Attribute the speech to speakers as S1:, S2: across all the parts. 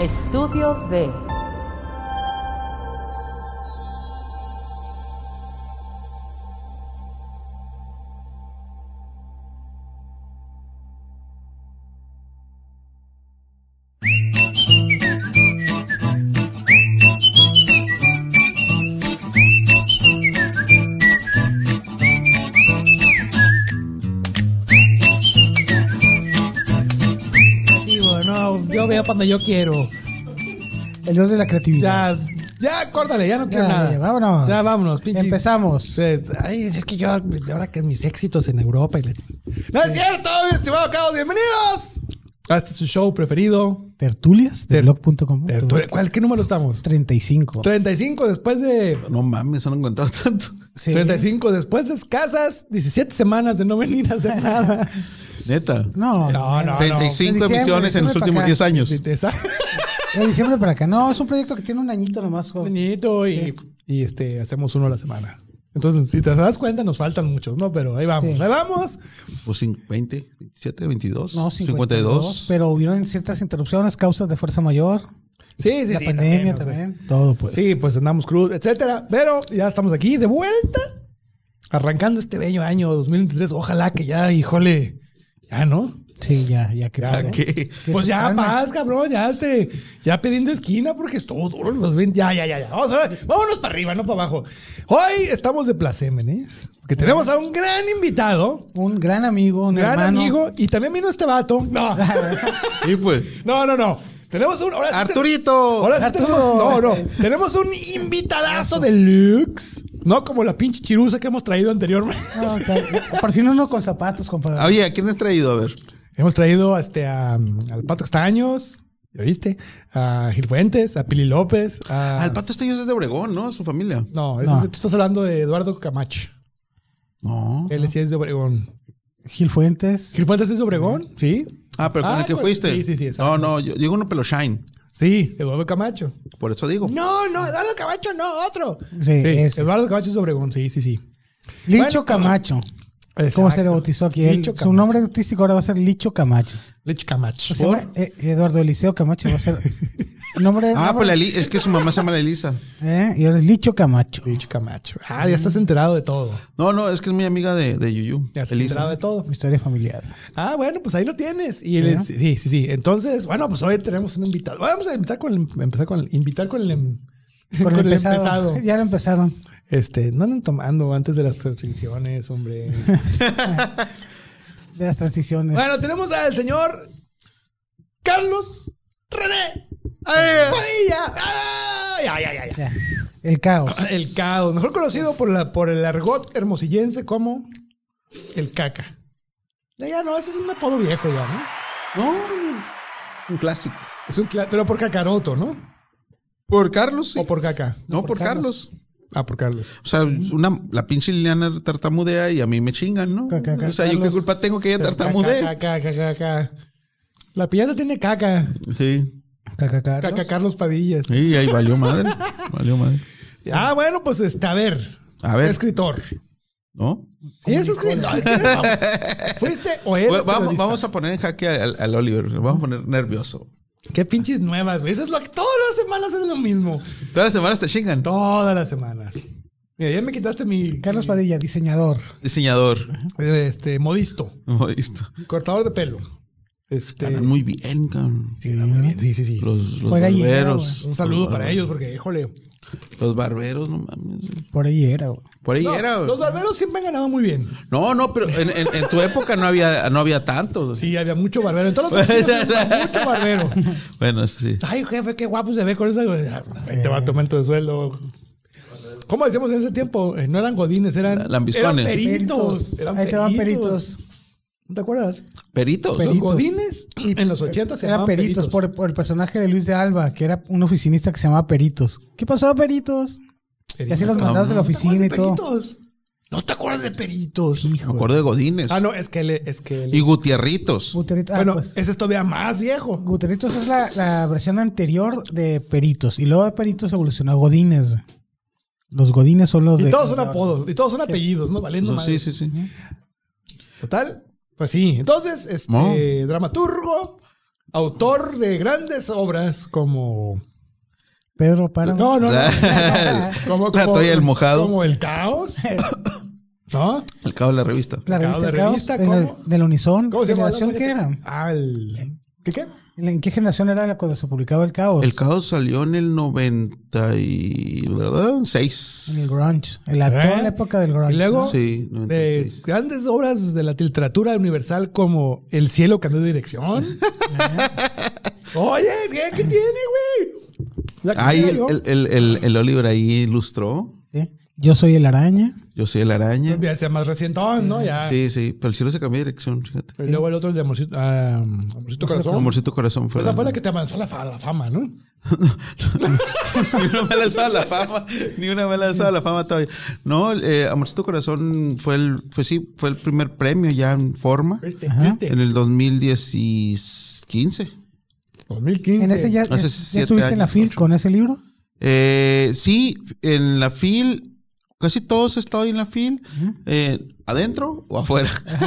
S1: Estudio D.
S2: Sí, bueno, yo veo cuando yo quiero.
S3: El dios de la creatividad.
S2: Ya, ya, córtale, ya no quiero nada.
S3: ya, vámonos.
S2: Ya, vámonos, Pues, pinches.
S3: Empezamos.
S2: Sí, Ay, es que yo, ahora que mis éxitos en Europa. y la- ¡No es cierto, mi estimado Cabo! ¡Bienvenidos! A este su show preferido.
S3: Tertulias de
S2: Ter-
S3: blog.com.
S2: Eh, ¿tú- ¿Cuál, ¿Qué número estamos?
S3: 35.
S2: 35 después de.
S4: No mames, no han encontrado tanto.
S3: Sí.
S2: 35 después de escasas 17 semanas de no venir a hacer nada.
S4: Neta.
S3: No,
S2: No, no.
S4: 35
S3: De
S4: emisiones en
S3: diciembre
S4: los
S3: para
S4: últimos
S3: acá.
S4: 10 años.
S2: Esa-
S3: De diciembre para acá. No, es un proyecto que tiene un añito nomás. joven.
S2: Pequeñito y, y, este, hacemos uno a la semana. Entonces, si te das cuenta, nos faltan muchos, ¿no? Pero ahí vamos,
S3: Sí.
S2: ahí vamos.
S4: Pues cin- 20, 27, 22,
S3: No,
S4: 52.
S3: 52. Pero hubieron ciertas interrupciones, causas de fuerza mayor.
S2: Sí, sí,
S3: la
S2: sí,
S3: pandemia
S2: o sea,
S3: también. Todo, pues.
S2: Sí, pues andamos cruz, etcétera. Pero ya estamos aquí de vuelta, arrancando este bello año 2023. Ojalá que ya, híjole, ya, ¿no?
S3: Sí, ya, ya que.
S2: Ya,
S3: ¿no?
S4: ¿Qué?
S3: Que
S2: Pues
S3: se
S2: ya,
S3: calme.
S2: paz, cabrón, ya este, ya pidiendo esquina porque estuvo duro los 20. Ya, ya, ya, ya. Vamos a ver, vámonos para arriba, no para abajo. Hoy estamos de placémenes, porque tenemos a un gran invitado,
S3: Un gran amigo, un
S2: gran
S3: hermano.
S2: amigo, y también vino este vato. No,
S4: Y pues,
S2: no, no, no. Tenemos un. Ahora sí te-
S4: Arturito.
S2: Ahora sí
S3: Arturo.
S2: tenemos, no, no. Tenemos un invitadazo de Lux. No como la pinche chirusa que hemos traído anteriormente.
S3: No, o sea, por fin uno con zapatos, compadre.
S4: Oye, ¿a quién has traído? A ver.
S2: hemos traído este, a, mm, al Pato Castaños, ¿ya viste? A Gil Fuentes, a Pili López, a...
S4: Al pato este es de Obregón, ¿no? Su familia.
S2: Ah. No, ese
S3: No.
S2: es- tú estás hablando de Eduardo Camacho.
S4: No.
S2: Él sí es de Obregón.
S3: Gil Fuentes.
S2: ¿Gil Fuentes es de Obregón? Sí.
S4: Ah, pero con
S2: Ah,
S4: el que
S2: con-
S4: fuiste.
S2: sí, sí, sí,
S4: No,
S2: exacto.
S4: no, yo digo uno pelo shine.
S2: Sí, Eduardo Camacho.
S4: Por eso digo.
S2: No, no, Eduardo Camacho no, otro.
S3: Sí, ese.
S2: Eduardo Camacho es de Obregón, sí, sí, sí.
S3: Licho Camacho. ¿Cómo se le bautizó aquí? Él-
S2: Licho
S3: su
S2: Camacho.
S3: nombre artístico ahora va a ser Licho Camacho.
S2: Leche Camacho.
S3: O sea, eh, Eduardo Eliseo Camacho va a ser. nombre,
S4: Ah, pues
S3: nombre-
S4: la Eli- es que su mamá se llama la Elisa.
S3: ¿eh? Y ahora es Licho Camacho.
S2: Leche Camacho. Ah, ya estás enterado de todo.
S4: No, no, es que es muy amiga de, de Yuyu.
S2: Ya estás enterado de
S4: Elisa.
S2: todo.
S3: Historia familiar.
S2: Ah, bueno, pues ahí lo tienes. Y él
S3: Bueno.
S2: es- sí, sí, sí. Entonces, bueno, pues hoy tenemos un invitado. Vamos a invitar con el, empezar con el, invitar con el, em-
S3: Con el empezado.
S2: empezado.
S3: Ya lo empezaron.
S2: Este, no andan tomando antes de las transiciones, hombre.
S3: De las transiciones.
S2: bueno, tenemos al señor Carlos René
S4: ¡Ay!
S2: Padilla. Ay, ay, ay, ay.
S3: Ya. El caos.
S2: El caos, mejor conocido por la por el argot hermosillense como el caca. Ya, ya no, ese es un apodo viejo ya, ¿no?
S4: No, un clásico.
S2: Es un cla- pero por cacaroto, ¿no?
S4: Por Carlos, sí.
S2: O por caca.
S4: No, por Carlos.
S2: Ah, por Carlos.
S4: O sea, una, la pinche Liliana tartamudea y a mí me chingan, ¿no?
S3: Ca- ca- ca-
S4: o sea, ¿yo qué
S3: Carlos.
S4: culpa tengo que ella tartamudee?
S2: Caca, caca, caca. La pillada tiene caca.
S4: Sí.
S3: Caca, Carlos.
S2: Caca Carlos Padillas.
S4: Sí, ahí valió madre. valió madre.
S2: Ah, bueno, pues este, a ver.
S4: A ver.
S2: Escritor.
S4: ¿No?
S2: ¿Y es escritor? Ay, ¿quién es? Vamos. ¿Fuiste o eres?
S4: Bueno, Pues, vamos,
S2: periodista?
S4: vamos a poner en jaque al, al Oliver. Lo vamos a poner nervioso.
S2: Qué pinches nuevas, güey. Eso es lo que todas las semanas es lo mismo.
S4: Todas las semanas te chingan.
S2: Todas las semanas. Mira, ya me quitaste mi.
S3: Carlos Padilla, diseñador.
S4: Diseñador.
S2: Este, modisto.
S4: No, listo.
S2: Cortador de pelo. Este.
S4: Ganan muy bien, cabrón.
S2: Sí, no, muy bien. sí, sí, sí.
S4: Ah, Los, los
S3: Por ahí era,
S4: barberos.
S2: Un saludo
S4: Los
S2: para
S4: barberos.
S2: ellos, porque, híjole.
S4: Los barberos, no mames. güey.
S3: Por ahí era. güey.
S4: Por ahí
S2: No,
S4: era. güey.
S2: los barberos siempre han ganado muy bien.
S4: No, no, pero en, en- en tu época no había, no había tantos.
S2: Sí, había mucho barbero. En todos los oficinas había mucho barbero.
S4: Bueno, sí.
S2: Ay, jefe, qué guapo se ve con eso. Ahí te
S4: Eh.
S2: va tu aumento de sueldo. ¿Cómo decíamos en ese tiempo? Eh, No eran godines, eran, eran
S4: Lambiscones.
S2: peritos. Eran
S3: Ahí te van
S2: peritos.
S3: peritos.
S2: ¿No te acuerdas?
S4: Peritos.
S3: Peri-
S2: Los
S3: Peritos.
S2: godines en los 80 se
S3: Era
S2: llamaban
S3: peritos, Por, por el personaje de Luis de Alba, que era un oficinista que se llamaba Peritos. ¿Qué pasó, Peritos? Y así los
S4: cabrón.
S3: mandados de la
S2: ¿No te
S3: oficina y
S2: acuerdas de
S3: todo.
S2: peritos? ¿No te acuerdas de peritos?
S4: Me acuerdo de Godínez.
S2: Ah, no, es que... le- es que le-
S4: Y Gutierritos.
S3: Guterritos, ah,
S2: bueno,
S3: pues,
S2: ese es todavía más viejo.
S3: Guterritos es la, la versión anterior de Peritos. Y luego de Peritos evolucionó a Godines. güey. Los Godines son los
S2: Y
S3: de.
S2: todos son apodos, y todos son apellidos, ¿no? Valiendo
S4: No,
S2: madre.
S4: sí, sí, sí.
S2: Total. Pues sí. Entonces, este
S4: Mo.
S2: dramaturgo, Autor de grandes obras como.
S3: Pedro Páramo.
S2: No, no, no.
S4: La-
S2: Como,
S4: La
S2: como-
S4: toalla del mojado.
S2: Como el caos. ¿No?
S4: Al cabo de la revista.
S3: La
S2: Claro,
S3: revista,
S2: la
S3: Caos,
S2: revista,
S3: de la-
S2: ¿cómo?
S3: del Unison.
S2: ¿Cómo se llama?
S3: ¿Generación qué era?
S2: Ah, el. ¿Qué qué?
S3: ¿En qué generación era la cuando se publicaba el Caos?
S4: El caos salió en el 96.
S3: En el grunge. En la,
S2: ¿Eh?
S3: toda la época del grunge.
S2: Y luego-
S4: Sí,
S2: De
S4: 96.
S2: grandes obras de la literatura universal como El cielo cambió de dirección. Oye, ¿qué, qué tiene, güey? La que
S4: Ahí
S2: quiero yo.
S4: el, el, el, el- el Oliver ahí ilustró.
S3: ¿no? Sí. Yo soy el araña.
S4: Yo soy el araña.
S2: Ya sea más reciente, ¿no? Ya.
S4: Sí, sí, pero el cielo se cambió de dirección, fíjate.
S2: Y luego el otro, el de Amorcito, ah, Amorcito Corazón.
S4: Amorcito corazón fue
S2: Pues Esa fue la que te avanzó la, fa- la fama, ¿no?
S4: ni una me ha lanzado a la fama, ni una me ha lanzado a la fama todavía. No, eh, Amorcito Corazón fue el, fue sí, fue el primer premio ya en forma
S2: Viste,
S3: Ajá.
S2: viste.
S4: en el 2015.
S2: 2015.
S3: En ese ya,
S4: Hace
S3: ya
S4: siete
S3: estuviste en la
S4: años,
S3: FIL
S4: ocho.
S3: con ese libro.
S4: Eh, sí, en la FIL, casi todos he estado ahí en la FIL, eh, adentro o afuera. Con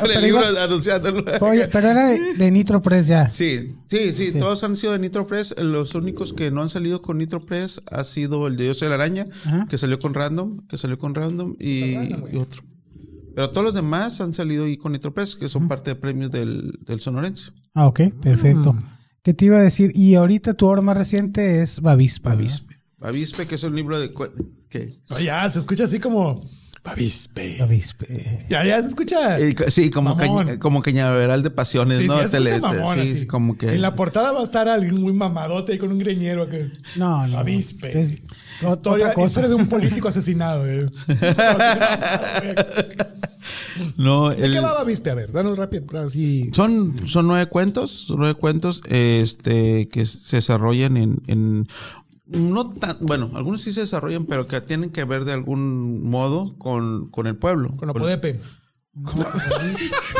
S3: Pero
S4: el libro
S3: ibas-
S4: anunciándolo.
S3: Oye, pero era de, de Nitro Press ya.
S4: Sí, sí, sí, todos han sido de Nitro Press. Los únicos que no han salido con Nitro Press ha sido el de Dios de la Araña,
S3: Ajá.
S4: que salió con Random, que salió con Random y, y otro. Pero todos los demás han salido ahí con Nitro Press, que son parte de premios del, del Sonorense.
S3: Ah, ok, perfecto.
S2: Mm.
S3: ¿Qué te iba a decir? Y ahorita tu obra más reciente es Bavispa. ¿verdad?
S4: Avispe. Avispe, que es un libro de... cue- que-
S2: No, ya, se escucha así como. Bavispe.
S3: Bavispe.
S2: Ya, ya se escucha.
S4: Eh, ca- sí, como,
S2: Mamón.
S4: cañ- como cañaveral de pasiones,
S2: Sí,
S4: ¿no?
S2: sí, se
S4: Te le-
S2: escucha
S4: E te-
S2: mamón,
S4: sí,
S2: así.
S4: como que...
S2: En la portada va a estar alguien muy mamadote ahí con un greñero. Acá.
S3: No, no.
S2: Bavispe.
S3: Es ot-
S2: Historia,
S3: otra cosa.
S2: historia de un político asesinado. eh.
S4: no,
S2: ¿De qué
S4: el-
S2: va Bavispe? A ver, danos rápido. pero Así.
S4: Son, son nueve cuentos, son nueve cuentos este, que se desarrollan en, en- no tan, bueno, algunos sí se desarrollan, pero que tienen que ver de algún modo con, con el pueblo.
S2: Con Apodepe.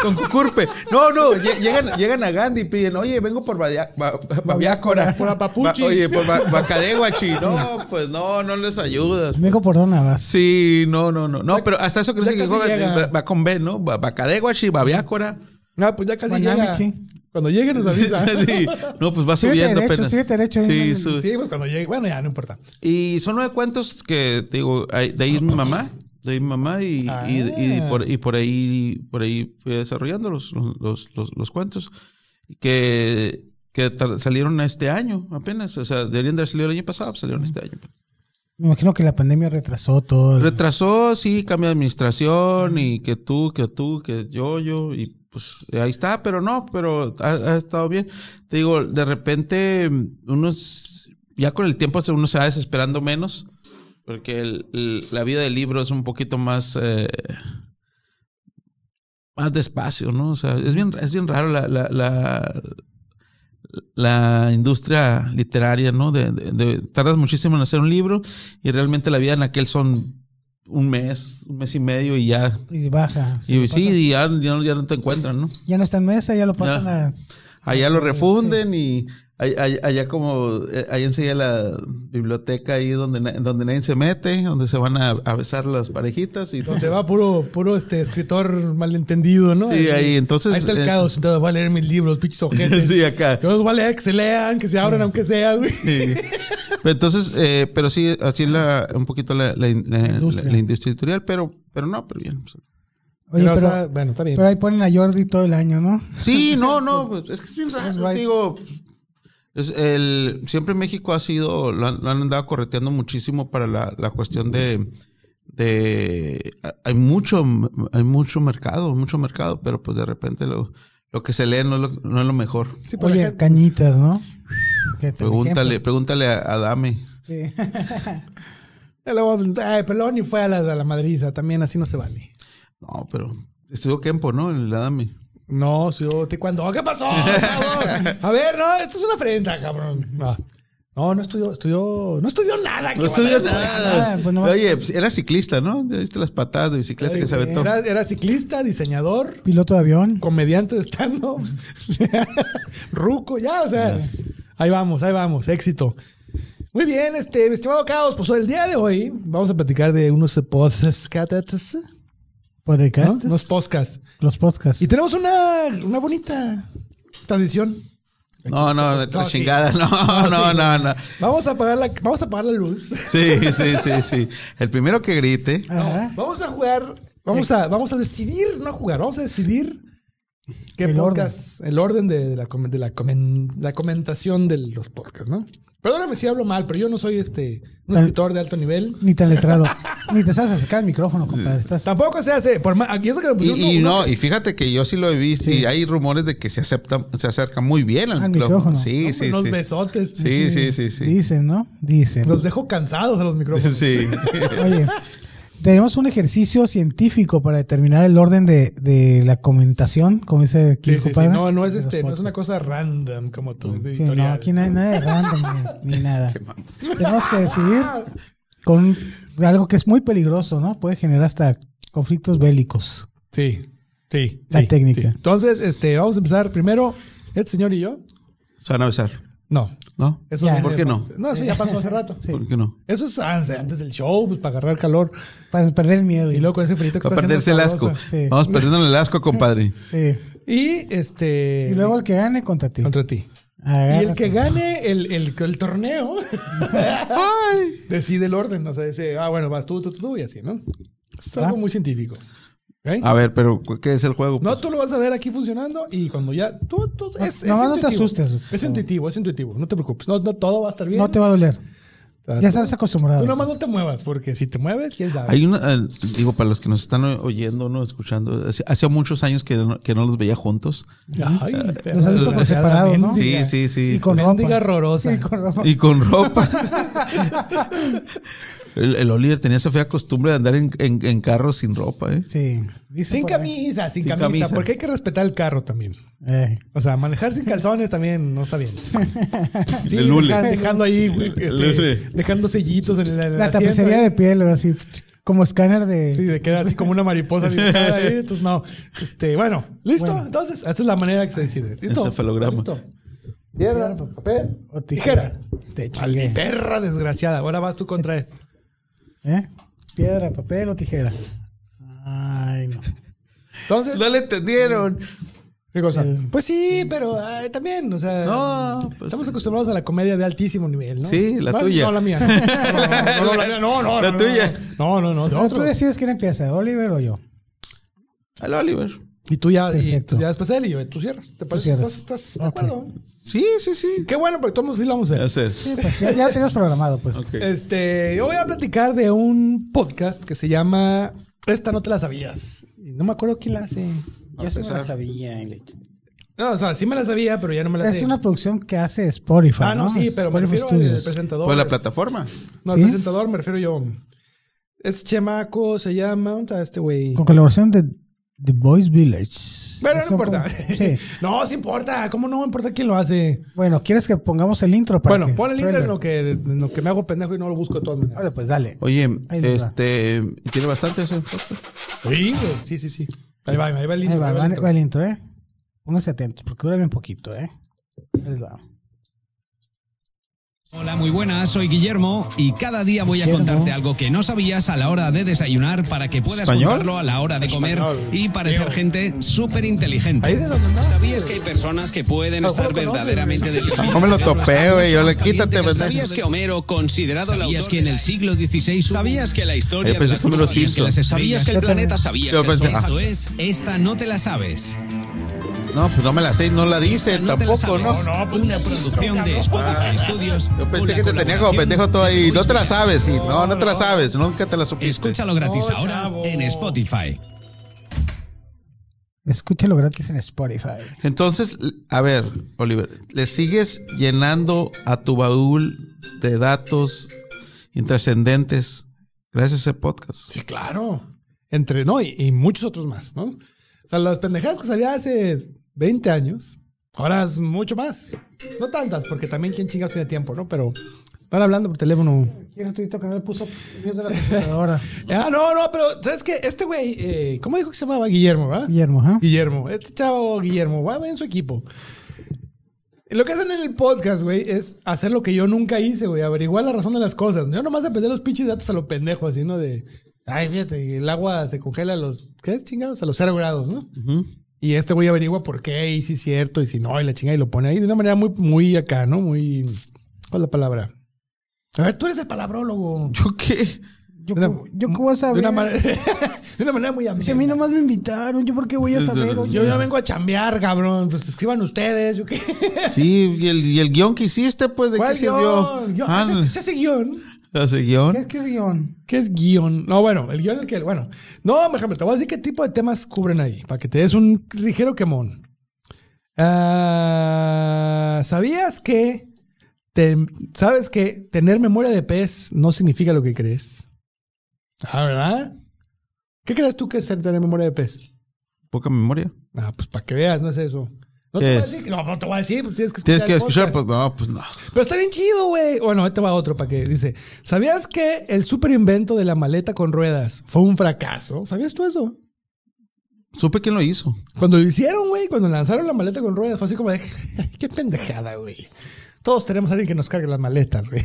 S4: Con Cucurpe. No, no, lle- llegan, llegan a Gandhi y piden, oye, vengo por Badia- Ba- Ba- Babiácora.
S2: Por Apapuchi.
S4: Ba- Oye, por Ba- Bacadehuachi. No, pues no, no les ayudas.
S3: Amigo, ¿por dónde vas?
S4: Sí, no, no, no. No, pero hasta eso creo
S2: ya
S4: que
S2: casi
S4: llegó,
S2: llega.
S4: va- va con B, ¿no? Ba- Bacadehuachi, Babiácora.
S2: Ah, pues ya casi llega.
S3: Guanamichi.
S2: Cuando llegue nos avisa.
S4: Sí, No, pues va
S3: Sigue
S4: subiendo
S3: derecho,
S4: apenas.
S3: sigue derecho,
S4: Sí,
S3: ahí,
S4: sube.
S2: Sí, pues cuando llegue. Bueno, ya, no importa.
S4: Y son nueve cuentos que, te digo, hay- de ahí es mi mamá. De ahí es mi mamá y, y-
S2: Ah.
S4: y por, y por ahí por ahí fui desarrollando los, los, los, los cuentos que, que tar- salieron este año apenas. O sea, deberían de haber salido el año pasado, salieron este año.
S3: Me imagino que la pandemia retrasó todo.
S4: Retrasó, sí, cambio de administración y que tú, que tú, que yo, yo, y pues ahí está, pero no, pero ha, ha estado bien. Te digo, de repente, unos, ya con el tiempo se- uno se va desesperando menos, porque el- el- la vida del libro es un poquito más, eh, más despacio, ¿no? O sea, es bien, es bien raro la, la, la, la industria literaria, ¿no? De, de- de- tardas muchísimo en hacer un libro y realmente la vida en aquel son un mes, un mes y medio y ya.
S3: Y baja. Se
S4: y
S3: lo
S4: sí,
S3: pasan-
S4: y ya, ya no- ya no te encuentran, ¿no?
S3: Ya no está en mesa, ya lo pasan
S4: Ya.
S3: a.
S4: Allá lo refunden y ay- ay- allá como, eh, allá enseguida la biblioteca ahí donde, na- donde nadie se mete, donde se van a, a besar las parejitas y
S2: Entonces va puro, puro este escritor malentendido, ¿no?
S4: Sí, ahí, entonces,
S2: Ahí está el
S4: eh,
S2: caos, entonces voy a leer mis libros, pinches ojetes.
S4: Sí, acá.
S2: Yo los voy a leer, que se lean, que se abran, aunque sea, güey.
S4: Sí. Pero entonces, eh, pero sí, así es la, un poquito la, la, in- la- la- la industria.
S3: Industria.
S4: editorial, pero, pero no, pero bien. pues,
S3: Oye,
S2: Pero, o
S3: pero,
S2: sea, bueno, está bien.
S3: pero ahí ponen a Jordi todo el año, ¿no?
S4: Sí, no, no, pues, es que es bien
S3: Es
S4: raro.
S3: right.
S4: Digo, es el, siempre México ha sido, lo han, lo han andado correteando muchísimo para la, la cuestión de, de, hay mucho, hay mucho mercado, mucho mercado, pero pues de repente lo, lo que se lee no es lo, no es lo mejor.
S2: Sí, por
S3: Oye,
S2: ejemplo.
S3: cañitas, ¿no? Que te-
S4: Pregúntale, pregúntale a, a Dame.
S3: Sí.
S2: Ya luego, Ay, Pelón y fue a la, a la madriza, también así no se vale.
S4: No, pero estudió Kempo, ¿no? El Adame.
S2: No, si yo te cuando. ¿Qué pasó? cabrón? A ver, no, esto es una afrenta, cabrón. No, no, no estudió, estudió, no estudió nada. que
S4: No
S2: va a ser
S4: estudió
S2: esto.
S4: nada.
S3: Ah, pues nomás-
S4: Oye, pues, era ciclista, ¿no? Ya viste las patadas de bicicleta que se aventó.
S2: Era, era ciclista, diseñador,
S3: Piloto de avión.
S2: comediante de stand-up, ruco, ya, o sea. Ahí vamos, ahí vamos, éxito. Muy bien, este, mi estimado Caos, pues el día de hoy vamos a platicar de unos podcasts, ¿no?
S3: Podcast.
S2: unos podcasts.
S3: Los podcasts.
S2: Y tenemos una, una bonita Tradición.
S4: No, no, de
S2: No,
S4: otra
S2: sí.
S4: chingada. No, no, no, no.
S2: Vamos a apagar la, vamos a apagar la luz.
S4: Sí, sí, sí, sí. El primero que grite.
S3: Ajá.
S2: Vamos a jugar. Vamos a, vamos a decidir, no a jugar, vamos a decidir qué
S3: El
S2: podcast, el orden de, la, com- de la, comen- la comentación de los podcasts, ¿no? Perdóname si hablo mal, pero yo no soy este un
S3: Tal-
S2: escritor de alto nivel.
S3: Ni tan letrado. Ni te sabes acercar el micrófono, compadre. Estás...
S2: Tampoco se hace. Por más, y eso que me
S4: Y,
S2: pusieron
S4: y
S2: uno-
S4: no, y fíjate que yo sí lo he visto y hay rumores de que se acepta, se acerca muy bien al,
S3: Al
S4: micrófono.
S3: micrófono.
S4: Sí,
S2: uno-
S4: sí,
S2: unos
S4: sí.
S2: besotes.
S4: Sí, sí, sí, sí.
S3: Dicen, ¿no? Dicen.
S2: Los dejo cansados a los micrófonos.
S4: Sí.
S3: Oye, tenemos un ejercicio científico para determinar el orden de, de la comentación, como dice
S2: Sí,
S3: aquí el
S2: sí, sí.
S3: compadre.
S2: No, no es
S3: de los
S2: este, no es una cosa
S3: podcasts.
S2: random como tú.
S3: Sí, no, aquí no hay nada de random ni, ni nada. Tenemos que decidir con algo que es muy peligroso, ¿no? Puede generar hasta conflictos bélicos.
S2: Sí, sí.
S3: La
S2: sí,
S3: técnica.
S2: sí. Entonces, este, vamos a empezar primero, el señor y yo.
S4: Se van a besar,
S2: No.
S4: ¿no?
S2: Eso
S3: Ya.
S2: viene
S4: ¿Por qué
S2: más-
S4: no?
S2: No, eso ya pasó hace rato.
S4: ¿Por qué no?
S2: Eso es antes, antes del show, pues para agarrar calor.
S3: Para perder el miedo.
S2: Y luego con ese frito que
S4: Va a
S2: está
S4: perderse el
S2: haciendo
S4: asco.
S2: sabroso.
S3: sí.
S4: Vamos perdiendo el asco, compadre.
S3: Sí.
S2: Y este.
S3: Y luego el que gane contra ti.
S2: Contra ti.
S3: Agárrate.
S2: Y el que gane el, el, el torneo decide el orden. O sea, dice, ah, bueno, vas tú, tú, tú, tú, y así, ¿no? Es algo muy científico. ¿Ok?
S4: A ver, pero ¿cu- ¿qué es el juego? Pues,
S2: No, tú lo vas a ver aquí funcionando y cuando ya. Tú, tú-
S3: No,
S2: es,
S3: no,
S2: es
S3: no te
S2: intuitivo.
S3: asustes, por
S2: Es
S3: favor.
S2: intuitivo, es intuitivo. No te preocupes. No, no todo va a estar bien.
S3: No te va a doler.
S2: O sea,
S3: Ya
S2: tú-
S3: estás acostumbrado.
S2: Tú nomás no te muevas, porque si te mueves, quién sabe.
S4: Hay una, eh, digo, para los que nos están o- oyendo, no escuchando, hace- hacía muchos años que no, que no los veía juntos.
S2: Ay,
S3: Los has visto por separado, ¿no?
S4: Sí, sí, sí.
S3: Y con
S2: Mendiga
S3: ropa.
S2: horrorosa.
S3: Y con ropa.
S4: Y con ropa. el, el Oliver tenía esa fea costumbre de andar en, en, en carro sin ropa, ¿eh?
S3: Sí. Dice
S2: Sin
S3: por ahí.
S2: camisa, sin,
S4: Sin
S2: camisa,
S4: camisa.
S2: Porque hay que respetar el carro también.
S3: Eh.
S2: O sea, manejar sin calzones también no está bien. Sí,
S4: El hule.
S2: deja- dejando ahí, güey,
S4: El
S2: este,
S4: hule.
S2: dejando sellitos en el, en el
S3: La
S2: asiento,
S3: tapicería
S2: ahí.
S3: de piel, así, como escáner de...
S2: Sí, de queda así como una mariposa dibujada ahí. Entonces, no. Este, bueno, ¿listo? Entonces, esta es la manera que se decide. ¿Listo?
S4: Encefalograma.
S2: ¿Listo? Piedra, papel
S3: o
S2: o
S3: tijera.
S2: tijera.
S3: Te chingué.
S2: Maldita desgraciada. Ahora vas tú contra él.
S3: ¿Eh? Piedra, papel o tijera. Ay, no.
S2: Entonces,
S4: No le entendieron.
S2: ¿qué cosa?
S3: El-
S2: Pues sí, pero ay, también, o sea.
S4: No, pues
S2: estamos
S4: sí.
S2: acostumbrados a la comedia de altísimo nivel, ¿no?
S4: Sí, la
S2: No,
S4: tuya.
S2: No, la mía. No, no, no, no, la mía, no, no,
S4: La
S2: no,
S4: tuya.
S2: No, no, no, de
S3: Pero tú
S2: otro.
S3: decides quién empieza, Oliver o yo.
S4: Al Oliver.
S2: Y tú ya, y
S3: Perfecto.
S2: tú ya después él y yo, tú cierras. ¿Te parece?
S3: cierras.
S2: ¿Estás, estás de
S3: Ok.
S2: acuerdo?
S4: Sí, sí, sí.
S2: Qué bueno, porque todos sí lo vamos a hacer.
S4: Hacer.
S3: Sí, pues ya, ya lo tenías programado, pues.
S4: Ok.
S2: Este, yo voy a platicar de un podcast que se llama Esta no te la sabías. Y No me acuerdo quién la hace.
S4: Yo sí me la eh,
S3: sabía.
S2: No, o sea, sí me la sabía, pero ya no me la
S3: Es
S2: sé.
S3: una producción que hace Spotify,
S2: Ah, no, sí, pero me
S3: Spotify
S2: refiero al
S3: Studios.
S2: presentador.
S4: Pues la
S2: es-
S4: plataforma.
S2: No, al
S3: ¿Sí?
S2: presentador me refiero yo. Es chamaco, se llama, ¿dónde está este güey?
S3: Con colaboración de The Voice Village.
S2: Pero no
S3: Son
S2: importa.
S3: como- sí.
S2: no, sí importa. ¿Cómo no importa quién lo hace?
S3: Bueno, ¿quieres que pongamos el intro para
S2: bueno,
S3: que-
S2: pon el intro
S3: trailer?
S2: en lo, que, en lo que me hago pendejo y no lo busco de todas maneras.
S3: Ahora, pues dale.
S4: Oye,
S3: Ahí nos va.
S4: este, tiene bastante ese podcast.
S2: Sí, güey. sí, sí, sí. Ahí va, ahí va el intro.
S3: Ahí va,
S2: pues. ahí va el
S3: va-
S2: intro.
S3: va el intro, ¿eh? Pónganse atentos, porque dura bien poquito, ¿eh? Ahí les va.
S1: Hola, muy buenas, soy Guillermo y cada día voy a
S3: Guillermo.
S1: contarte algo que no sabías a la hora de desayunar para que puedas
S4: ¿Español?
S1: contarlo a la hora de comer
S2: Español.
S1: y parecer
S2: Tío.
S1: gente súper
S2: Ahí
S1: inteligente.
S2: de donde más.
S1: ¿Sabías que hay personas que pueden
S2: Ah,
S1: estar
S2: bueno, conoces,
S1: verdaderamente
S2: güey.
S1: deprimidas?
S4: No me lo topé, güey. Yo le
S1: Más caliente
S4: quítate,
S1: que-
S4: pendejo.
S1: ¿Sabías que Homero, considerado el
S5: ¿Sabías
S1: autor
S5: que en
S1: de
S5: el
S1: la-
S5: siglo XVI
S1: ¿Sabías que la historia
S4: Eh,
S1: de
S4: pensé
S1: las
S4: que Homero
S1: cosas
S4: Simpson.
S1: que las estrellas- ¿Sabías que el
S3: Yo también.
S1: planeta sabía
S4: Yo
S1: que el
S4: pensé,
S1: sol-
S4: ah.
S1: Esto es, esta no te la sabes.
S4: No, pues no me la sé, y no la dice
S1: No te la
S4: tampoco,
S1: sabes.
S4: ¿no?
S1: Una producción de Spotify Studios.
S4: Yo
S1: con
S4: pensé
S1: la
S4: que te tenía como
S1: colaboración
S4: pendejo todo ahí.
S1: de
S4: No te la
S1: Luis
S4: sabes, sí. No, no te la sabes. Nunca te la supiste.
S1: Escúchalo gratis
S2: No,
S1: ahora
S2: chavo.
S1: en Spotify.
S3: Escúchalo gratis en Spotify.
S4: Entonces, a ver, Oliver, le sigues llenando a tu baúl de datos intrascendentes gracias a ese podcast.
S2: Sí, claro. Entre, no, y, y muchos otros más, ¿no? O sea, las pendejadas que sabía hace 20 años, ahora es mucho más. No tantas, porque también quién chingados tiene tiempo, ¿no? Pero están hablando por teléfono.
S3: ¿Quieres tu que no le puso Dios de la computadora?
S2: Ah, no, no, pero ¿sabes qué? Este güey, eh, ¿cómo dijo que se llamaba? Guillermo, ¿verdad?
S3: Guillermo, ¿ah?
S2: Guillermo, este chavo Guillermo, va en su equipo. Lo que hacen en el podcast, güey, es hacer lo que yo nunca hice, güey, averiguar la razón de las cosas. Yo nomás aprendí los pinches datos a lo pendejo, así, ¿no? De, ay, fíjate, el agua se congela a los, ¿qué es chingados? A los cero grados, ¿no? Y este güey averigua por qué, y si es cierto, y si no, y la chinga, y lo pone ahí de una manera muy, muy acá, ¿no? Muy. ¿Cuál es la palabra? A ver, tú eres el palabrólogo.
S4: ¿Yo qué?
S3: Yo,
S2: Una-
S3: cómo- yo qué voy a
S2: De
S3: saber.
S2: una, manera, de una manera muy amena.
S3: Si a mí nomás me invitaron, yo por qué voy a saber. oye?
S2: Yo ya vengo a chambear, cabrón. Pues escriban ustedes. ¿yo qué?
S4: Sí, y el, y el guión que hiciste, pues, ¿de qué
S2: ¿Cuál
S4: sirvió?
S2: guión? Guión.
S4: Ah,
S2: ¿Se, hace- se hace guión?
S4: ¿Hace guión?
S3: ¿Qué es que es guión?
S2: ¿Qué es guión? No, bueno, el guión es el que, bueno. No, por ejemplo, te voy a decir qué tipo de temas cubren ahí, para que te des un ligero quemón. Ah, ¿Sabías que, te- sabes que tener memoria de pez no significa lo que crees? Ah, ¿verdad? ¿Qué crees tú que es ser tener memoria de pez?
S4: Poca memoria.
S2: Ah, pues para que veas, no es eso. No
S4: ¿Qué
S2: te, voy a
S4: es?
S2: decir, no, no te voy a decir, pues tienes que
S4: Tienes que
S2: el
S4: escuchar,
S2: podcast.
S4: pues, no, pues no.
S2: Pero está bien chido, güey. Bueno, ahí te va otro para que dice: ¿Sabías que el super invento de la maleta con ruedas fue un fracaso? ¿Sabías tú eso?
S4: Supe quién lo hizo.
S2: Cuando lo hicieron, güey, cuando lanzaron la maleta con ruedas, fue así como de: "Ay, ¡Qué pendejada, güey! Todos tenemos a alguien que nos cargue las maletas, güey.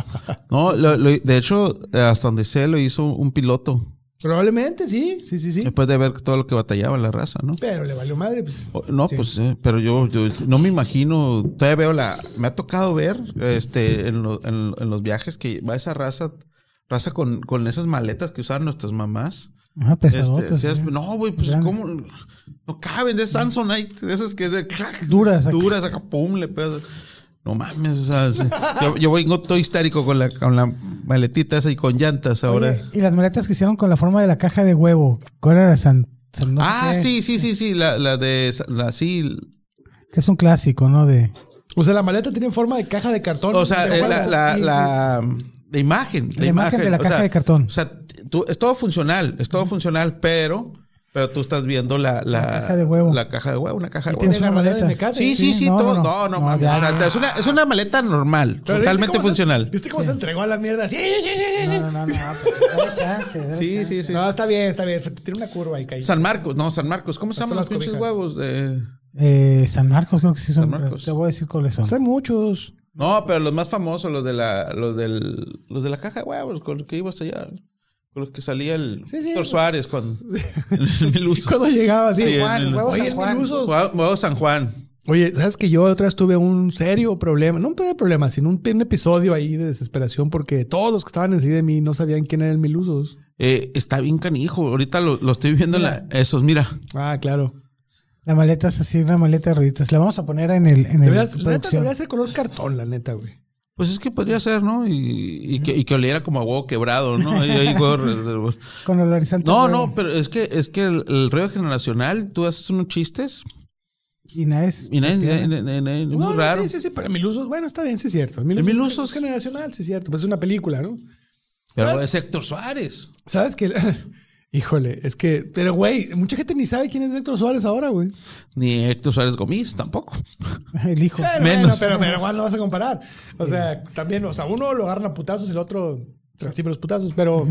S4: No, lo- lo- de hecho, hasta donde sé, lo hizo un piloto.
S2: Probablemente, sí, sí, sí, sí.
S4: Después de ver todo lo que batallaba la raza, ¿no?
S2: Pero le valió madre, pues.
S4: O- No, pues, eh, pero yo, yo no me imagino, todavía veo la, me ha tocado ver, este, en, lo- en- en los viajes que va esa raza, raza con, con esas maletas que usaban nuestras mamás.
S3: Ajá, ¿eh?
S4: Este,
S3: pesadotas.
S4: seas-
S3: güey.
S4: no, güey, pues,
S3: Grandes.
S4: ¿cómo? No caben, de Samsonite, de esas que es de...
S3: Duras acá.
S4: Duras, acá, pum, le pegas. No mames, o sea, sí. yo, yo vengo todo histérico con la, con la maletita esa y con llantas ahora.
S3: Oye, y las maletas que hicieron con la forma de la caja de huevo. ¿Cuál era? San, San- no
S4: ah,
S3: sé.
S4: sí, sí, sí, sí, la, la de, la, sí,
S3: Que es un clásico, ¿no? De.
S2: O sea, la maleta tiene forma de caja de cartón.
S4: O sea,
S2: De
S4: eh, la,
S2: huevo.
S4: la,
S2: Y-
S4: la, la imagen.
S3: La imagen de la
S4: o
S3: caja
S4: sea,
S3: de cartón.
S4: O sea, t- tú- es todo funcional, es todo funcional, pero, pero tú estás viendo la, la,
S3: La caja de huevo.
S4: La caja de huevo, una caja de
S2: Tiene
S4: huevo.
S3: una
S2: garradera de
S3: maleta.
S2: mecate.
S4: Sí, sí,
S3: sí,
S4: sí,
S3: no,
S4: todo.
S3: no,
S4: No, no,
S3: no,
S4: mames,
S3: ya,
S4: o sea,
S3: ya.
S4: es, una, es una maleta normal,
S2: Pero ¿viste
S4: totalmente
S2: cómo se-
S4: funcional.
S2: ¿Viste cómo se entregó a la mierda? Sí, sí, sí, sí, sí.
S3: No, no, no, no. pues, dale chance, dale
S4: Sí,
S3: chance.
S4: sí, sí.
S2: No, está bien, está bien. Tiene una curva ahí, caí.
S4: San Marcos, no, San Marcos. ¿Cómo se
S2: Son
S4: llaman
S2: las
S4: los pinches
S2: cobijas.
S4: huevos? de-
S3: Eh, San Marcos, creo que sí son.
S4: San Marcos.
S3: Te voy a decir cuáles son.
S2: Hay muchos.
S4: No, pero los más famosos, los de la, los del, los de la caja de huevos, con los que ibas allá. Con los que salía el
S2: Sí, sí.
S4: Héctor Suárez cuando. en el uso.
S2: Cuando llegaba así,
S4: Sí,
S2: Juan,
S4: en el-
S2: huevos
S3: Oye,
S2: San
S3: el
S2: Juan.
S3: Milusos.
S4: Huevo huevo San Juan.
S2: Oye, ¿sabes que yo otra vez tuve un serio problema? No un pequeño problema, sino un, un episodio ahí de desesperación porque todos los que estaban enseguida de mí no sabían quién era el Milusos.
S4: Eh, está bien canijo. Ahorita lo, lo estoy viendo en la, esos, mira.
S2: Ah, claro.
S3: La maleta es así, una maleta de rueditas. La vamos a poner en el. En el
S2: Deberías, la neta,
S3: producción.
S2: debería ser color cartón, la neta, güey.
S4: Pues es que podría ser, ¿no? Y, y que, y que oliera como a huevo quebrado, ¿no? Ahí- ahí, huevo re- re-
S3: Con olorizante.
S4: no,
S3: nuevo.
S4: no, pero es que es que el, el rollo generacional, tú haces unos chistes
S3: Y nada es.
S4: y nadie- nadie- nadie- nadie- es
S2: No,
S4: muy
S2: no,
S4: raro.
S2: Sí, sí, sí, pero Milusos, bueno, está bien, sí es cierto. Milusos,
S4: El Milusos.
S2: es generacional, sí es cierto. Pues es una película, ¿no?
S4: Pero es Héctor Suárez.
S2: ¿Sabes que Híjole, es que, pero güey, mucha gente ni sabe quién es Héctor Suárez ahora, güey.
S4: Ni Héctor Suárez Gómez tampoco.
S3: El hijo.
S2: Pero,
S4: Menos.
S2: bueno, pero, pero igual lo vas a comparar. O sea, también, o sea, uno lo agarran a putazos y el otro recibe los putazos, pero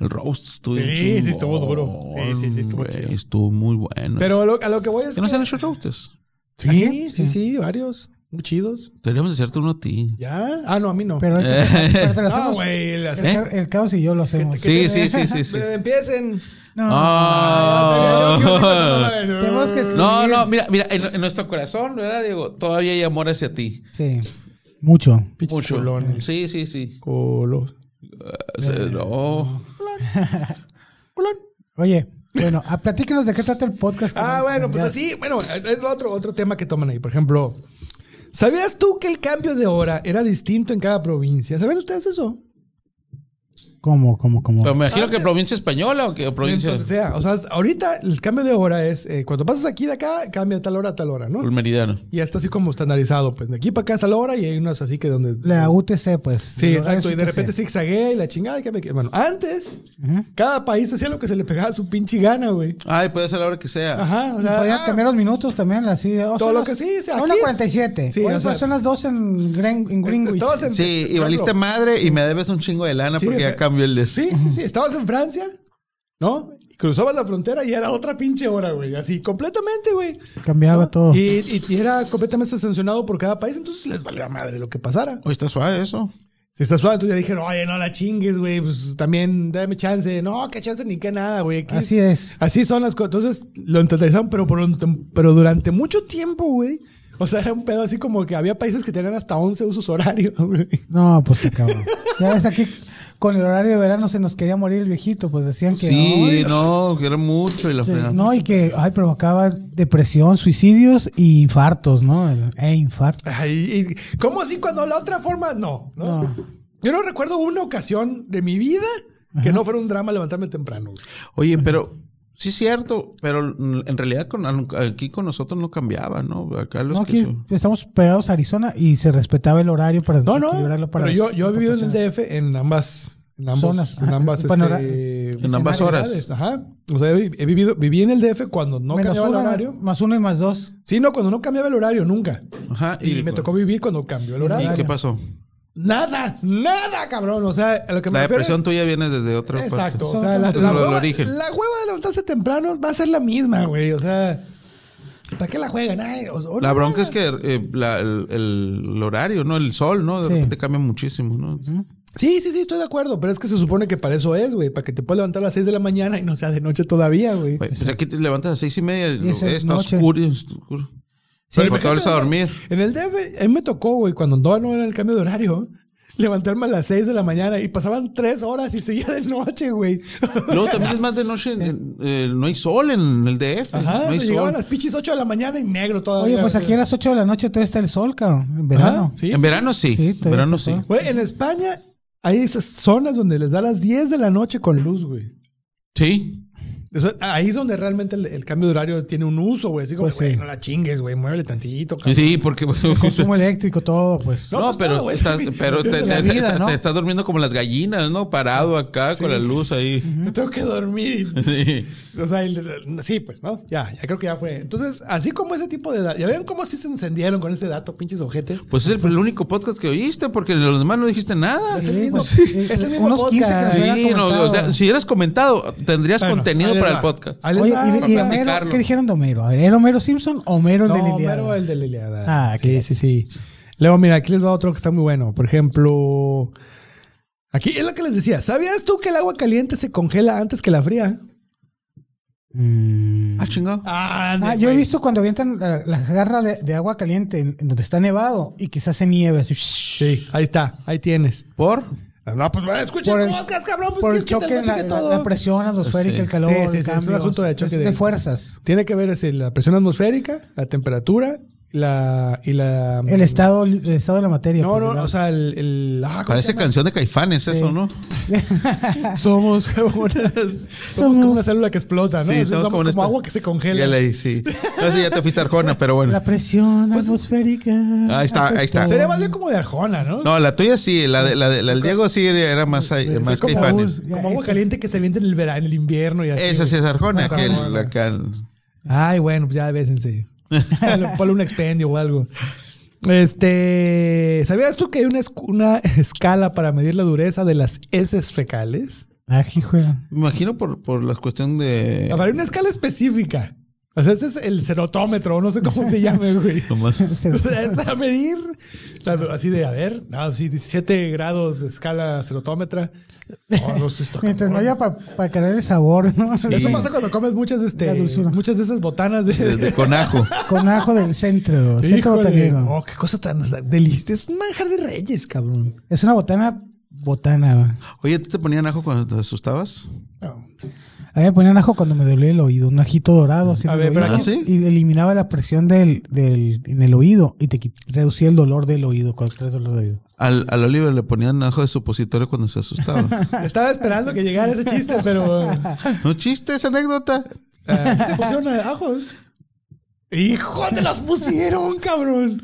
S4: El roast estuvo
S2: Sí,
S4: bien
S2: sí, estuvo duro.
S4: chingón,
S2: Sí, sí, sí, estuvo
S4: güey.
S2: chido.
S4: Estuvo muy bueno.
S2: pero a lo, a lo que voy es
S4: ¿Qué nos
S2: que-
S4: han hecho roastes?
S2: Sí, sí, sí, varios. Muy chidos.
S4: Deberíamos hacerte uno a ti.
S2: ¿Ya? Ah, no, a mí no.
S3: Pero, hay que- pero te lo
S2: Eh. no,
S3: hacemos-
S2: güey. las-
S3: El, ca- el caos y yo lo hacemos.
S4: Sí, sí, sí, sí, sí.
S2: Pero empiecen.
S3: No.
S4: Ah.
S2: Ah, sabía yo que ibas a hablar de-
S3: Tenemos que escribir.
S4: No, no, mira, mira, en, en nuestro corazón, ¿verdad, Diego? Todavía hay amor hacia ti.
S3: Sí. Mucho.
S2: Pinches
S4: Mucho.
S2: culones.
S4: Sí, sí, sí.
S2: Culo.
S4: O sea, no.
S2: Culón.
S3: Oye, bueno, a- platíquenos de qué trata el podcast. que
S2: Ah,
S3: no-
S2: bueno, pues
S3: ya-
S2: así, bueno, es otro, otro tema que toman ahí. Por ejemplo, ¿sabías tú que el cambio de hora era distinto en cada provincia? ¿Saben ustedes eso?
S3: ¿Cómo, cómo, cómo?
S4: Pero me imagino que provincia española o que provincia
S2: Entonces, sea, o sea, ahorita el cambio de hora es eh, cuando pasas aquí de acá, cambia de tal hora a tal hora, ¿no?
S4: el meridiano.
S2: Y está así como estandarizado, pues de aquí para acá hasta la hora y hay unas así que donde...
S3: La UTC, pues.
S2: sí,
S3: El
S2: exacto.
S3: horario
S2: Y de
S3: UTC.
S2: repente zigzaguea y la chingada y que me... Bueno, antes
S3: Ujú.
S2: cada país hacía lo que se le pegaba a su pinche gana, güey.
S4: Ay, puede ser a la hora que sea.
S2: Ajá, o
S3: Y
S2: sea...
S3: podían
S2: ah,
S3: cambiar los minutos también, así. oh,
S2: Todo
S3: son
S2: lo
S3: las-
S2: que sí, o sea,
S3: ah,
S2: aquí
S3: una
S2: es-
S3: 47.
S2: Sí,
S3: Oye,
S2: o sea-
S3: pues son las dos en, Gren- en Greenwich.
S2: estabas en-
S4: Sí, y
S2: por
S4: valiste
S2: ejemplo,
S4: madre y me debes un chingo de lana
S2: Sí,
S4: porque
S2: o sea,
S4: ya cambió el de
S2: Sí, sí, estabas en Francia, ¿no? Y cruzabas la frontera y era otra pinche hora, güey. Así, completamente, güey.
S3: Cambiaba todo.
S2: Y, y- y era completamente sancionado por cada país, entonces les valía madre lo que pasara.
S4: Hoy está suave eso.
S2: Si estás suave, tú ya dijeron, oye, no la chingues, güey, pues también dame chance. No, qué chance ni qué nada, güey. aquí-
S3: Así es.
S2: Así son las cosas. Entonces lo entendieron, pero, por un- pero durante mucho tiempo, güey. O sea, era un pedo así como que había países que tenían hasta 11 usos horarios, güey.
S3: No, pues se acabó. ya ves aquí, con el horario de verano se nos quería morir el viejito, pues decían que
S4: Sí,
S3: "Ay,
S4: no, pues, que era mucho y la
S3: Sí,
S4: fregada.
S3: No, y que ay, provocaba depresión, suicidios y infartos, ¿no? E infartos.
S2: Ay, y- ¿Cómo así cuando la otra forma? No, no.
S3: No.
S2: Yo no recuerdo una ocasión de mi vida que no fuera un drama levantarme temprano. güey.
S4: Oye, pero sí es cierto, pero mm, en realidad con, aquí con nosotros no cambiaba, ¿no? Acá los
S3: No,
S4: que
S3: aquí
S4: son-
S3: estamos pegados a Arizona y se respetaba el horario para
S2: No, no.
S3: equilibrarlo para
S2: pero
S3: las
S2: yo, yo he vivido en el
S3: importaciones.
S2: DF en ambas. En ambas
S3: Zonas.
S2: En
S3: Ah,
S2: ambas, este,
S3: panora-
S4: En ambas
S2: escenarios. Ajá. O sea, he vi- he vivido, viví en el DF cuando no
S3: Menos
S2: cambiaba el
S3: uno,
S2: horario.
S3: Más uno y más dos.
S2: Sí, no, cuando no cambiaba el horario, nunca.
S4: Ajá,
S2: Y, me tocó vivir cuando cambió el horario.
S4: ¿Y qué
S3: Horario.
S4: pasó?
S2: Nada, nada, cabrón. O sea, a lo que me
S4: La
S2: refiero es-
S4: depresión tuya viene desde otra
S2: Exacto.
S4: parte.
S2: O sea, la,
S4: Desde
S2: la
S4: el
S2: hueva,
S4: origen.
S2: la hueva de levantarse temprano va a ser la misma, güey. O sea, ¿para qué la juegan? Ay, o- o
S4: La
S2: no
S4: bronca es
S2: juegan.
S4: que eh, la- el, el- el horario, ¿no? El sol, ¿no? De
S3: Sí.
S4: repente cambia muchísimo, ¿no? Pues,
S2: Sí, sí, sí, estoy de acuerdo. Pero es que se supone que para eso es, güey. Para que te puedas levantar a las 6 de la mañana y no sea de noche todavía, güey.
S4: Güey, pues aquí te levantas a las seis y media y
S3: Y es
S4: lo-
S3: en
S4: está
S3: noche.
S4: oscuro, oscuro. Pero para
S2: imagínate,
S4: a dormir.
S2: En el DF, a mí me tocó, güey, cuando no, no era el cambio de horario, levantarme a las 6 de la mañana y pasaban 3 horas y seguía de noche, güey.
S4: Luego también es más de noche, eh, no hay sol en el
S2: Ajá,
S4: DF. no
S3: pues
S4: hay
S2: llegaban
S4: sol.
S2: las pinches 8 de la mañana y negro todavía.
S3: Oye, pues
S2: güey.
S3: aquí a las 8 de la noche todavía está el sol, cabrón. En verano.
S2: Ajá, sí,
S4: en verano sí.
S3: Sí,
S4: en
S3: todavía
S4: verano
S3: está
S4: sí.
S3: todo.
S2: Güey, en España hay esas zonas donde les da a las 10 de la noche con luz, güey.
S4: Sí.
S2: Eso- ahí es donde realmente el, el cambio de horario tiene un uso, güey. Así como,
S3: Pues
S2: güey,
S3: sí.
S2: no la chingues, güey, muévele tantito.
S4: Sí,
S2: cabrón.
S4: sí, porque.
S3: Consumo eléctrico, todo, pues.
S2: No,
S4: No,
S2: pues todo,
S4: pero,
S2: güey.
S4: estás, pero te,
S3: la
S4: te-
S3: vida,
S4: te-
S3: ¿no?
S4: te estás durmiendo como las gallinas, ¿no? Parado acá con la luz ahí.
S2: Yo tengo que dormir.
S4: Sí.
S2: O sea, el- sí, pues, ¿no? Ya, ya creo que ya fue. Entonces, así como ese tipo de... da- Ya ven cómo así se encendieron con ese dato, pinches ojetes.
S4: Pues es el, el único podcast que oíste, porque de los demás no dijiste nada.
S2: Es
S4: Sí,
S2: el
S3: Sí,
S2: mismo,
S3: pues, sí.
S2: es el mismo
S3: Unos 15
S2: podcast.
S3: que hubiera
S4: no,
S3: comentado.
S4: o sea, si hubieras comentado, tendrías
S2: Bueno, ahí
S4: contenido
S2: les
S4: para
S2: va.
S4: el podcast.
S2: Ahí les
S3: Oye,
S2: va.
S3: ¿y, y
S4: para
S3: Homero?
S4: platicarlo.
S3: ¿Qué dijeron de Homero? A ver, ¿Era Homero Simpson o Homero el
S2: No,
S3: de Liliana?
S2: Homero, el de Liliada.
S3: Ah,
S2: sí,
S3: qué
S2: sí, sí. Luego, mira, aquí les va otro que está muy bueno. Por ejemplo, aquí es lo que les decía. ¿Sabías tú que el agua caliente se congela antes que la fría?
S3: Mm.
S4: Ah, chingado.
S2: Ah,
S3: Ah, yo he visto cuando avientan la, la jarra de, de agua caliente en, en donde está nevado y que se hace nieve así.
S2: Sí, ahí está, ahí tienes.
S4: ¿Por?
S2: No, pues bueno, escucha
S3: Por
S2: el
S3: el-
S2: podcast, cabrón. Pues,
S3: Por
S2: ¿quieres
S3: el
S2: que te
S3: choque, la,
S2: platique
S3: la-
S2: todo?
S3: la presión atmosférica,
S4: Sí.
S3: el calor,
S2: Sí, sí, sí,
S3: el
S2: es un
S3: cambio.
S2: asunto de choque
S3: es
S2: de-
S3: fuerzas.
S2: Tiene que ver así, la presión atmosférica, la temperatura la, y la...
S3: El estado, el estado de la materia.
S2: No,
S3: pues,
S2: no,
S3: ¿verdad?
S2: o sea, el... el- ah, ¿cómo se
S4: Parece
S2: llama?
S4: canción de Caifanes eso, ¿no?
S2: Somos como una, somos, como una célula que explota, ¿no?
S4: Sí,
S2: O sea,
S4: somos como
S2: como
S4: esta-
S2: agua que se congela.
S4: Ya leí, sí. Entonces ya te fuiste a Arjona, pero bueno.
S3: la presión
S2: Pues
S3: atmosférica.
S4: Ahí está, ahí está.
S2: Sería más bien como de Arjona, ¿no?
S4: No, la tuya sí, la de, la de- la del Diego sí era más, eh, más
S2: Sí, como,
S4: Caifanes.
S2: como agua caliente que se viente en el verano, en el invierno y así.
S4: Esa sí es Arjona,
S2: Más
S4: que el-
S2: Arjona.
S4: acá el-
S2: Ay, bueno, pues ya bésense. Ponle- Ponle un expendio o algo. Este, ¿sabías tú que hay una, esc- una escala para medir la dureza de las heces fecales?
S3: Ah, hijo de-
S4: Me imagino por, por la cuestión de.
S2: Para una escala específica. O sea, ese es el cerotómetro, no sé cómo se llame, güey.
S4: Nomás.
S3: se-
S2: Es para medir, la- así de, a ver, no, sí, 17 grados de escala cerotómetra. Oh, no, sí está
S3: Mientras no
S2: cabrón.
S3: haya para cargar el sabor, ¿no?
S2: Eso pasa cuando comes muchas, este,
S3: La dulzura.
S2: muchas de esas botanas de,
S4: de- de conajo.
S3: Con ajo del centro, centro
S2: Híjole,
S3: botanero.
S2: Oh, qué cosa tan deliciosa. Es un manjar de reyes, cabrón.
S3: Es una botana botana.
S4: Oye, ¿tú te ponían ajo cuando te asustabas?
S3: A mí me ponían ajo cuando me dolía el oído, un ajito dorado así en
S2: A
S3: el
S2: ver, pero
S3: oído,
S4: ¿Ah, sí?
S3: y eliminaba la presión del, del en el oído y te quit- reducía el dolor del oído cuando traes dolor de oído.
S4: Al, al Oliver le ponían ajo de supositorio cuando se asustaba.
S2: Estaba esperando que llegara ese chiste, pero
S4: No chiste, es anécdota.
S2: eh, ¿qué te pusieron eh, ajos. Hijo, te los pusieron, cabrón.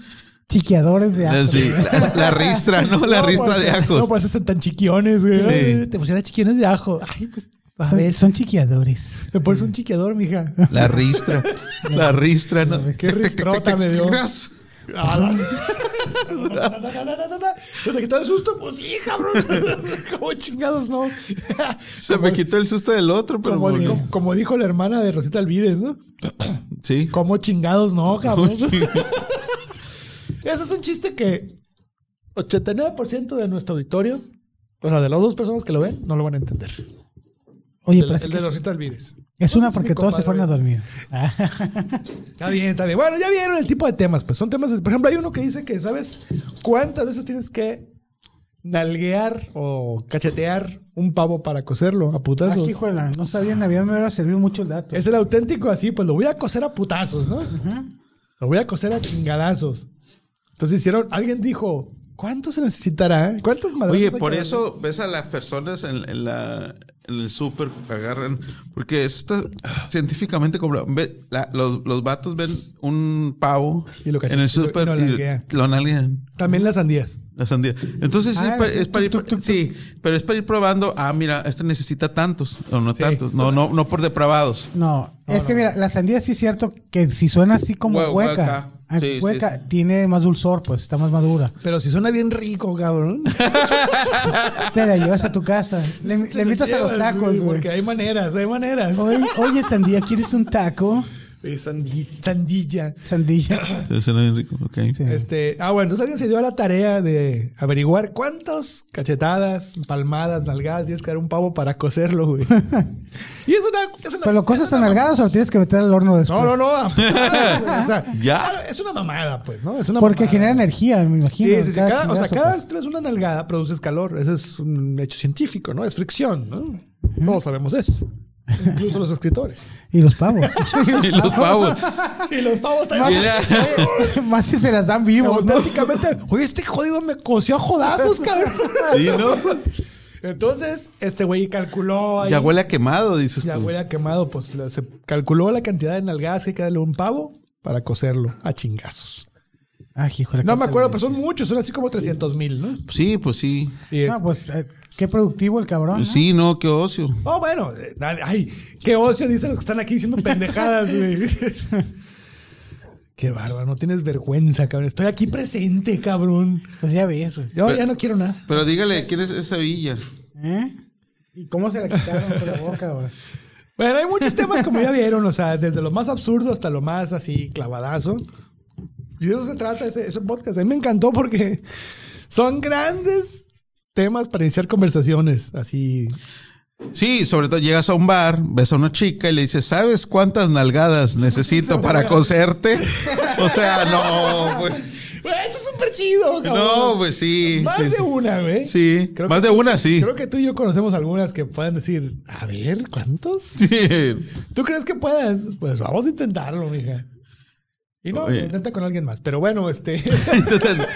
S3: Chiqueadores de ajo.
S4: Eh, Sí, la, la ristra, ¿no? La
S2: No,
S4: ristra
S2: pues,
S4: de
S2: No,
S4: ajos.
S2: por eso son tan chiquiones, güey.
S4: Sí.
S2: Ay, Te pusieron chiquiones de ajo. Ay, pues, a
S3: Son,
S2: ver.
S3: son chiqueadores.
S2: Me pones un chiqueador, mija.
S4: La ristra. La ristra, ¿no?
S2: Qué ristrota me dio. Ah, la- Desde que está el susto, pues sí, cabrón. Como chingados, no.
S4: Se me quitó el susto del otro, pero.
S2: Como,
S4: volvió.
S2: como- como dijo la hermana de Rosita Alvírez, ¿no?
S4: Sí.
S2: Como chingados, no, cabrón. Ese es un chiste que 89% de nuestro auditorio, o sea, de las dos personas que lo ven, no lo van a entender.
S3: Oye,
S2: el,
S3: parece
S2: el
S3: que
S2: de
S3: es-
S2: Rosita Alvírez.
S3: es
S2: No
S3: una
S2: sé si mi
S3: porque todos se
S2: compadre-
S3: fueron a dormir. Ah,
S2: Está bien, está bien. Bueno, ya vieron el tipo de temas, pues son temas. Por ejemplo, hay uno que dice que, ¿sabes cuántas veces tienes que nalguear o cachetear un pavo para cocerlo a putazos?
S3: hijuela, no sabía, en Navidad me hubiera servido mucho el dato.
S2: Es el auténtico así, pues lo voy a coser a putazos, ¿no? Lo voy a coser a chingadazos. Entonces hicieron, alguien dijo, ¿cuánto se necesitará? ¿Cuántas madres?
S4: Oye, por eso ves a las personas en, en la, en el súper que agarran, porque esto está científicamente comprobado. Ve- la- los, los vatos ven un pavo
S2: Y lo cachan. Y
S4: en
S2: lo-
S4: el súper
S2: y lo nalguean.
S4: y lo nalguean.
S2: También las sandías.
S4: La sandía. Entonces
S3: Ah,
S4: es, para,
S3: sí,
S4: es para ir,
S3: tuc, tuc, tuc,
S4: sí, pero es para ir probando. Ah, mira, este necesita tantos o no
S2: Sí.
S4: tantos. No, no, no por depravados.
S3: No, es que mira, la sandía sí es cierto que si suena así como
S4: Hue-
S3: hueca, ah,
S4: hueca. Sí, sí,
S3: hueca, tiene más dulzor, pues está más madura.
S2: Pero si suena bien rico, cabrón.
S3: Te la llevas a tu casa, le, le invitas a los tacos, güey.
S2: Porque hay maneras, hay maneras.
S3: Oye, oye, sandía, ¿quieres un taco?
S2: Oye, sandi- sandilla.
S3: Sandilla.
S4: Se suena bien rico, ok.
S3: Sí.
S2: Este, ah, bueno, entonces alguien se dio a la tarea de averiguar cuántas cachetadas, palmadas, nalgadas tienes que dar un pavo para cocerlo, güey. y es una, es una-
S3: ¿Pero lo
S2: es
S3: cosas
S2: una
S3: nalgadas o lo tienes que meter al horno después?
S2: No, no, no. a putadas, güey, o sea,
S4: Ya.
S2: Es una mamada, pues, ¿no? Es una
S3: Porque
S2: mamada.
S3: genera energía, me
S2: Sí,
S3: imagino.
S2: sí, sí,
S3: cada
S2: cada- o sea,
S3: chingazo,
S2: cada
S3: pues.
S2: vez que traes una nalgada produces calor. Eso es un hecho científico, ¿no? Es fricción, ¿no? Todos sabemos eso. Incluso los escritores.
S3: Y los pavos.
S4: Y los pavos.
S2: Y los pavos
S4: Y
S2: también.
S4: la-
S3: Más si se las dan vivos, ¿no?
S2: Automáticamente, oye, este jodido me coció a jodazos, cabrón.
S4: Sí, ¿no?
S2: Entonces, este güey calculó ahí.
S4: Ya huele a quemado, dices
S2: Ya
S4: tú.
S2: huele a quemado, pues la- se calculó la cantidad de nalgadas que hay que darle a un pavo para cocerlo a chingazos.
S3: Ah, híjole.
S2: No
S3: qué
S2: me acuerdo, pero
S3: tal-
S2: son muchos, son así como 300 mil, ¿no?
S4: Sí, pues sí.
S2: Y
S3: No, pues eh, qué productivo el cabrón. ¿no?
S4: Pues Sí, no, qué ocio.
S2: Oh, bueno. eh, dale, Ay, qué ocio dicen los que están aquí diciendo pendejadas, güey. qué bárbaro, no tienes vergüenza, cabrón. Estoy aquí presente, cabrón.
S3: Pues ya ves. güey.
S2: Yo
S4: Pero-
S2: ya no quiero nada.
S4: Pero dígale, ¿quién es esa villa?
S3: ¿Eh? ¿Y cómo se la quitaron con la boca, güey?
S2: Bueno, hay muchos temas como ya vieron, o sea, desde lo más absurdo hasta lo más así clavadazo. Y de eso se trata ese, ese podcast. A mí me encantó porque son grandes temas para iniciar conversaciones, así.
S4: Sí, sobre todo llegas a un bar, ves a una chica y le dices, ¿sabes cuántas nalgadas necesito para coserte? O sea, no, pues.
S2: Güey, Esto es súper chido, cabrón.
S4: No, pues sí.
S2: Más
S4: sí,
S2: de
S4: sí.
S2: una, güey.
S4: Sí,
S2: Creo
S4: más
S2: que-
S4: de una, sí.
S2: Creo que tú y yo conocemos algunas que puedan decir, a ver, ¿cuántos?
S4: Sí.
S2: ¿Tú crees que puedas? Pues vamos a intentarlo, mija. Y no,
S4: Oye.
S2: intenta con alguien más. Pero bueno, este.
S4: Total.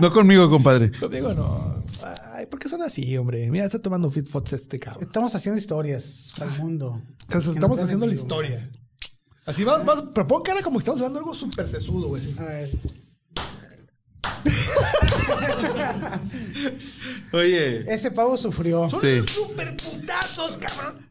S4: No conmigo, compadre.
S2: conmigo no. Ay, ¿por qué son así, hombre? Mira, está tomando fit fotos este cabrón.
S3: Estamos haciendo historias para el mundo.
S2: Entonces,
S3: Que nos
S2: estamos
S3: dan
S2: haciendo
S3: en
S2: la
S3: vivo.
S2: historia. Así vas, vas, pero pon cara como que estamos hablando de algo súper sesudo, güey.
S3: A ver.
S4: Oye.
S3: Ese pavo sufrió.
S4: Sí.
S2: Súper putazos, cabrón.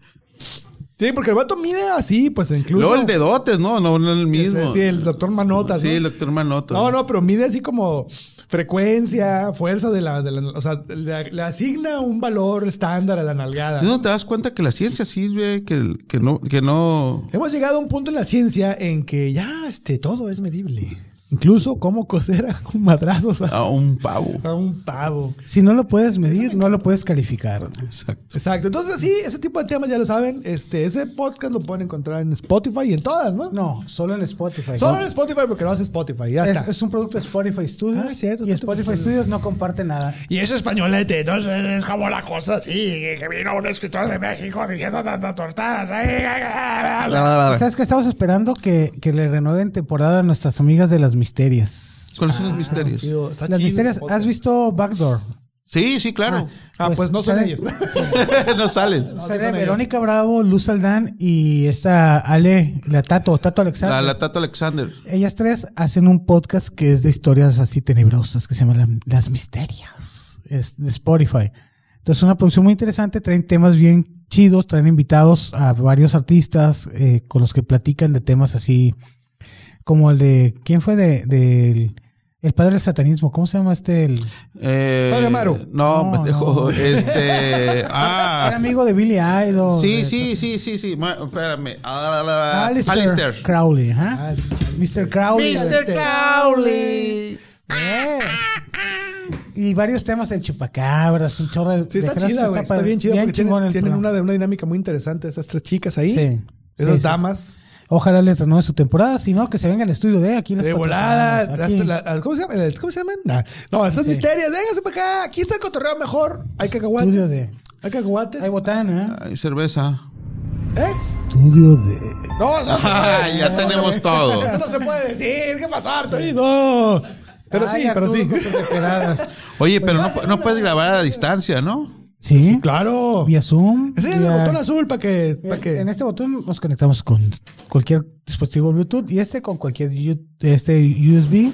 S2: Sí, porque el vato mira así, pues incluso.
S4: Luego el dedotes, ¿no? No, no el mismo.
S2: Sí, el doctor Manotas.
S4: Sí,
S2: ¿no?
S4: el doctor Manotas.
S2: No, no, pero mide así como frecuencia, fuerza de la, de la- o sea, le, le asigna un valor estándar a la nalgada.
S4: ¿Y no te das cuenta que la ciencia sirve? Que, que no, que no.
S2: Hemos llegado a un punto en la ciencia en que ya este todo es medible. Incluso cómo coser a un madrazo a,
S4: A un pavo.
S2: a un pavo.
S3: Ah. Si no lo puedes medir, no lo puedes calificar.
S4: Exacto.
S2: Exacto. Entonces, sí, ese tipo de temas ya lo saben. Este, ese podcast lo pueden encontrar en Spotify y en todas, ¿no?
S3: No, solo en Spotify.
S2: Solo
S3: No.
S2: en Spotify porque lo hace Spotify. Ya
S3: es,
S2: está.
S3: es un producto de Spotify Studios.
S2: Ah, es cierto,
S3: y Spotify Studios no comparte nada.
S2: Y es españolete, entonces es como la cosa así, que vino un escritor de México diciendo tantas tortadas.
S3: ¿Sabes qué? Estamos esperando que, que le renueven temporada a nuestras amigas de las misterias.
S4: ¿Cuáles son los misterios?
S3: Las misterias, ¿has visto Backdoor?
S4: Sí, sí, claro.
S2: Ah, pues, no son
S3: sale-
S2: ellos.
S4: no salen.
S3: sale
S2: sí son
S3: Verónica Bravo, Luz Aldán y esta Ale, la Tato, Tato Alexander.
S4: La, la Tata Alexander.
S3: Ellas tres hacen un podcast que es de historias así tenebrosas que se llama La- Las Misterias. Es de Spotify. Entonces, una producción muy interesante. Traen temas bien chidos. Traen invitados a varios artistas eh, con los que platican de temas así como el de. ¿Quién fue de, del- el padre del satanismo? ¿Cómo se llama este? El,
S4: Eh,
S2: Padre Amaro.
S4: No,
S3: No,
S4: pendejo.
S3: no.
S4: Este.
S3: era
S4: Ah.
S3: amigo de Billy Idol.
S4: Sí,
S3: de-
S4: sí, sí, sí, sí. Ma- espérame. Ah, la- la-
S3: Alistair,
S4: Alistair.
S3: Crowley, ¿eh? ajá. Mr. Crowley.
S4: Mr. Crowley.
S3: Eh. Y y varios temas, el chupacabras, un chorro de.
S2: Sí, está
S3: de-
S2: chida, güey. Está,
S3: padre.
S2: bien chida porque tienen-
S3: chingón el
S2: tienen
S3: programa.
S2: una, de- una dinámica muy interesante. Esas tres chicas ahí.
S3: Sí.
S2: Esas
S3: Sí, sí.
S2: damas.
S3: Ojalá les renueve su temporada, si no, que se venga al estudio de aquí. les
S2: De volada.
S3: patrocinamos, aquí.
S2: hasta la- ah, ¿Cómo se llaman? ¿Cómo se llaman? Nah. No, esas
S3: Sí.
S2: misterias. Vénganse para acá. Aquí está el cotorreo mejor. Hay
S3: Estudio
S2: cacahuates.
S3: de-
S2: Hay cacahuates.
S3: Hay botana.
S2: Ah.
S4: Ay, cerveza.
S2: ¿Eh?
S3: ¿eh? Estudio de.
S2: No, eso no se
S4: Ah,
S2: puede.
S4: ya tenemos todo.
S2: Eso no se puede decir. ¿Qué pasó, Arturi? No. Pero sí,
S3: Ay,
S2: pero
S3: Arturo,
S2: sí.
S3: con sus desesperadas.
S4: Oye, pero no, no puedes grabar a distancia, ¿no?
S3: Sí,
S2: Claro.
S3: vía Zoom.
S2: Ese es el
S3: vía-
S2: botón azul para que.
S3: Eh,
S2: Para que...
S3: En este botón nos conectamos con cualquier dispositivo Bluetooth y este con cualquier U- este USB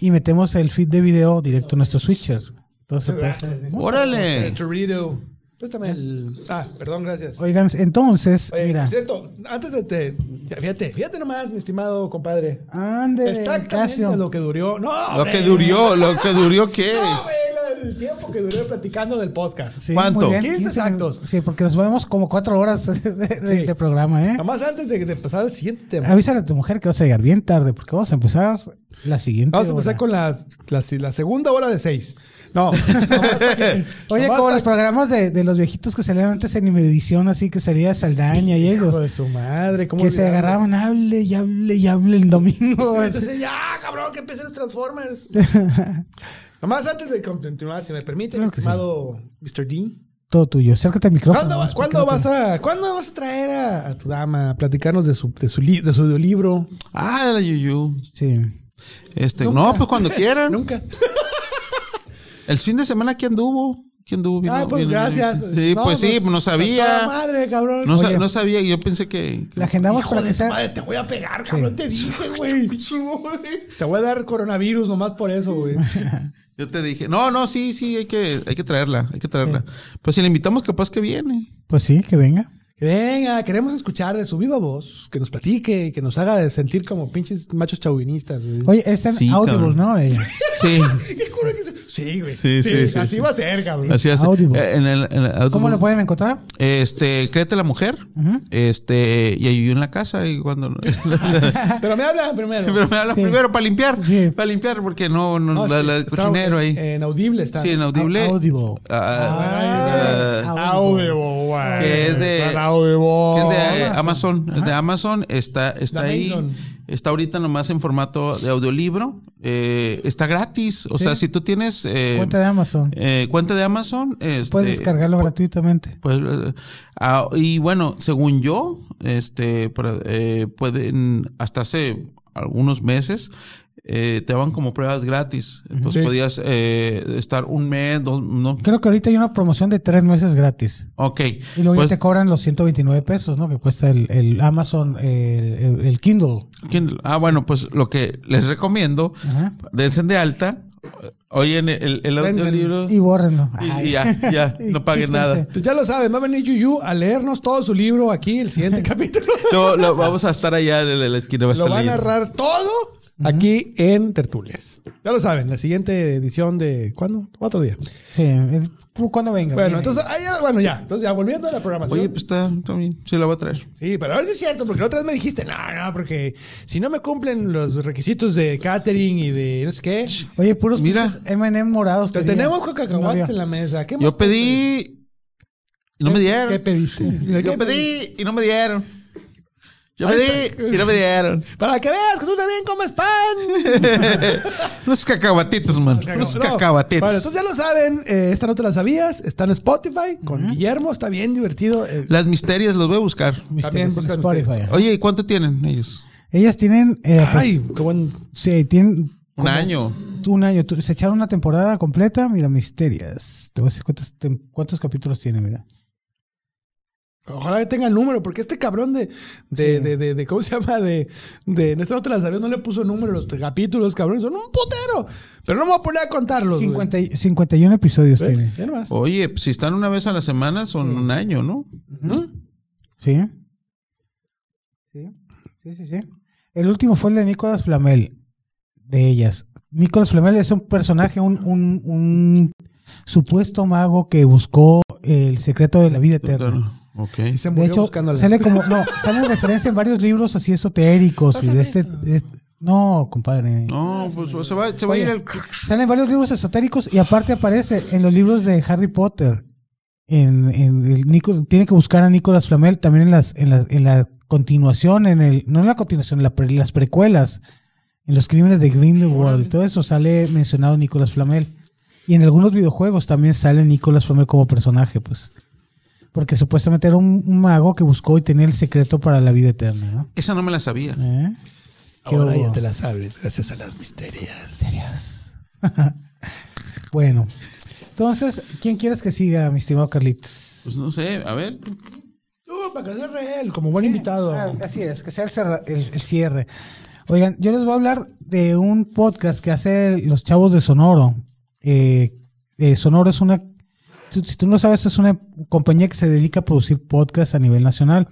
S3: y metemos el feed de video directo a nuestro switcher. Entonces, pues, puede ser-
S4: Órale.
S2: Torito. Préstame el. Ah, perdón, gracias.
S3: Oigan, entonces,
S2: Oye,
S3: mira.
S2: por cierto, antes de te, ya, fíjate, fíjate nomás, mi estimado compadre.
S3: Ande,
S2: Exactamente
S3: Eh, Casio.
S2: lo que duró. No,
S4: Lo
S2: hombre.
S4: que durió, lo que durió qué.
S2: No, güey, el tiempo que duró platicando del podcast.
S3: Sí,
S4: ¿Cuánto?
S3: muy bien,
S2: 15 exactos.
S3: Sí, porque nos vemos como cuatro horas de, de-
S2: Sí.
S3: de programa, ¿eh?
S2: Nomás antes de, de pasar al siguiente tema.
S3: Avísale a tu mujer que vas a llegar bien tarde porque vamos a empezar la siguiente.
S2: Vamos a empezar
S3: hora.
S2: con la, la, la segunda hora de seis. No. nomás pa' que-
S3: Oye,
S2: nomás
S3: como
S2: pa'
S3: los programas de, de los viejitos que salían antes en Imevisión, así que sería Saldaña y
S2: Hijo
S3: ellos,
S2: de su madre, ¿cómo
S3: que se
S2: olvidarlo?
S3: agarraban, hable y hable y hable el domingo. así.
S2: Entonces, ya, cabrón, que empiecen los Transformers. Nomás antes de continuar, si me permite, mi
S3: Claro que sí.
S2: estimado Mr. D.
S3: Todo tuyo, acércate al micrófono.
S2: ¿Cuándo,
S3: más,
S2: vas- cuándo
S3: porque no
S2: vas
S3: te-
S2: a, ¿Cuándo vas a traer a, a tu dama a platicarnos de su, de su, li- de su libro?
S4: Ah, la Yuyu.
S3: Sí.
S4: Este, no, pues cuando quieran.
S2: Nunca.
S4: El fin de semana, ¿quién anduvo? ¿Quién anduvo? Vino-
S2: Ah, pues
S4: vino-
S2: gracias.
S4: Sí, pues sí, no
S2: toda
S4: sabía.
S2: madre, cabrón.
S4: No, sa-
S3: Oye.
S4: no sabía, yo pensé que.
S3: La agendamos
S2: Hijo
S3: para
S2: de
S3: que
S2: su
S3: sea-
S2: madre, te voy a pegar, cabrón. Te dije, güey. Te voy a dar coronavirus nomás por eso, güey.
S4: Yo te dije, no, no, sí, sí, hay que, hay que traerla, hay que traerla. Pues si la invitamos, capaz que viene.
S3: Pues sí, que venga.
S2: Que venga, queremos escuchar de su viva voz, que nos platique, que nos haga sentir como pinches machos chauvinistas, güey.
S3: Oye, está en
S4: Sí,
S3: Audible,
S4: cabrón.
S3: ¿no? Eh, Ella.
S4: Sí,
S2: Qué culo que se- Sí, güey.
S4: Sí, sí, sí,
S2: Así
S4: sí.
S2: va a ser, cabrón.
S4: así es.
S3: Audible.
S4: Eh, En el, en el Audible.
S3: ¿Cómo lo pueden encontrar?
S4: Este, créete la mujer. Este, y ayudó en la casa y cuando.
S2: Pero me habla primero.
S4: Pero me hablas
S3: Sí.
S4: primero para limpiar.
S3: Sí.
S4: Para limpiar, porque no, no,
S2: No,
S4: la, la- el
S2: está-
S4: cochinero ahí.
S2: En audible está.
S4: sí, inaudible.
S3: Audible.
S4: Ah,
S3: eh, Ay,
S4: ah,
S2: Audible, güey.
S4: Que es de-
S2: Está Audible.
S4: que es de eh, Amazon, es de Amazon, está, está
S2: De
S4: ahí,
S2: Amazon.
S4: está ahorita nomás en formato de audiolibro, eh, está gratis, o
S3: Sí.
S4: sea, si tú tienes eh,
S3: Cuenta de Amazon.
S4: eh, cuenta de Amazon, este,
S3: Puedes descargarlo gratuitamente.
S4: pues, eh, ah, y bueno, según yo, este, para- eh, pueden, hasta hace algunos meses, eh, te daban como pruebas gratis. Entonces
S2: Sí.
S4: podías eh, estar un mes, dos, no.
S3: Creo que ahorita hay una promoción de tres meses gratis.
S4: Ok.
S3: Y luego
S4: Pues,
S3: ya te cobran los 129 pesos, ¿no? Que cuesta el, el Amazon, el, el- el Kindle.
S4: Kindle. Ah, bueno, pues lo que les recomiendo,
S3: Ajá.
S4: dense de alta, oyen el, el audiolibro
S3: Y
S4: y,
S3: bórrenlo. Ay.
S4: y ya, ya,
S3: Y
S4: no paguen nada.
S3: quítense.
S2: Pues ya lo saben, va a venir Yuyu a leernos todo su libro aquí el siguiente capítulo.
S4: No, lo- vamos a estar allá en la- en la esquina. va a
S2: Lo
S4: estar
S2: va a
S4: leyendo.
S2: narrar todo aquí en Tertulias. Ya lo saben, la siguiente edición de ¿cuándo? Otro día.
S3: Sí, es- tú cuando venga.
S2: Bueno,
S3: viene.
S2: entonces, ah, ya, bueno, ya. Entonces, ya volviendo a la programación.
S4: Oye, pues está, está bien, sí la voy a traer.
S2: Sí, pero a ver si es cierto, porque la otra vez me dijiste, no, no, porque si no me cumplen los requisitos de catering y de no sé qué,
S3: Oye, puros
S4: Mira.
S3: pinches M&M morados.
S2: te
S3: quería.
S2: tenemos con cacahuates
S3: No
S2: en la mesa. ¿Qué más
S4: Yo pedí y no me dieron.
S2: ¿Qué pediste?
S4: Yo
S2: ¿Qué
S4: pedí y no me dieron. Yo
S2: Ahí
S4: pedí
S2: está.
S4: y no me dieron.
S2: Para que veas que tú también comes pan.
S4: Unos cacahuatitos, man. Unos
S2: No,
S4: cacahuatitos.
S2: Bueno, entonces ya lo saben, eh, esta no te la sabías, está en Spotify con Guillermo, está bien divertido. eh,
S4: Las misterias las voy a buscar.
S3: había.
S2: También
S3: Misterios en
S2: buscan
S3: Spotify.
S4: Oye, ¿y cuánto tienen ellos?
S3: Ellas tienen... eh, pues,
S2: Ay, qué buen.
S3: sí, tienen...
S4: Un año.
S3: Un año. Tú- Se echaron una temporada completa. Mira, Misterias. Te voy a decir cuántos, tem- cuántos capítulos tiene, mira.
S2: Ojalá que tenga el número, porque este cabrón de, de,
S3: Sí.
S2: de, de, de- ¿cómo se llama? De, de, en esta no te la sabías, no le puso número a los capítulos, cabrón, son un putero. Pero no me voy a poner a contarlos. güey.
S3: 50 y- 51 episodios
S4: ¿Eh?
S2: Ve,
S3: tiene.
S2: ve nomás.
S4: Oye, pues, si están una vez a la semana son un año, ¿no?
S2: Ujú.
S3: Sí. Sí. Sí, sí, sí. El último fue el de Nicolas Flamel, de ellas. Nicolas Flamel es un personaje, un, un, un supuesto mago que buscó el secreto de la vida eterna.
S4: Ok.
S2: Y se
S3: De
S2: murió
S3: hecho,
S2: buscándola.
S3: sale como, no, sale en referencia en varios libros así esotéricos y de este, de este- No, compadre.
S4: No, pues se va, se va a ir
S3: Oye,
S4: el.
S3: Salen varios libros esotéricos y aparte aparece en los libros de Harry Potter. En, en el Nico- tiene que buscar a Nicolas Flamel también en las en la, en la continuación, en el no en la continuación, en la pre- las precuelas, en los crímenes de Grindelwald y todo eso sale mencionado Nicolas Flamel. Y en algunos videojuegos también sale Nicolas Flamel como personaje, pues. Porque supuestamente era un, un mago que buscó y tenía el secreto para la vida eterna, ¿no?
S4: Esa no me la sabía.
S3: ¿Eh? ¿Qué
S2: Ahora
S3: hubo?
S2: ya te la sabes, gracias a las misterias.
S3: Serias. bueno, entonces, ¿quién quieres que siga, mi estimado Carlitos?
S4: Pues no sé, a ver.
S2: Tú, para que sea real, como buen invitado.
S3: Ah, así es, que sea el, cerra- el- el cierre. Oigan, yo les voy a hablar de un podcast que hace los chavos de Sonoro. Eh, eh, Sonoro es una, si, si tú no sabes, es una compañía que se dedica a producir podcasts a nivel nacional.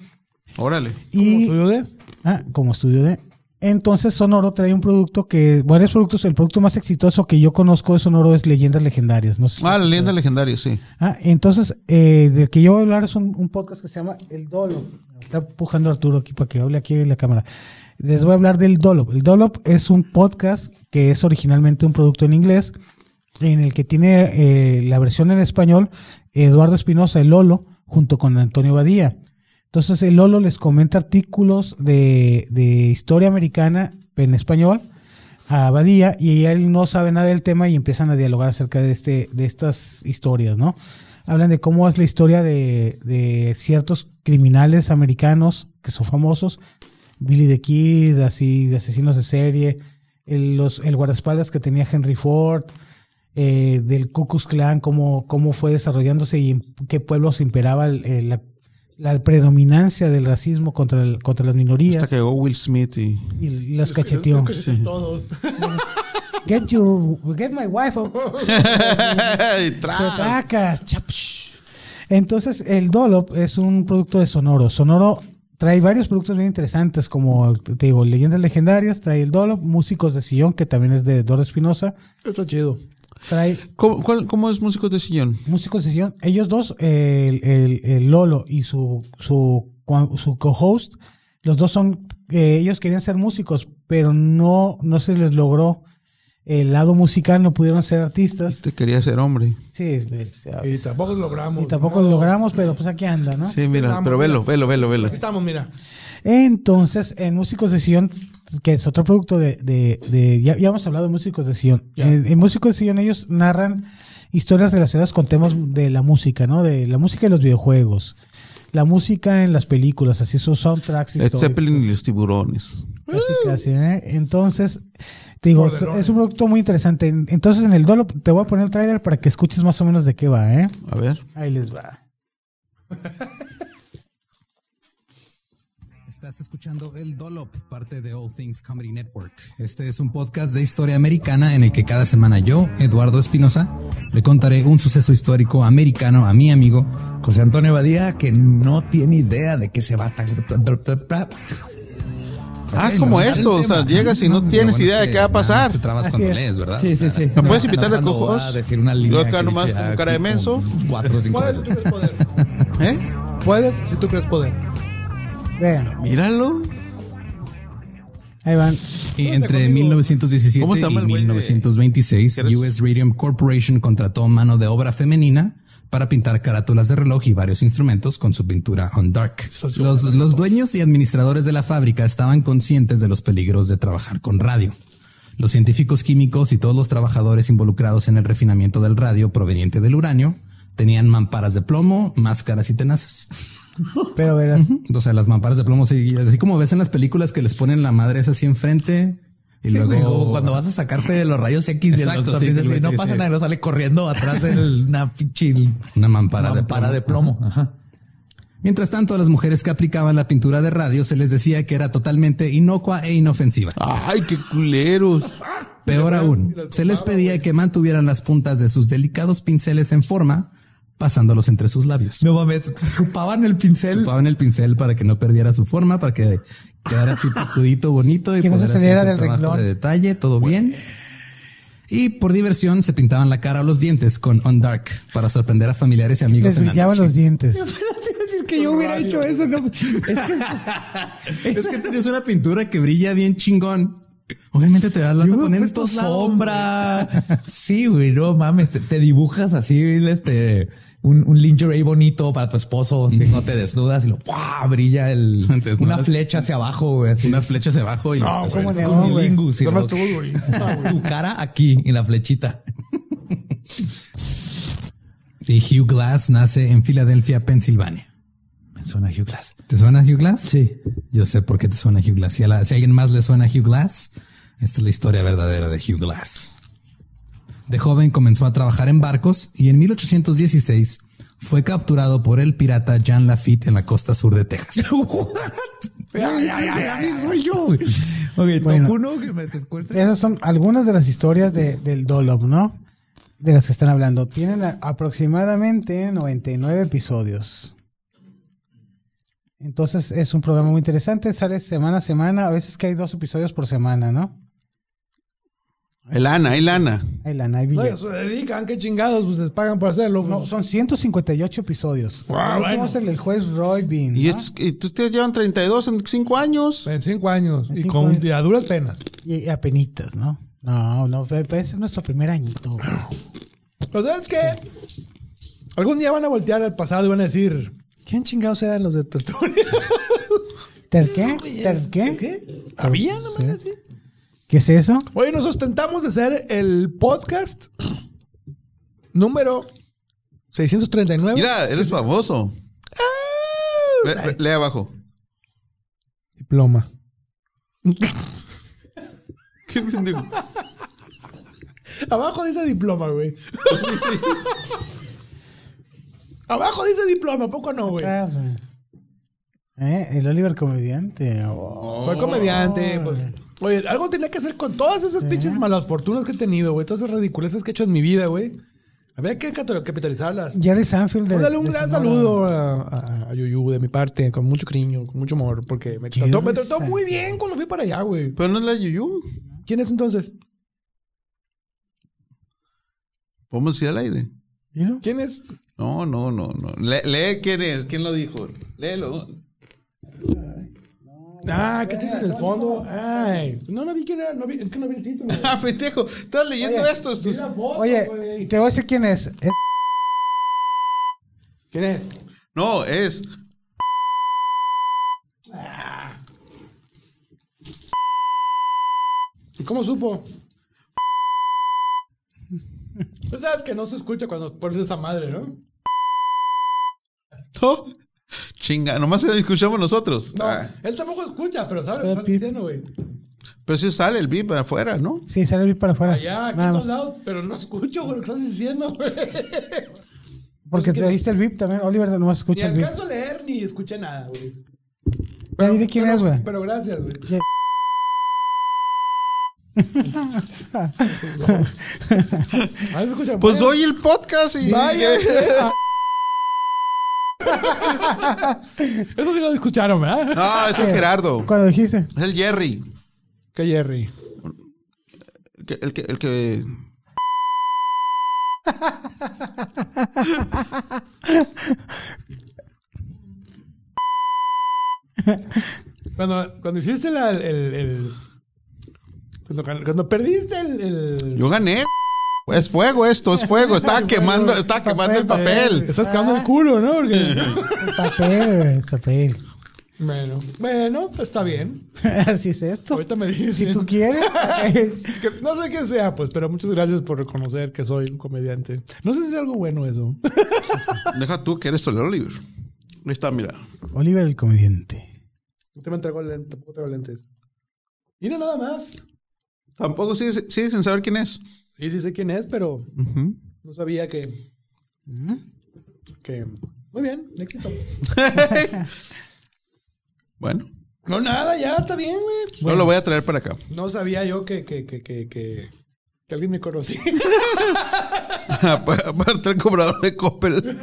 S4: Órale.
S3: Y,
S2: ¿Cómo estudió de?
S3: Ah, como estudio de. Entonces Sonoro trae un producto que, varios productos, el producto más exitoso que yo conozco de Sonoro es Leyendas Legendarias. No sé si-
S4: Ah, la leyenda legendaria, sí.
S3: Ah, entonces, eh, del que yo voy a hablar es un, un podcast que se llama El Dolop. Está empujando Arturo aquí para que hable aquí en la cámara. Les voy a hablar del Dolop. El Dolop es un podcast que es originalmente un producto en inglés, en el que tiene eh, la versión en español Eduardo Espinosa, el Lolo, junto con Antonio Badía. Entonces, el Lolo les comenta artículos de, de historia americana en español a Badía y él no sabe nada del tema y empiezan a dialogar acerca de, este, de estas historias, ¿no? Hablan de cómo es la historia de, de ciertos criminales americanos que son famosos, Billy the Kid, así, de asesinos de serie, el, los, el guardaespaldas que tenía Henry Ford, eh, del Ku Klux Klan, cómo, cómo fue desarrollándose y en qué pueblos imperaba el- el- la, la predominancia del racismo contra, el- contra las minorías
S4: Hasta que llegó Will Smith y.
S3: y los cacheteó.
S2: todos.
S3: Get your, get my wife. oh.
S4: Y
S3: Te
S4: tra-
S3: atacas, chapsh. Entonces, el Dolop es un producto de Sonoro. Sonoro trae varios productos bien interesantes, como te digo, leyendas legendarias, trae el Dolop, músicos de sillón, que también es de Eduardo Espinosa,
S2: Está chido.
S3: trae
S4: ¿Cómo, cuál- cómo es Músicos de Sillón?
S3: músicos de sillón. Ellos dos, el, el- el Lolo y su, su, su co-host, los dos son, eh, ellos querían ser músicos, pero no, no se les logró el lado musical, no pudieron ser artistas.
S5: Este
S4: Te quería ser hombre.
S3: Sí, es- es-
S2: Y tampoco logramos.
S3: Y tampoco lo logramos, pero pues aquí anda, ¿no?
S4: Sí, mira, pero velo, velo, velo, velo.
S2: Aquí estamos, mira.
S3: Entonces, en Músicos de Sion, que es otro producto de... de- de- ya, ya hemos hablado de Músicos de Sion.
S2: Ya.
S3: En, en Músicos de Sion ellos narran historias relacionadas con temas de la música, ¿no? De la música y los videojuegos. La música en las películas, así sus soundtracks.
S4: Led
S3: históricos.
S4: Este Zeppelin y los tiburones.
S3: Casi, casi, ¿eh? Entonces, te digo, es,
S2: Corderones.
S3: es un producto muy interesante. En- Entonces, en el dolo te voy a poner el tráiler para que escuches más o menos de qué va, ¿eh?
S4: A ver.
S3: Ahí les va.
S5: Estás escuchando El Dolop, parte de All Things Comedy Network. Este es un podcast de historia americana en el que cada semana yo, Eduardo Espinosa, le contaré un suceso histórico americano a mi amigo.
S6: José Antonio Badía, que no tiene idea de qué se va a tan-
S4: Ah,
S5: Ok,
S4: como
S5: le voy a dar
S4: esto,
S5: el
S4: o sea,
S5: tema.
S4: llegas y no
S5: lo
S4: tienes
S5: bueno
S4: idea
S5: es
S4: de
S5: que
S4: qué va a
S5: nada más
S4: pasar.
S5: Te trabas
S3: Así
S5: cuando
S3: es.
S5: lees, ¿verdad?
S6: Sí,
S5: O
S6: sí,
S5: sea,
S6: sí.
S4: ¿Me puedes invitar de
S6: Nada más no
S4: cojos?
S6: va a decir una
S4: Yo
S6: línea
S4: acá
S6: que
S4: nomás
S6: dijera
S5: "Ah,
S4: con cara de
S6: tipo
S4: menso.
S6: Cuatro o cinco.
S2: Puedes si tú crees poder.
S4: ¿Eh?
S2: Puedes si tú crees poder.
S3: Ah, Vean,
S4: Míralo.
S3: ahí van.
S5: Y
S2: Cuenta
S5: entre
S2: conmigo.
S5: 1917
S4: ¿Cómo se llama
S5: y
S4: el güey de-
S5: 1926,
S4: que eres-
S5: US Radium Corporation contrató mano de obra femenina para pintar carátulas de reloj y varios instrumentos con su pintura on dark. Los, los dueños y administradores de la fábrica estaban conscientes de los peligros de trabajar con radio. Los científicos químicos y todos los trabajadores involucrados en el refinamiento del radio proveniente del uranio tenían mamparas de plomo, máscaras y tenazas.
S3: Pero verás.
S5: O sea, las mamparas de plomo, sí, así como ves en las películas que les ponen la madre esa así enfrente y
S6: Sí, güey,
S5: luego
S6: como cuando vas a sacarte de los rayos X y el
S5: Exacto,
S6: doctor
S5: sí,
S6: dice
S5: que el
S6: así,
S5: güey
S6: no
S5: te
S6: pasa
S5: dice-
S6: nada, sale corriendo atrás de una pinche
S5: una mampara,
S6: mampara
S5: de,
S6: "Ah, de
S5: plomo.
S6: plomo. Ajá.
S5: Mientras tanto, a las mujeres que aplicaban la pintura de radio se les decía que era totalmente inocua e inofensiva.
S4: Ay, qué culeros.
S5: Peor aún, se les pedía que mantuvieran las puntas de sus delicados pinceles en forma, pasándolos entre sus labios.
S6: No mames, chupaban el pincel.
S5: Chupaban el pincel para que no perdiera su forma, para que quedara así picudito, bonito y
S3: Que no se
S5: poder hacer
S3: saliera
S5: ese
S3: del
S5: trabajo
S3: renglón.
S5: de detalle, todo bien. Y por diversión se pintaban la cara o los dientes con On Dark para sorprender a familiares y amigos
S3: Les
S5: en la
S3: brillaban
S5: noche.
S3: los dientes.
S6: decir que yo hubiera hecho eso, no. Es que
S5: Es que tienes una pintura que brilla bien chingón Obviamente te das las
S6: Yo me
S5: poner
S6: he
S5: en
S6: puesto
S5: todos Pues, lados,
S6: sombra. Sí, güey, no mames. Te, te dibujas así, este, un, un lingerie bonito para tu esposo. Si no te desnudas y lo ¡pua! brilla el,
S5: Te desnudas.
S6: una flecha hacia abajo, güey.
S5: güey.
S6: Así.
S5: Una flecha hacia abajo y los
S2: Ah, No,
S5: pezones.
S3: ¿cómo
S6: Como
S3: No, güey.
S6: Lingus, y
S2: Nomás
S6: lo-
S2: tú, güey. No, güey.
S6: tu cara aquí en la flechita.
S5: Y Hugh Glass nace en Filadelfia, Pensilvania.
S6: Me suena Hugh Glass.
S5: ¿Te suena Hugh Glass?
S6: Sí.
S5: Yo sé por qué te suena Hugh Glass. Si a, la- si a alguien más le suena Hugh Glass, esta es la historia verdadera de Hugh Glass. De joven comenzó a trabajar en barcos y en 1816 fue capturado por el pirata Jean Lafitte en la costa sur de Texas.
S6: Ay, ay, ay, ay, soy yo, güey. Ok,
S3: Bueno.
S6: top uno que me descueste.
S3: Esas son algunas de las historias de- del Dolop, ¿no? De las que están hablando. Tienen a- aproximadamente 99 episodios. Entonces es un programa muy interesante. Sale semana a semana. A veces que hay dos episodios por semana, ¿no?
S4: Hay lana, hay lana.
S3: Hay lana, hay
S2: No,
S3: billete.
S2: ya
S4: Pues,
S2: se dedican, qué chingados, pues les pagan por hacerlo.
S3: No,
S2: pues.
S3: son 158 episodios.
S2: Wow,
S3: El último
S2: bueno.
S3: es el del juez Roy Bean.
S4: Y,
S3: ¿no?
S4: es- y tú- ustedes llevan 32 en 5 años.
S2: En cinco años.
S3: En
S2: y
S3: cinco
S2: con
S3: años.
S2: y a duras penas.
S3: Y, y apenitas, ¿no? No, no, pe- pe- ese es nuestro primer añito.
S2: Pero ¿sabes qué? Algún día van a voltear al pasado y van a decir... ¿Quién chingados eran los de Tertulia?
S3: ¿Ter qué? ¿Ter qué?
S2: ¿Qué? ¿Había nomás
S3: Sí.
S2: así?
S3: ¿Qué es eso?
S2: Oye, nos ostentamos de ser el podcast número 639.
S4: Mira, eres famoso.
S5: Ah,
S4: Ve- ve- lee abajo.
S2: Diploma.
S4: ¿Qué pendejo?
S2: Abajo dice diploma, güey. Abajo dice diploma, ¿a poco no, güey?
S3: Atrás, güey. Ah, Eh, El Oliver Comediante. oh.
S2: Fue comediante. pues. Oye, algo tenía que hacer con todas esas pinches malas fortunas que he tenido, güey. Todas esas ridiculeces que he hecho en mi vida, güey. Había que capital- capitalizarlas. Pues,
S3: Jerry Sanfield. de-
S2: Dale un
S3: Eh, de
S2: gran
S3: Sonora.
S2: saludo a, a- a Yuyu de mi parte, con mucho cariño, con mucho amor, porque me trató, me trató
S3: risa.
S2: muy bien cuando fui para allá, güey.
S4: Pero no es la Yuyu.
S2: ¿Quién es entonces?
S4: Podemos decir al aire.
S3: Dilo.
S2: ¿Quién es?
S4: No, no, no, no. Le- lee quién es, quién lo dijo. Léelo.
S2: Ah, ¿qué tienes en el fondo? Ay, no, no vi quién era, no vi, es que no vi el título.
S4: Ah, pendejo. Estás leyendo
S3: Oye,
S4: esto.
S2: Vi la foto,
S3: Oye,
S2: güey.
S3: te voy a decir quién es. Eh, Es-
S2: ¿Quién es?
S4: No, es.
S2: ¿Y cómo supo? Tú Pues sabes que no se escucha cuando pones esa madre, ¿no?
S4: No. Chinga, nomás lo escuchamos nosotros.
S2: No,
S4: Ah,
S2: él tampoco escucha, pero sabe lo que
S3: Pero
S2: estás
S3: pip.
S2: diciendo, güey.
S4: pero si sale el beat para afuera, ¿no?
S3: Sí, sale bien para afuera.
S2: Allá, aquí
S3: Nada
S2: a
S3: más.
S2: todos lados, pero no escucho güey, lo que estás diciendo, güey.
S3: Porque
S2: Es que-
S3: te oíste el VIP también. Oliver no más
S2: Ni
S3: escucha el VIP.
S2: alcanzo a leer ni escuché nada, güey.
S3: Ya diré quién
S2: pero-
S3: es, güey.
S2: Pero gracias, güey. A ver, Ah, escucha.
S4: Pues oye el podcast y.
S2: Vaya. Eso sí lo escucharon, ¿verdad?
S4: No, es el Gerardo.
S3: Cuando dijiste.
S4: Es el Jerry.
S2: Que Jerry.
S4: El que. El que, el que-
S2: Cuando, cuando hiciste la, el. el- cuando, cuando perdiste el. el-
S4: Yo gané. Es fuego esto, es fuego. Está quemando, está quemando el papel.
S2: Eh, Estás cagando el culo, ¿no? Porque-
S3: El papel, güey, el papel.
S2: bueno, bueno, pues está bien.
S3: Así es esto.
S2: Ahorita me dicen.
S3: Si tú quieres.
S2: Que no sé quién sea, pues, pero muchas gracias por reconocer que soy un comediante. No sé si es algo bueno eso.
S4: Deja tú que eres el Oliver. Ahí está, mira.
S3: Oliver el comediante.
S2: No te me entrego lentes, tampoco traigo lentes. Y no nada más.
S4: Tampoco sigue, sigue sin saber quién es.
S2: Sí, sí sé quién es, pero
S4: Ujú.
S2: no sabía que. Que. Muy bien, éxito.
S4: Bueno,
S2: No, nada, ya está bien, güey.
S4: yo lo voy a traer para acá.
S2: No sabía yo que, que, que, que, que, que alguien me conocía.
S4: para, para traer cobrador de Coppel.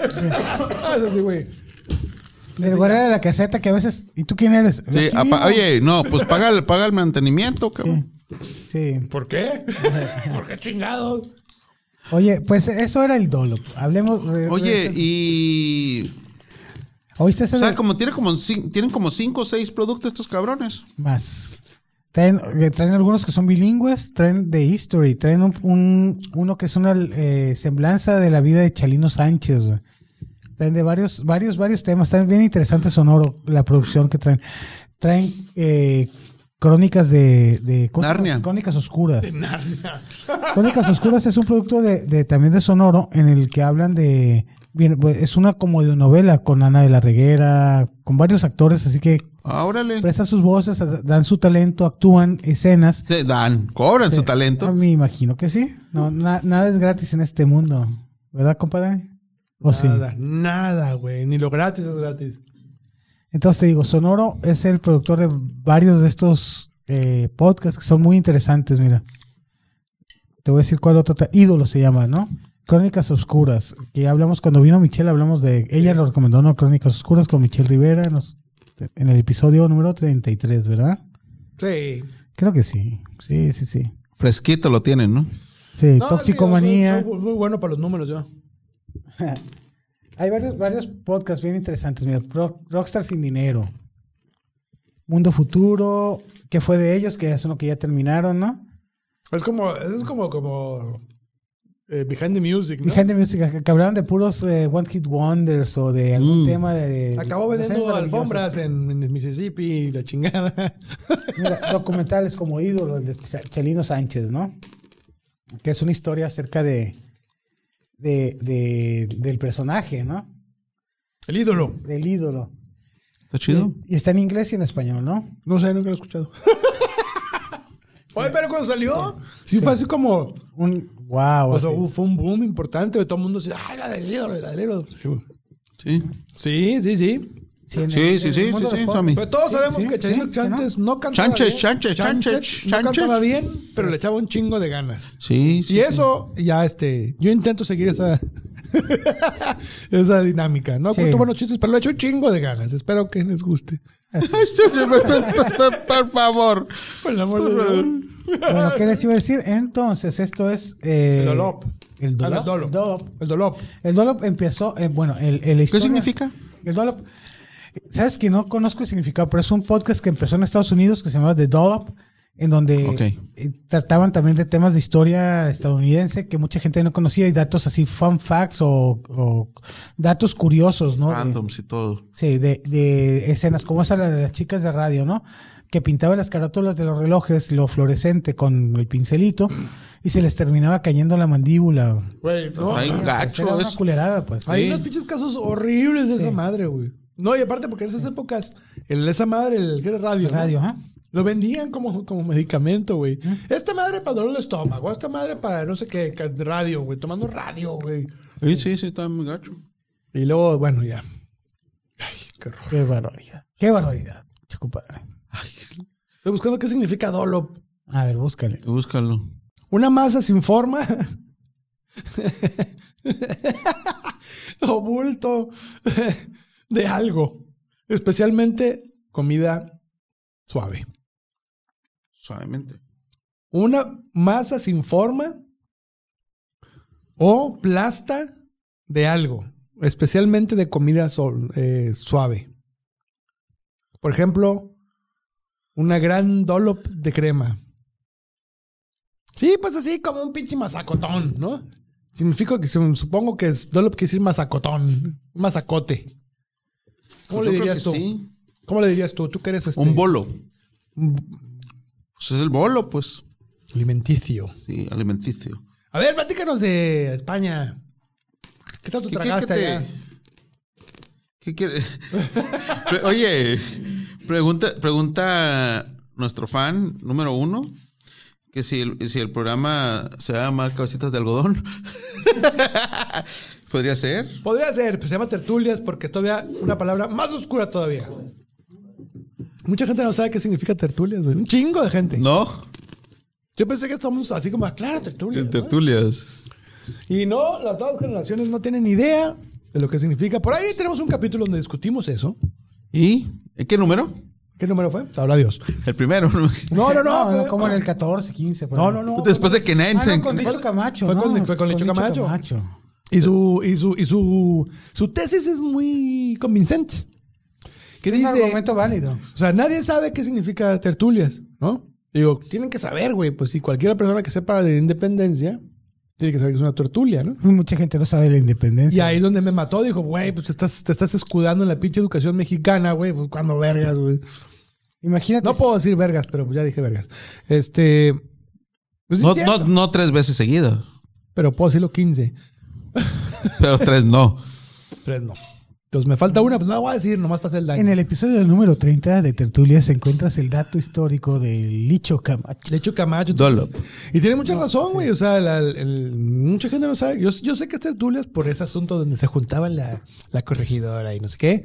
S2: Eso sí, güey.
S3: El guardia de la caseta que a veces. ¿Y tú quién eres?
S4: Sí,
S3: Aquí
S4: apa-
S3: vivo.
S4: oye, no, pues paga, el- paga el mantenimiento, cabrón.
S3: Sí.
S2: ¿Por qué? ¿Por qué chingados?
S3: Oye, pues eso era el Dolop. Hablemos. re-
S4: Oye,
S3: re-
S4: y.
S3: ¿Oíste eso
S4: O sea,
S3: de-
S4: como tiene como cin- tienen como cinco o seis productos estos cabrones.
S3: más? Traen, eh, traen algunos que son bilingües, traen de History, traen un, un- uno que es una eh, semblanza de la vida de Chalino Sánchez. güey. Traen de varios, varios, varios temas. Traen bien interesante sonoro la producción que traen. Traen eh, crónicas de... de ¿cómo se llama?
S4: Narnia.
S3: Crónicas oscuras. Crónicas Oscuras es un producto de, de- también de Sonoro en el que hablan de bien, pues, es una como de novela con Ana de la Reguera, con varios actores, así que
S4: Ah, órale.
S3: prestan sus voces, a- dan su talento, actúan escenas.
S4: Te dan, cobran su
S3: A
S4: talento.
S3: mí imagino que sí. No, na- nada es gratis en este mundo, ¿verdad, compadre? O Oh, sí.
S2: Nada, nada, güey. Ni lo gratis es gratis.
S3: Entonces te digo, Sonoro es el productor de varios de estos eh, podcasts que son muy interesantes, mira. Te voy a decir cuál otro. ta- Ídolo se llama, ¿no? Crónicas Oscuras. Que hablamos, cuando vino Michelle, hablamos de. Ella lo recomendó, ¿no? Crónicas Oscuras con Michelle Rivera nos- en el episodio número 33, ¿verdad?
S2: Sí.
S3: Creo que sí. Sí, sí, sí.
S4: Fresquito lo tienen, ¿no?
S3: Sí,
S2: No,
S3: Toxicomanía.
S2: sí, soy- soy muy bueno para los números, yo.
S3: Hay varios, varios podcasts bien interesantes. Mira, Pro- Rockstar sin dinero. Mundo Futuro. ¿Qué fue de ellos? Que es uno que ya terminaron, ¿no?
S2: Es como, es como, como eh, Behind the Music, ¿no?
S3: Behind the Music, que- que hablaron de puros eh, One Hit Wonders o de algún tema de...
S2: Acabó
S3: no sé,
S2: vendiendo
S3: maravillosos.
S2: alfombras en, en Mississippi y la chingada.
S3: Mira, documentales como Ídolo, el de Ch- Chelino Sánchez, ¿no? Que es una historia acerca de, de, de- del personaje, ¿no?
S2: El ídolo.
S3: Del ídolo.
S4: Está chido.
S3: Y está en inglés y en español, ¿no?
S2: No sé, nunca lo he escuchado. Oye, pero cuando salió, sí fue así como.
S3: Un... ¡Wow!
S2: O sea,
S3: así.
S2: hubo- fue un boom importante. güey. Todo el mundo decía, ¡ay, la del ídolo, la del ídolo!
S4: Sí.
S2: Sí, sí, sí.
S3: Sí, en
S4: Sí,
S3: el-
S4: sí,
S3: en el
S4: sí, sí,
S3: mundo de
S4: sí,
S3: los
S4: Sammy.
S2: Pero todos
S3: Sí,
S2: sabemos
S3: sí,
S2: que
S3: sí,
S2: Chalino
S3: sí,
S2: Chantes no, cantaba
S4: Chanches,
S2: bien.
S4: chanches, chanches,
S2: No
S4: chanches.
S2: cantaba bien, pero le echaba un chingo de ganas.
S4: Sí, sí.
S2: Y eso, ya este, yo intento seguir esa, esa dinámica, ¿no?
S3: Sí.
S2: Cuento buenos chistes, pero lo he hecho un chingo de ganas. Espero que les guste.
S4: Por favor.
S2: Por el amor de Dios.
S3: Bueno, ¿qué les iba a decir? Entonces, esto es... eh,
S2: El dolop.
S3: El
S2: Ah, no,
S3: dolop. El dolop.
S2: El dolop.
S3: El Dolop empezó, eh, bueno, el, el
S4: ¿Qué
S3: historia-
S4: significa?
S3: El Dolop. Sabes que no conozco el significado, pero es un podcast que empezó en Estados Unidos que se llamaba The Dollop, en donde
S4: Ok.
S3: eh, trataban también de temas de historia estadounidense que mucha gente no conocía y datos así, fun facts o, o datos curiosos, ¿no? De-
S4: Randoms y todo.
S3: Sí, de, de escenas como esa la de las chicas de radio, ¿no? Que pintaba las carátulas de los relojes, lo fluorescente con el pincelito, y se les terminaba cayendo la mandíbula.
S2: Güey, no.
S4: Está bien
S3: Pues era
S4: gacho.
S3: una
S4: Es,
S3: culerada, pues.
S2: Hay
S4: Sí.
S2: unos pinches casos horribles de esa
S3: Sí.
S2: madre, güey. No, y aparte porque en esas épocas, el, esa madre, el que era radio,
S3: El
S2: ¿no?
S3: radio, ¿ah?
S2: lo vendían como, como medicamento, güey. Esta madre para dolor de estómago, esta madre para no sé qué, ca- radio, güey, tomando radio, güey.
S4: sí, sí, sí, está muy gacho.
S2: Y luego, bueno, ya. Ay, qué horror.
S3: Qué barbaridad. Qué barbaridad. Chico padre.
S2: Estoy buscando qué significa dolo.
S3: A ver, búscale.
S4: Búscalo.
S2: Una masa sin forma. o bulto de algo. Especialmente comida suave.
S4: Suavemente.
S2: Una masa sin forma o plasta de algo, especialmente de comida sol- eh, suave. Por ejemplo, una gran dollop de crema. Sí, pues así como un pinche mazacotón, ¿no? Significa que supongo que es dollop quiere decir mazacotón, mazacote. ¿Cómo le
S4: Pues yo creo
S2: dirías
S4: que
S2: tú?
S4: sí.
S2: ¿Cómo le dirías tú? ¿Tú que eres este
S4: Un bolo. Pues es el bolo, pues.
S2: alimenticio?
S4: Sí, alimenticio.
S2: A ver, platícanos de España. ¿Qué tanto
S4: ¿Qué- qué-
S2: tragaste
S4: qué te-
S2: allá?
S4: ¿Qué quieres? Pre- Oye, pregunta, pregunta nuestro fan número uno. Que si el, si el programa se va a llamar Cabecitas de Algodón. Podría ser.
S2: Podría ser, pues se llama tertulias porque es todavía una palabra más oscura todavía. Mucha gente no sabe qué significa tertulias, güey. Un chingo de gente.
S4: No.
S2: Yo pensé que estamos así como, ah, claro, tertulias. ¿no?".
S4: Tertulias.
S2: Y no, las dos generaciones no tienen idea de lo que significa. Por ahí tenemos un capítulo donde discutimos eso.
S4: ¿Y qué número?
S2: ¿Qué número fue? Sabrá Dios.
S4: El primero. ¿no?
S2: No, no, no. fue-
S3: como en el 14, 15. por
S2: no,
S3: ahí.
S2: no, no.
S4: Después de que
S3: Ah,
S4: nadie
S3: no,
S4: se-
S3: con Licho Camacho.
S2: Fue
S3: no,
S2: con- fue con Licho Camacho. Y su, y su, y su, su tesis es muy convincente. Que
S3: Es un
S2: dice,
S3: argumento válido.
S2: o sea, nadie sabe qué significa tertulias, ¿no? Digo, tienen que saber, güey. Pues si cualquier persona que sepa de independencia, tiene que saber que es una tertulia, ¿no?
S3: Mucha gente no sabe de la
S2: Y
S3: independencia.
S2: ahí es donde me mató, dijo, güey, pues te estás, te estás escudando en la pinche educación mexicana, güey, pues cuando vergas, güey.
S3: Imagínate.
S2: No puedo decir vergas, pero ya dije vergas. Este. Pues sí,
S4: No,
S2: es cierto,
S4: no, no tres veces seguidas,
S2: Pero puedo decirlo 15.
S4: pero tres no.
S2: Tres no. Entonces me falta una, pues no la voy a decir, nomás pasé el daño.
S3: En el episodio del número 30 de Tertulias encuentras el dato histórico de Licho Camacho.
S2: De hecho, Camacho. entonces-
S4: Dolo.
S2: Y tiene mucha razón, güey. O sea, la- el- mucha gente no sabe. Yo, yo sé que es tertulias por ese asunto donde se juntaban la, la corregidora y no sé qué.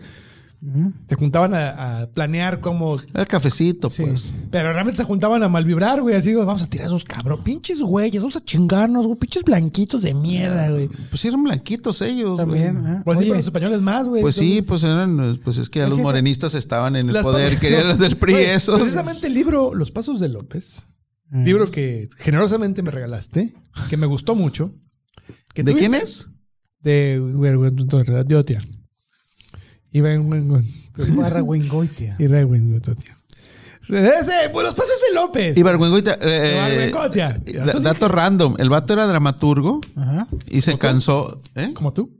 S2: Se juntaban a, a planear cómo.
S4: El cafecito, pues.
S2: Pero realmente se juntaban a malvibrar, güey. Así, güey, vamos a tirar a esos cabrón. Pinches güeyes, vamos a chingarnos, güey. Pinches blanquitos de mierda, güey.
S4: Pues eran blanquitos ellos.
S3: También,
S4: güey.
S3: ¿eh?
S2: Pues sí,
S3: Oye,
S2: pero los españoles más, güey.
S4: ah, Pues sí,
S2: Entonces,
S4: pues eran, pues es que ya los
S2: Imagínate.
S4: morenistas estaban en el
S2: las
S4: poder,
S2: pas-
S4: querían los del PRI
S2: Güey,
S4: esos.
S2: Precisamente el libro Los Pasos de López.
S3: Mm.
S2: Libro que generosamente me regalaste, que me gustó mucho. que
S4: ¿De
S2: tú-
S4: quién es?
S2: de Diotia. Y Ren-
S3: Barra Huengoitia.
S2: y Ren- Diotia. Ese, pues los pasos de López.
S4: Y Barguengoitia. eh,
S2: Barguengoitia.
S4: da- dato random. El vato era dramaturgo
S3: Ajá.
S4: y se cansó. ¿eh?
S2: Como tú.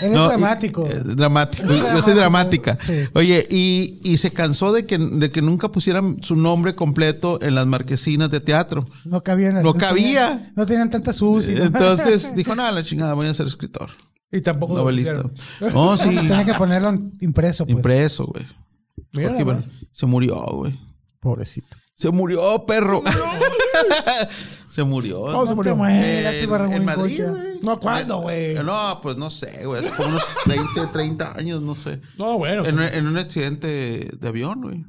S3: Eres
S4: No, y-
S3: dramático.
S4: eh, dramático. Yo soy dramática.
S3: Sí.
S4: Oye, y, y se cansó de que, de que nunca pusieran su nombre completo en las marquesinas de teatro.
S3: No cabían.
S4: No cabía.
S3: tenían- no tenían tanta sucia.
S4: Eh, Entonces dijo, nada, la chingada, voy a ser escritor,
S2: Y tampoco.
S4: novelista. No, sí,
S3: Tenía que ponerlo en- impreso, pues.
S4: impreso, güey.
S2: Mira
S4: Porque,
S2: nada
S4: bueno, se murió, güey.
S3: Pobrecito.
S4: Se murió, perro. se murió.
S3: No se murió. te mueras,
S4: Eh,
S3: Ibar
S4: en,
S3: Ramón
S4: Madrid,
S3: Goya.
S4: güey.
S2: No, ¿cuándo, güey?
S4: No, pues no sé, güey. Hace como unos 20, 30 años, no sé.
S2: No, bueno.
S4: En, en un accidente de avión, güey.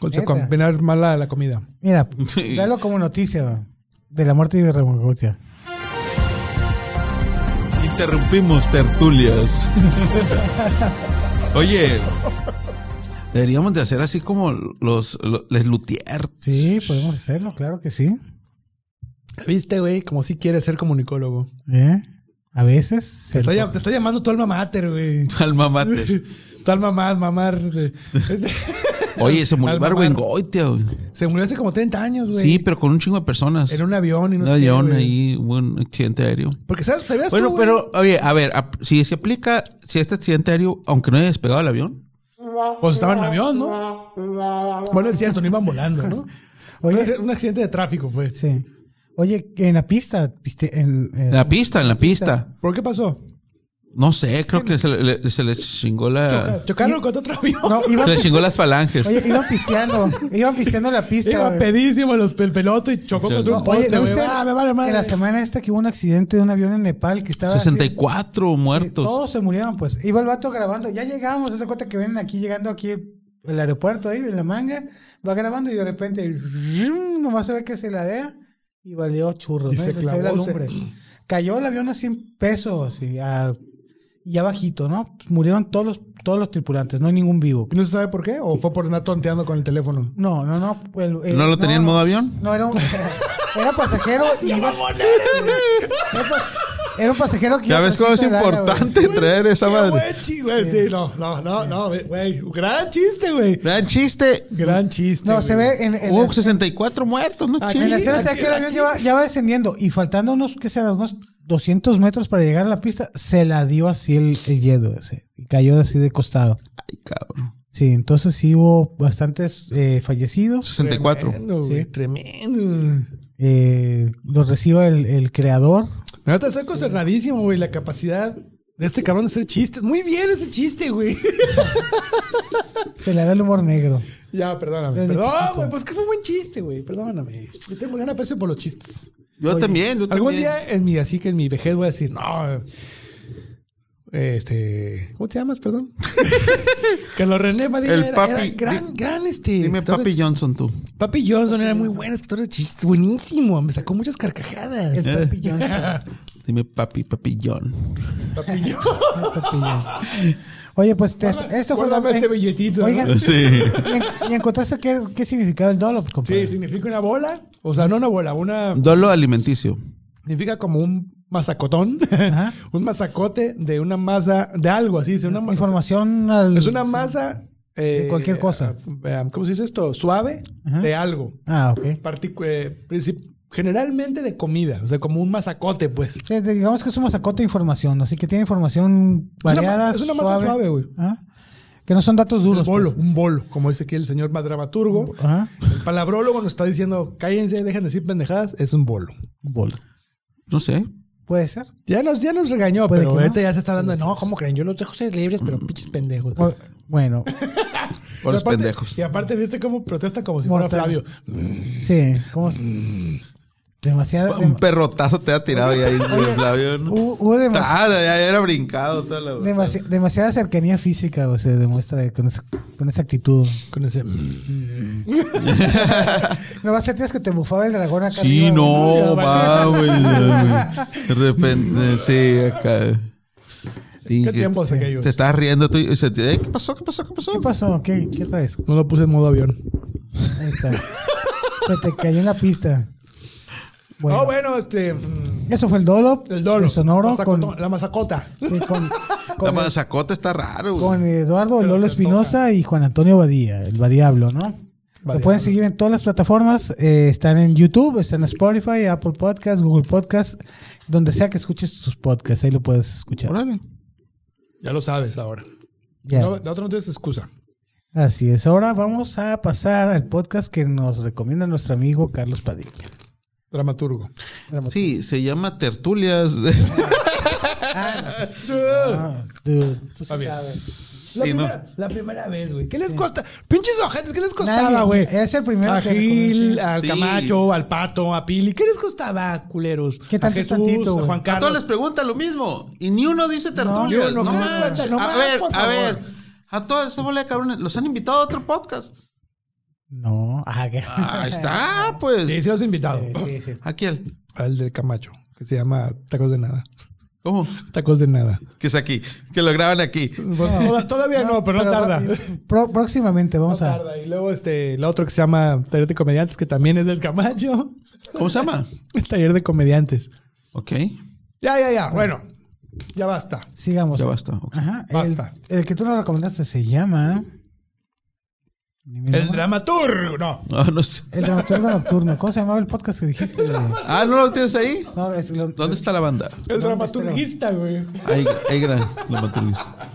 S2: Con
S3: Neta.
S2: su combinar mala la comida.
S3: Mira,
S4: Sí.
S3: dalo como noticia don, de la muerte de Huengoitia.
S5: Interrumpimos tertulias. Oye,
S4: Deberíamos de hacer así como los, los- les luthier.
S3: Sí, podemos hacerlo, claro que sí.
S2: Viste, güey, como si quieres ser comunicólogo.
S3: ¿Eh? A veces.
S2: Te
S3: se
S2: está,
S3: antoja.
S2: llam- te está llamando tu alma mater, güey.
S4: Alma mater.
S2: Tu alma más, mamar. de-
S4: Oye, se murió
S2: Alma
S4: Barguengoitia, güey.
S2: Se murió hace como 30 años, güey.
S4: Sí, pero con un chingo de personas.
S2: En pues, un avión y no
S4: Un
S2: sé qué,
S4: avión
S2: güey.
S4: ahí, hubo un accidente aéreo.
S2: Porque, ¿sabes? ¿Sabías
S4: Bueno,
S2: tú, güey?
S4: pero, oye, a ver, ap- si se aplica, si este accidente aéreo, aunque no haya despegado el avión,
S2: Pues estaba en un avión, ¿no? Bueno, es cierto, no iban volando, ¿no?
S3: Oye,
S2: Oye, un accidente de tráfico fue.
S3: sí. Oye, en la pista, piste- en, en-
S4: en la pista, en la pista.
S2: ¿Por qué pasó?
S4: No sé, creo que se le, le- se le chingó la.
S2: Chocaron con otro avión.
S3: No,
S4: Se
S3: iban,
S4: le chingó las falanges.
S3: oye, iban pisteando, iban pisteando en la pista.
S2: Iba
S3: güey.
S2: pedísimo los, el peloto y chocó contra un
S3: Oye,
S2: poste,
S3: ¿no
S2: güey.
S3: viste
S2: Ah, me vale madre.
S3: en la semana esta que hubo un accidente de un avión en Nepal que estaba... así-
S4: 64
S3: Sí,
S4: muertos.
S3: todos se murieron, pues. Iba el vato grabando, ya llegamos, se da cuenta que vienen aquí llegando aquí el aeropuerto ahí, en la manga, va grabando y de repente ¡rum! nomás se ve que se ladea y valió churro,
S2: Y
S3: ¿no?
S2: se
S3: Y se ve la
S2: clavó,
S3: lumbre. Cayó el avión a 100 pesos así, a- y abajito, ¿no? Murieron todos los, todos los tripulantes, no hay ningún vivo.
S2: ¿Y ¿No se sabe por qué? ¿O fue por andar tonteando con el teléfono?
S3: No, no, no. el- el-
S4: ¿No lo tenía en modo avión?
S3: No, era un, era pasajero y iba- Era pas- era un pasajero que
S4: Ya
S3: iba
S4: ves cómo es
S3: pasando el área, güey.
S4: importante traer esa
S2: Qué
S4: madre.
S2: buen chiste, güey. Sí, no, no, no, no, güey. Gran chiste, güey.
S4: Gran chiste.
S2: Gran chiste.
S3: No,
S2: güey.
S3: se ve en, en
S4: Hubo
S3: las-
S4: 64 muertos, ¿no?
S3: En la
S4: chingues.
S3: escena se ve Ah, que el avión ya va, ya va descendiendo y faltando unos, que será, unos 200 metros para llegar a la pista, se la dio así el, el Yedo ese y cayó así de costado.
S4: Ay, cabrón.
S3: Sí, entonces sí hubo bastantes eh, fallecidos.
S4: 64.
S2: Tremendo, güey.
S3: Sí.
S2: Tremendo.
S3: Eh, los reciba el, el creador.
S2: La neta, estoy consternadísimo, güey. La capacidad de este cabrón de hacer chistes. Muy bien ese chiste, güey.
S3: Se la da el humor negro.
S2: ya, perdóname.
S3: Desde
S2: Perdón,
S3: chiquito.
S2: güey. Pues que fue un buen chiste, güey. Perdóname. Yo tengo gran aprecio por los chistes.
S4: Yo también, yo
S2: Algún
S4: también.
S2: día en mi, así que en mi vejez voy a decir, no. Este. ¿Cómo te llamas, perdón? que lo René Padilla
S4: El
S2: era,
S4: papi-
S2: era gran,
S4: di-
S2: gran este.
S4: Dime,
S2: escritor de-
S4: Papi Johnson, tú.
S2: Papi Johnson era muy buen escritor de chistes. Buenísimo. Me sacó muchas carcajadas.
S3: El Papi Johnson.
S4: Dime, Papi, Papi John.
S2: Papi Johnson.
S3: el Papi Johnson. Oye, pues te- esto fue...
S2: Guárdame
S3: la-
S2: este billetito, ¿no?
S3: Oigan,
S4: Sí.
S3: ¿y, en- y encontraste qué, qué significaba el dólar, compadre?
S2: Sí, significa una bola. O sea, no una bola, una.
S4: Dolo alimenticio.
S2: Significa como un mazacotón.
S3: Ajá.
S2: un mazacote de una masa, de algo así. dice, una ma-
S3: Información al...
S2: Es una masa eh,
S3: De cualquier cosa.
S2: eh, ¿Cómo se dice esto? Suave
S3: Ajá.
S2: de algo.
S3: Ah, ok.
S2: Particu- eh, princip- generalmente de comida, o sea, como un mazacote, pues. Es
S3: Sí, digamos que es un mazacote de información, así que tiene información
S2: una ma-
S3: variada.
S2: es una masa suave, güey.
S3: Ah, Que no son datos
S2: Un
S3: duros.
S2: bolo,
S3: pues.
S2: un bolo, como dice aquí el señor dramaturgo.
S3: Ajá.
S2: El palabrólogo nos está diciendo, cállense, dejen de decir pendejadas, es un bolo.
S3: Un bolo.
S4: No sé.
S3: Puede ser.
S2: Ya nos, ya nos regañó,
S3: Puede
S2: pero
S3: que no.
S2: ahorita ya se está dando, no, ¿cómo creen? Yo los dejo ser libres, pero pinches pendejos.
S3: O- Bueno,
S4: O los
S2: Y aparte-
S4: pendejos.
S2: Y aparte, ¿viste cómo protesta como si fuera
S3: Mortal.
S2: Flavio?
S3: sí. ¿cómo es? Demasiada.
S4: Un
S3: dem-
S4: perrotazo te ha tirado y ahí el labio. ¿no?
S3: hubo hubo demasi-
S4: Ah, ya era brincado toda la
S3: demasi- demasiada cercanía física, o se demuestra con esa, con esa actitud.
S2: Con ese...
S4: Mm.
S3: No vas a sentir que te bufaba el dragón acá.
S4: Sí,
S3: arriba, güey,
S4: no,
S3: ¿no?
S4: va, güey. ya, güey. De repente, sí, acá. Sí,
S2: ¿Qué
S4: que-
S2: tiempos aquellos?
S4: Te estás riendo tú y se te- "Ey, ¿Qué pasó? ¿Qué pasó? ¿Qué pasó?
S3: ¿Qué pasó? ¿Qué, ¿Qué traes?
S2: No lo puse en modo avión.
S3: Ahí está. Se te cayó en la pista. Bueno,
S2: No, bueno, este... mm,
S3: eso fue el dolo.
S2: El dolo.
S3: de Sonoro.
S2: Mazacoto-
S3: con,
S2: La masacota.
S3: sí, con-
S4: La
S3: con-
S4: mazacota está raro, güey.
S3: con Eduardo
S2: Pero
S3: Lolo
S2: te
S3: Espinosa y Juan Antonio Badía, el Badiablo, ¿no? Lo
S2: Badiablo.
S3: pueden seguir en todas las plataformas. eh, están en YouTube, están en Spotify, Apple Podcasts, Google Podcasts, donde sea que escuches tus podcasts, ahí lo puedes escuchar.
S4: Órale.
S2: Ya lo sabes ahora.
S3: Ya.
S2: No, la otra no tienes excusa.
S3: Así es. Ahora vamos a pasar al podcast que nos recomienda nuestro amigo Carlos Padilla.
S2: Dramaturgo.
S4: Sí, se llama tertulias.
S3: Ah, dude, tú sí
S2: Está bien.
S3: sabes.
S2: La,
S4: Sí,
S2: primera, la primera vez, güey. ¿Qué les cuesta? Pinches ojetes, ¿qué les costaba,
S3: Nadie,
S2: güey?
S3: Es el primero
S2: A
S3: que
S2: Gil,
S3: reconoce.
S2: al
S4: Sí.
S2: Camacho, al Pato, a Pili. ¿Qué les costaba, culeros?
S3: ¿Qué tanto
S2: a
S3: es tantito,
S2: a
S3: güey?
S2: Juan
S4: A todos les
S2: Carlos.
S4: preguntan lo mismo. Y ni uno dice tertulias.
S2: No, no,
S4: No,
S2: no,
S4: mames.
S2: no, no,
S4: a
S2: no,
S4: ver,
S2: por
S4: a
S2: favor.
S4: ver. A todos esa bola de cabrones. Los han invitado a otro podcast.
S3: No, ah, que-
S4: Ahí está, pues.
S2: Sí, sí, los he invitado.
S3: Sí, sí.
S4: ¿A quién?
S2: Al del Camacho, que se llama Tacos de Nada.
S4: ¿Cómo?
S2: Tacos de Nada.
S4: Que es aquí. Que lo graban aquí.
S2: Toda- Todavía Eh, no, pero no tarda.
S3: Pro- próximamente
S2: No
S3: vamos a.
S2: tarda. Y luego este, el otro que se llama Taller de Comediantes, que también es del Camacho.
S4: ¿Cómo se llama?
S2: Taller de Comediantes.
S4: Ok.
S2: Ya, ya, ya. Bueno, ya basta.
S3: Sigamos.
S4: Ya basta. ok.
S3: Ajá.
S2: Basta.
S3: El, el que tú nos recomendaste se llama. Dime
S2: El
S3: nombre.
S2: dramaturgo. No.
S4: No, Ah, no sé.
S3: El dramaturgo nocturno. ¿Cómo se llamaba el podcast que dijiste?
S4: Ah, ¿no lo tienes ahí?
S3: No, es lo-
S4: ¿Dónde está la banda?
S2: El dramaturgista, güey.
S4: Ahí, ahí gran dramaturgista.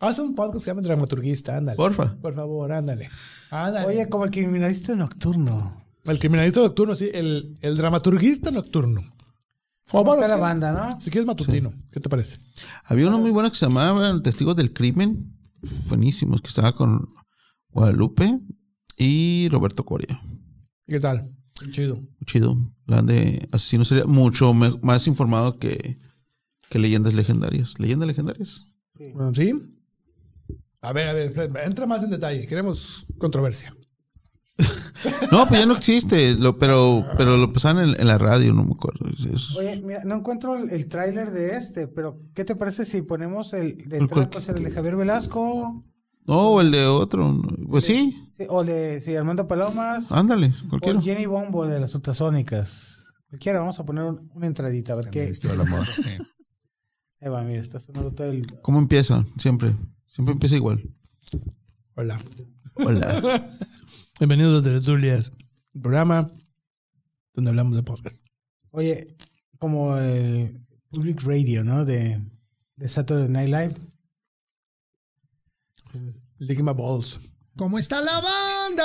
S2: Haz un podcast que se llama Dramaturguista, ándale.
S4: Porfa.
S2: Por favor, ándale. Ándale.
S3: Oye, como el criminalista nocturno.
S2: el criminalista nocturno, sí, el, el dramaturguista nocturno. Por
S3: ¿Cómo está la
S2: Oh, es que-
S3: banda, no?
S2: Si quieres matutino, ¿qué te parece?
S4: Había uno muy bueno que se llamaba Testigos del Crimen. Buenísimos, que estaba con Guadalupe y Roberto Coria.
S2: ¿Qué tal? Chido.
S4: Chido. La de asesino sería mucho me- más informado que, que leyendas legendarias. ¿Leyendas legendarias?
S2: Bueno, ¿Sí? A ver, a ver, entra más en detalle. Queremos controversia.
S4: No, pues ya no existe, lo- pero, pero lo pasaban en, en la radio, no me acuerdo. Es- es-
S3: Oye, mira, no encuentro el, el tráiler de este, pero ¿qué te parece si ponemos el de
S4: ¿El cuál?
S3: Tracos, el de Javier Velasco?
S4: no, o Oh, el de otro. Pues sí,
S3: Sí, o el de sí, Armando Palomas.
S4: ándale,
S3: o el
S4: Ah, cualquiera.
S3: Jenny Bombo de las Ultrasónicas. Cualquiera, vamos a poner un- una entradita, a ver qué.
S5: eh.
S3: Ahí va, mira, está sonando todo el.
S4: ¿Cómo empieza? Siempre. Siempre empieza igual.
S2: Hola.
S4: Hola.
S2: Bienvenidos a Tertulias, el programa donde hablamos de podcast.
S3: Oye, como el Public Radio, ¿no? De, de Saturday Night Live.
S2: Lick my balls. ¿Cómo está la banda?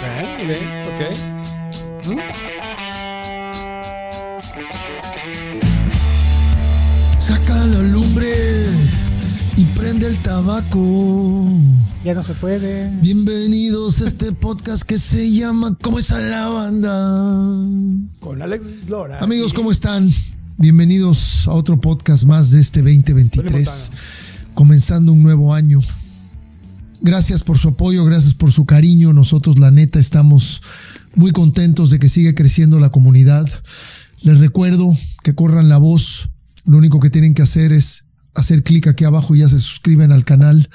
S2: Bien, bien, ok.
S7: Saca la lumbre y prende el tabaco.
S3: Ya no se puede.
S7: Bienvenidos a este podcast que se llama ¿Cómo está la banda?
S2: Con Alex Lora.
S7: Amigos, ¿cómo están? Bienvenidos a otro podcast más de este 2023, comenzando un nuevo año. Gracias por su apoyo, gracias por su cariño. Nosotros, la neta, estamos muy contentos de que sigue creciendo la comunidad. Les recuerdo que corran la voz. Lo único que tienen que hacer es hacer clic aquí abajo y ya se suscriben al canal.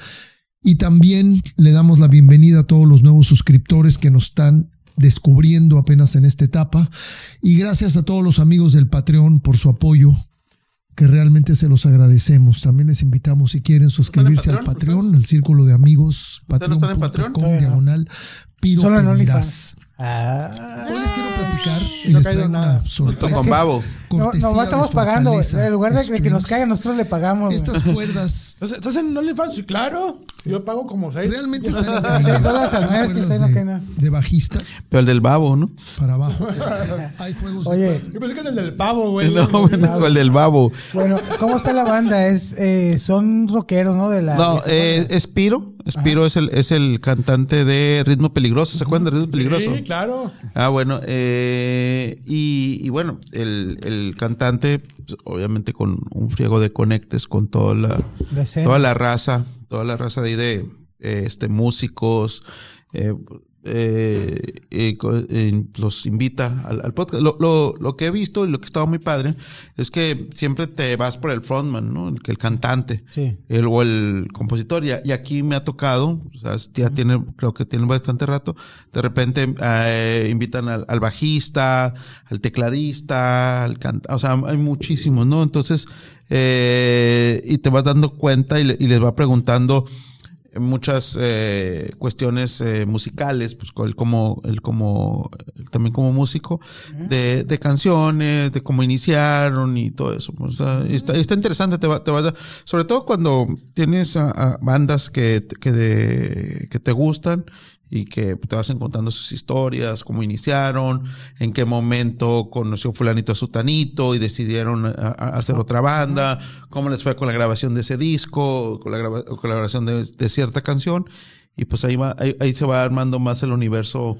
S7: Y también le damos la bienvenida a todos los nuevos suscriptores que nos están descubriendo apenas en esta etapa. Y gracias a todos los amigos del Patreon por su apoyo. que realmente se los agradecemos. También les invitamos, si quieren, suscribirse al
S4: en Patreon,
S7: Patreon, el Círculo de Amigos,
S4: ¿Ustedes no están en Patreon?
S7: patreon.com, diagonal, Piro
S3: Solo en
S7: Pendas.
S3: Ah.
S7: Hoy les quiero platicar y
S2: No ha caído
S7: les traigo
S2: nada.
S7: una
S2: Pues
S4: Junto con
S7: sorpresa.
S4: Babo.
S3: No,
S7: cortesía
S3: nomás
S7: de
S3: estamos pagando. güey.
S7: Fortaleza
S3: En lugar de, de que nos
S7: Streams.
S3: caigan, nosotros le pagamos. güey.
S7: Estas cuerdas
S2: Entonces, ¿Estás en OnlyFans? Sí, claro. Yo pago como seis.
S7: realmente están
S3: Sí, todas las
S7: encadenadas.
S3: nuevas
S7: Son
S3: están
S7: cuerdas
S3: encadenadas.
S7: de, de bajista
S4: Pero el del Babo, ¿no?
S7: para abajo. Hay juegos
S3: Oye,
S2: Yo pensé que era el del pavo, güey.
S4: No, bueno, el del Babo.
S3: bueno, ¿cómo está la banda? Es, eh, son rockeros, ¿no? De
S2: Ah,
S3: la,
S4: No, eh, Espiro. Espiro es el, es el cantante de Ritmo Peligroso. ¿Se acuerdan de Ritmo Peligroso?
S2: Sí, claro.
S4: Ah, bueno. eh, y, y bueno, el, el cantante, pues, obviamente con un friego de conectes, con toda la,
S3: La escena.
S4: toda la raza, toda la raza de ahí de eh, este, músicos. eh, eh, eh, co- eh, los invita al, al podcast. Lo, lo- lo que he visto y lo que estaba muy padre es que siempre te vas por el frontman, ¿no? El, el cantante
S3: Sí.
S4: el, o el compositor. Y, y aquí me ha tocado, o sea, ya tiene, creo que tiene bastante rato, de repente eh, invitan al, al bajista, al tecladista, al cantante, o sea, hay muchísimos, ¿no? Entonces, eh, y te vas dando cuenta y, le- y les va preguntando muchas eh, cuestiones eh, musicales, pues co- el como, el como, el también como músico, de, de canciones, de cómo iniciaron y todo eso. pues, o sea, está, está interesante, te va, te va a dar- sobre todo cuando tienes a- a bandas que, que, de- que te gustan y que te vas encontrando sus historias, cómo iniciaron, en qué momento conoció fulanito a sutanito y decidieron eh, a- a- hacer otra banda, cómo les fue con la grabación de ese disco, con la, graba- o con la grabación de, de cierta canción. Y pues ahí, va, ahí, ahí se va armando más el universo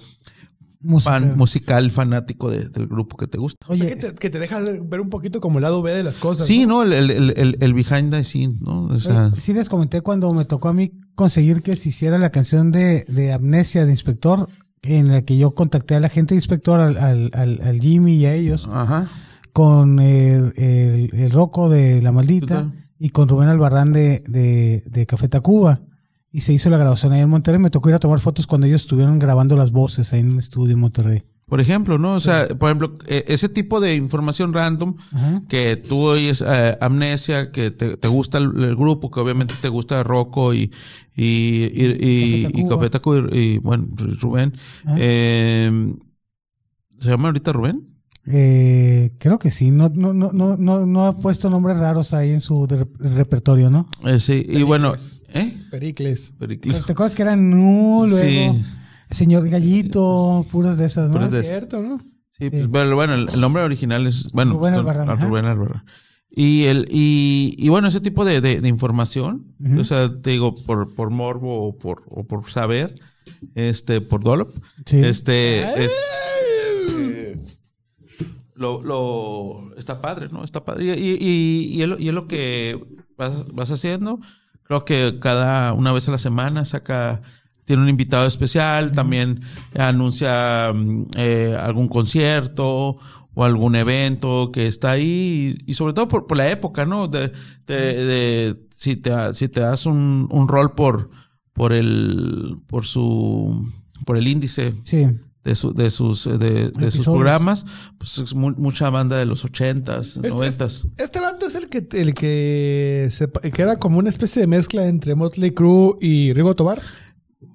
S3: Música.
S4: fan, musical fanático de- del grupo que te gusta.
S2: O sea, que,
S3: Oye,
S2: te, que te deja ver un poquito como el lado B de las cosas.
S4: Sí, ¿no? El, el, el, el- el behind the scene, ¿no? O sea,
S3: Oye, sí les comenté cuando me tocó a mí conseguir que se hiciera la canción de, de Amnesia de Inspector, en la que yo contacté a la gente de Inspector, al, al, al- al Jimmy y a ellos,
S4: ajá.
S3: con el, el- el Roco de La Maldita
S4: Total.
S3: y con Rubén Albarrán de, de, de Café Tacuba. Y se hizo la grabación ahí en Monterrey. Me tocó ir a tomar fotos cuando ellos estuvieron grabando las voces ahí en el estudio en Monterrey.
S4: Por ejemplo, ¿no? O sea, por ejemplo, eh, ese tipo de información random
S3: Ajá.
S4: que tú oyes eh, amnesia, que te, te gusta el, el grupo, que obviamente te gusta Rocco y, y, y, y, y
S3: Café
S4: Café Tacuba y, y, bueno, Rubén.
S3: Ajá.
S4: Eh, ¿Se llama ahorita Rubén?
S3: Eh, creo que sí. No, no, no, no, no, no ha puesto nombres raros ahí en su de- repertorio, ¿no?
S4: Eh, sí, y bueno, ¿eh?
S2: Pericles.
S4: Pericles.
S3: ¿Te acuerdas que era Nu, luego
S4: Sí. Eh,
S3: Señor Gallito, puras de esas, ¿no?
S4: Puras de-
S2: Es cierto, ¿no?
S4: Sí, pues, pero bueno, el, el nombre original es bueno,
S3: Rubén
S4: son-
S3: Albarrán,
S4: ah,
S3: ajá.
S4: Rubén Albarrán. Y, el, y, y bueno, ese tipo de, de- de información, o sea, te digo, por, por morbo o por, o por saber, este, por dolop,
S3: Sí.
S4: este, es... eh, lo, lo- está padre, ¿no? Está padre. Y, y, y- y es, lo, y es lo que vas, vas haciendo. Creo que cada una vez a la semana saca, tiene un invitado especial, también anuncia mm, eh, algún concierto o algún evento que está ahí y, y sobre todo por, por la época, ¿no? De, de- de- si, te, si te das un, un rol por, por el, por su, por el índice
S3: Sí.
S4: de, su- de sus eh, de, de sus
S3: Episodios.
S4: programas, pues es mu- mucha banda de los ochentas,
S2: Este-
S4: noventas.
S2: Este bando es el que, el que, se, pa- que era como una especie de mezcla entre Motley Crue y Rigo Tobar.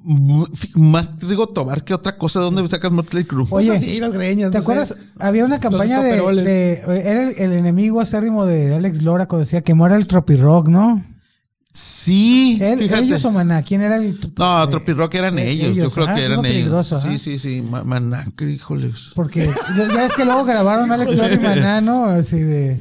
S4: M- fi- Más Rigo Tobar que otra cosa, ¿de dónde sacas Motley Crue?
S3: Oye,
S2: Cosas así, las greñas.
S3: ¿Te
S2: no sé.
S3: acuerdas? Había una campaña de,
S2: toperoles.
S3: de- Era el, el enemigo acérrimo de Alex Lora cuando decía que muera el Tropirock, ¿no?
S4: Sí,
S3: Él-
S4: fíjate.
S3: ¿Ellos o Maná? ¿Quién era el tro-
S4: no,
S3: eh,
S4: Tropi Rock eran
S3: eh,
S4: ellos, yo
S3: ellos,
S4: creo
S3: ajá,
S4: que eran
S3: Ritmo
S4: ellos.
S3: Peligroso,
S4: Sí,
S3: ajá.
S4: sí, sí, Ma- Manacri, híjoles.
S3: Porque ya ya ves que luego grabaron Alex Lora y Maná, ¿no? Así de...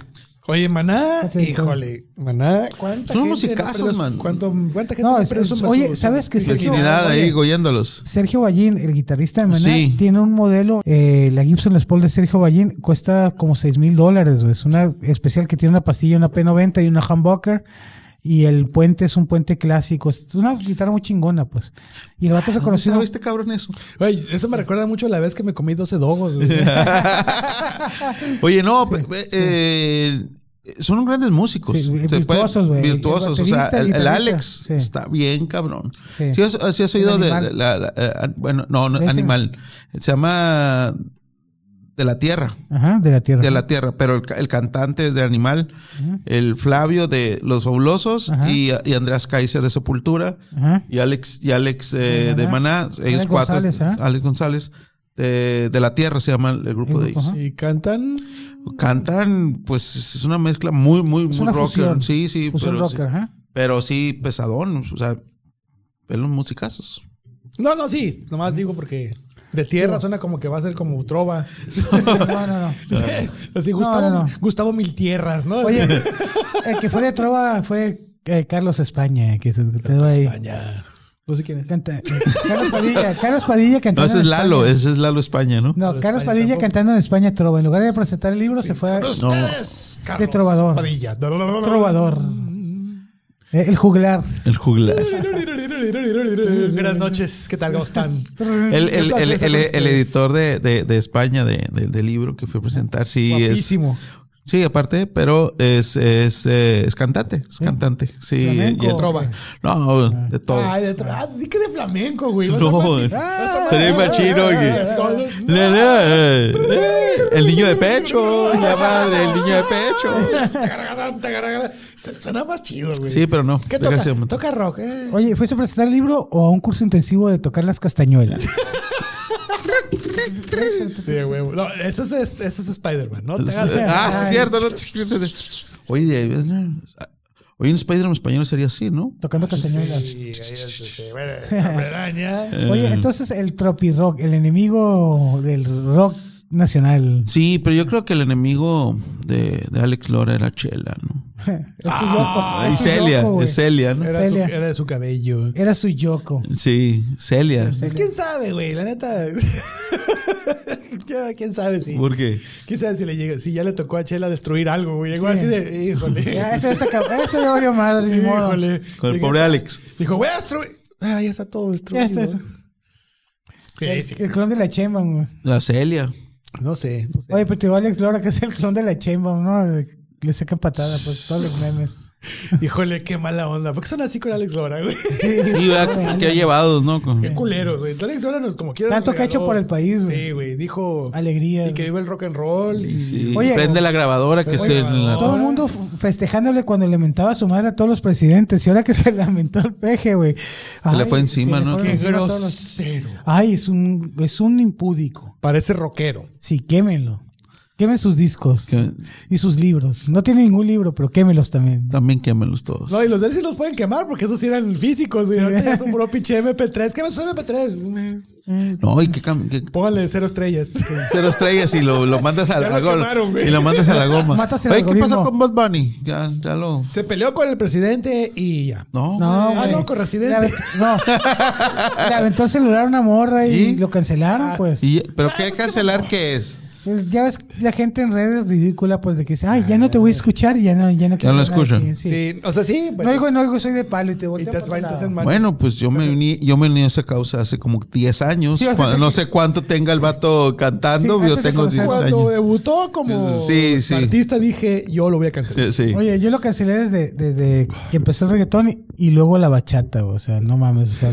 S2: Oye, Maná.
S3: Fíjate,
S2: Híjole, Maná. ¿Cuánta
S4: Son
S2: gente
S4: musicazos,
S2: no perdió su-
S4: man.
S2: ¿Cuánto, ¿Cuánta gente
S3: No,
S2: no
S3: es-
S2: perdió su-
S3: es- oye,
S2: su-
S3: ¿sabes
S2: su
S3: que Sergio-
S4: Virginidad
S3: oye.
S4: ahí goyéndolos.
S3: Sergio Ballín, el guitarrista de Maná,
S4: Sí.
S3: tiene un modelo, eh, la Gibson Les Paul de Sergio Ballín, cuesta como 6 mil dólares, güey. Es una especial que tiene una pastilla, una P90 y una humbucker. Y el puente es un puente clásico. Es una guitarra muy chingona, pues. Y el vato es reconocido.
S4: ¿Sabes este cabrón eso?
S2: Oye, eso me recuerda mucho a la vez que me comí 12 dogos. güey.
S4: Oye, no, pe- pe- eh, son grandes músicos.
S3: Sí,
S4: Te
S3: virtuosos,
S4: pueden-
S3: güey.
S4: Virtuosos, o sea,
S3: Baterista,
S4: el, el
S3: guitarrista,
S4: Alex
S3: sí.
S4: está bien cabrón.
S3: Sí.
S4: Sí. has, sí has
S3: El
S4: oído de,
S3: animal.
S4: la, la- eh, bueno, no, no,
S3: Ese.
S4: animal. Se llama de la tierra.
S3: Ajá, de la tierra.
S4: De la tierra, pero el, ca- el cantante es de Animal, el Flavio de Los Fabulosos
S3: Ajá.
S4: y, y Andrés Kaiser de Sepultura
S3: Ajá.
S4: y Alex, y Alex eh,
S3: De
S4: de
S3: Maná.
S4: Maná, ellos
S3: Alex
S4: cuatro,
S3: González, ¿ah?
S4: Alex González, de, de la Tierra se llama el, el grupo
S3: El
S4: de
S3: grupo,
S4: ellos.
S3: ajá.
S2: Y cantan.
S4: Cantan, pues es una mezcla muy, muy,
S3: Es
S4: muy
S3: una
S4: rocker.
S3: fusión.
S4: Sí, sí,
S3: Fusión
S4: pero,
S3: Pues rocker,
S4: sí,
S3: ajá.
S4: pero sí, pesadón, o sea, en los musicazos.
S2: No, no, sí. Nomás digo porque de tierra suena como que va a ser como trova.
S3: No, no, no.
S2: Así,
S3: No,
S2: Gustavo,
S3: no, no.
S2: Gustavo Mil Tierras, ¿no?
S3: Oye,
S2: Así,
S3: el que fue de trova fue eh, Carlos España, que se quedó ahí.
S2: España. No sé quién es.
S3: Canta- eh, Carlos Padilla, Carlos Padilla
S4: No,
S3: cantando.
S4: ese
S3: en
S4: es Lalo,
S3: España.
S4: ese es Lalo España, ¿no?
S3: No,
S2: Pero
S3: Carlos
S2: España
S3: Padilla
S2: tampoco.
S3: cantando en España trova. En lugar de presentar el libro, se fue a-
S2: Con
S4: No.
S2: ustedes, Carlos
S3: trovador.
S2: Padilla.
S3: trovador. Eh, el juglar.
S4: El juglar.
S2: Buenas noches, ¿qué tal? ¿Cómo están?
S4: El, el,
S2: placer estar
S4: el- el-
S2: con
S4: el
S2: ustedes.
S4: editor de, de, de España de- de- del libro que fue a presentar, sí
S2: Guapísimo.
S4: es. Sí, aparte, pero es, es, eh, es cantante, es cantante. Sí,
S3: ¿Flamenco
S4: y el-
S3: o
S2: trova?
S4: No, de todo.
S2: Ay, de tra- ah, di que de flamenco, güey.
S4: No,
S2: Ah,
S4: sería más chido que- Le- le- le- el niño de pecho, ya va el niño de pecho.
S2: pecho. Suena más chido, güey.
S4: Sí, pero no.
S2: ¿Qué toca?
S4: desgraciadamente.
S2: Toca rock. eh.
S3: Oye, ¿fuiste a presentar el libro o a un curso intensivo de tocar las castañuelas?
S2: Sí, güey. No, eso es, eso es Spider-Man, ¿no? Te hagas-
S4: Ah, sí,
S3: Ay.
S4: cierto. ¿no? Oye, eh, oye, un Spider-Man español sería así, ¿no?
S3: Tocando castañuelas.
S2: Sí, ahí es, este, bueno, araña.
S4: Eh.
S3: Oye, entonces el tropirock, el enemigo del rock nacional.
S4: Sí, pero yo creo que el enemigo de, de Alex Lora era Chela, ¿no?
S3: Es su yoco.
S4: y
S3: es su
S4: Celia,
S3: yoco, Ah, güey.
S4: Ah, es Celia, ¿no?
S2: Era su,
S3: Celia.
S2: era de su cabello.
S3: Era su yoco.
S4: Sí, Celia.
S2: Pues quién sabe, güey, la neta. Ya, quién sabe si.
S4: ¿Por qué?
S2: Quién sabe si le llega, si ya le tocó a Chela destruir algo, güey. Llegó
S3: Sí.
S2: así de,
S3: Ya,
S2: híjole.
S3: eso, ya acabó, eso ya valió madre, ni modo.
S2: híjole.
S4: Con el
S2: Llegó-
S4: pobre Alex.
S2: Dijo, voy a destruir. Ah, ya está todo destruido.
S3: Ya está eso. Eh,
S2: Sí,
S3: El,
S2: sí.
S3: el clon de la chemba, güey.
S4: La Celia.
S2: No sé. no sé.
S3: Oye, pero te digo Alex Lora, que es el clon de la chemba, ¿no? Le sacan patada, pues, todos los memes.
S2: Híjole, qué mala onda. ¿Por qué son así con Alex Lora, güey?
S4: Sí, ¿verdad? Que ha llevado, ¿no? Con-
S2: Qué culeros, güey. Alex Lora nos como quiera.
S3: Tanto
S2: nos
S3: que ha hecho
S2: regaló.
S3: por el país, güey.
S2: Sí, güey. Dijo.
S3: Alegría.
S2: Y que viva el rock and roll. Y...
S4: Sí,
S3: Oye,
S4: prende la grabadora que
S2: oye,
S4: esté en la...
S3: Todo el mundo f- festejándole cuando le mentaba a su madre a todos los presidentes. Y ahora que se lamentó el peje, güey. Se
S4: le fue encima, ¿no? Qué
S3: Ay, es un, es un impúdico.
S2: Parece rockero.
S3: Sí, quémenlo. Quemen sus discos
S4: Que-
S3: y sus libros. No tiene ningún libro, pero quémelos también.
S4: También quémelos todos.
S2: No, y los de él sí los pueden quemar porque esos sí eran físicos, güey. Ahorita ya son puro pinche MP3. ¿Qué va a ser MP3?
S4: No, y que, cam- que
S2: Póngale cero estrellas.
S4: te los traigas y lo, lo mandas a
S2: Ya
S4: la
S2: lo
S4: goma.
S2: quemaron, güey.
S4: Y lo mandas a la goma.
S3: Matas el
S4: Oye, ¿qué pasó
S3: algoritmo.
S4: con Bad Bunny? Ya, ya lo...
S2: Se peleó con el presidente y ya.
S4: No,
S3: No,
S4: güey.
S2: Ah,
S3: güey.
S2: no, con Residente.
S3: Le aventó, no. Le aventó el celular a una morra y,
S4: ¿Y? Ah,
S3: lo cancelaron, pues.
S4: Y- ¿Pero qué cancelar qué es?
S3: Pues Ya ves, la gente en redes es ridícula, pues, de que dice, ay, ya no te voy a escuchar y ya no, ya no quiero
S4: Ah. no
S3: saber nada de ti",
S4: escuchan.
S3: sí.
S2: Sí, o sea, sí.
S3: No
S2: bueno,
S3: digo, no digo, soy de palo y te
S2: y
S3: volteo
S2: te
S3: para otro
S2: vas
S3: lado.
S2: en mano.
S4: Bueno, pues yo me uní, yo me uní a esa causa hace como 10 años.
S3: Sí, o sea,
S4: Cuando-
S3: te-
S4: no sé cuánto tenga el vato cantando,
S3: Sí,
S4: yo
S3: antes de
S4: tengo 10
S3: conocer-
S2: Cuando
S4: años.
S2: debutó como
S4: Sí, sí.
S2: artista dije, yo lo voy a cancelar.
S4: Sí, sí.
S3: Oye, yo lo cancelé desde, desde que empezó el reggaetón y, y luego la bachata, güey, o sea, no mames. O sea,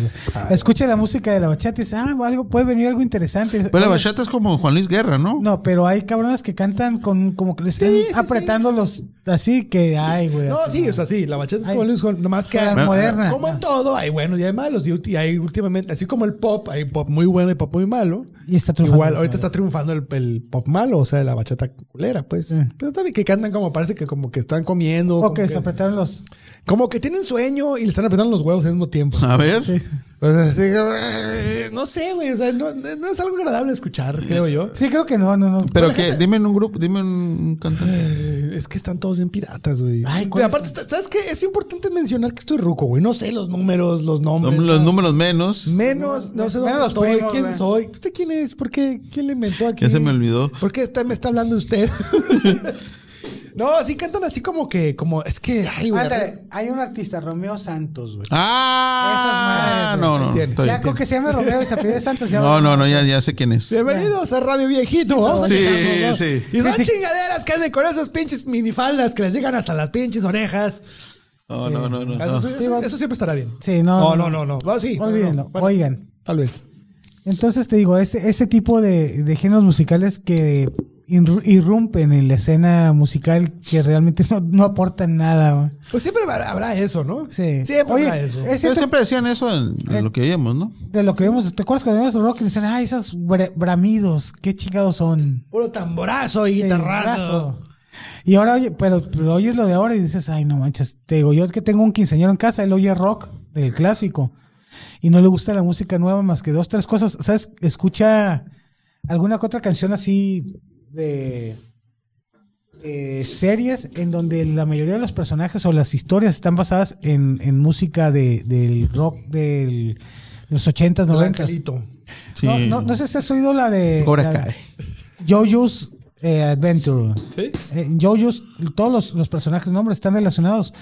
S3: escucha la música de la bachata y dice, ah, algo, puede venir algo interesante.
S4: Pero Pues la
S3: Oye,
S4: bachata es como Juan Luis Guerra, ¿no?
S3: No, pero hay cabrones que cantan con como que les están
S2: Sí, sí,
S3: apretando los así que ay, güey.
S2: No,
S3: así,
S2: sí, o sea, sí, la bachata es
S3: Ay.
S2: como Luis Juan, nomás que
S3: Con la moderna.
S2: Como en todo, hay buenos y hay malos. Y, ulti- hay últimamente, así como el pop, hay pop muy bueno y pop muy malo.
S3: Y está triunfando.
S2: Igual, ahorita está triunfando el, el pop malo, o sea, la bachata culera, pues.
S3: Sí.
S2: Pero también que cantan como parece que como que están comiendo.
S3: O
S2: como,
S3: que les
S2: que,
S3: apretaron los.
S2: como que tienen sueño y le están apretando los huevos al mismo tiempo.
S4: A ver.
S3: Sí,
S2: O sea, así, no sé, güey, o sea, no, no es algo agradable escuchar, creo yo.
S3: Sí, creo que no, no, no.
S4: Pero que, dime en un grupo, dime en un cantante.
S2: Eh, Es que están todos bien piratas, güey.
S3: Ay, ¿cuál es?
S2: Aparte, está- ¿sabes qué? Es importante mencionar que estoy ruco, güey. No sé los números, los nombres.
S4: Los
S2: nada.
S4: números menos.
S2: Menos, no sé
S3: Menos
S2: dónde
S3: los
S2: estoy,
S3: primos,
S2: quién
S3: güey.
S2: soy. ¿Usted quién es? ¿Por qué? ¿Quién le inventó aquí?
S4: Ya se me olvidó.
S2: ¿Por qué está- me está hablando usted? no, sí cantan así como que, como, es que, ay, güey.
S3: Ándale, hay un artista, Romeo Santos, güey.
S4: Ah,
S3: Esas madres,
S4: no, no, no.
S2: entiendo.
S4: está bien,
S3: ya con
S4: entiendo.
S3: que se llama Romeo y se apellide Santos. Ya
S4: No, no, no, ya, ya sé quién es.
S2: Bienvenidos a Radio Viejito. vamos a
S4: Sí,
S2: llegar, ¿no?
S4: sí.
S2: Y son chingaderas que anden con esas pinches minifaldas que les llegan hasta las pinches orejas.
S4: No, no, no, no.
S2: Ah, Eso,
S4: no.
S2: eso- eso siempre estará bien. Oh,
S3: Sí, no,
S2: No,
S3: no,
S2: no, no. no. Ah, sí.
S3: Olvídenlo.
S2: Bueno,
S3: Oigan,
S2: Tal vez.
S3: Entonces te digo, este, ese tipo de, de géneros musicales que irru- irrumpen en la escena musical que realmente no, no aportan nada. güey.
S2: Pues siempre habrá habrá eso, ¿no?
S3: Sí.
S2: Siempre
S3: Oye,
S2: habrá eso.
S3: es
S4: Pero
S3: cierto
S4: siempre decían eso en,
S3: Eh.
S4: en lo que oíamos, ¿no?
S3: de lo que vemos, ¿te acuerdas cuando vemos rock y decían, ah, esos bra- bramidos, qué chingados son?
S2: Puro tamborazo y
S3: Sí,
S2: guitarrazo.
S3: brazo. Y ahora, oye, pero, pero oyes lo de ahora y dices, ay, no manches. Te digo, yo que tengo un quinceañero en casa, él oye rock del clásico y no le gusta la música nueva más que dos, tres cosas. ¿Sabes? Escucha alguna que otra canción así de, de series en donde la mayoría de los personajes o las historias están basadas en, en música de, del rock del, de los 80s, 90
S2: Blanquelito.
S4: Sí.
S3: No, no, no sé si has oído la de.
S4: Cobra
S3: la-
S4: Kai.
S3: JoJo's eh, Adventure.
S2: ¿Sí?
S3: Eh, JoJo's, todos los, los personajes, nombres están relacionados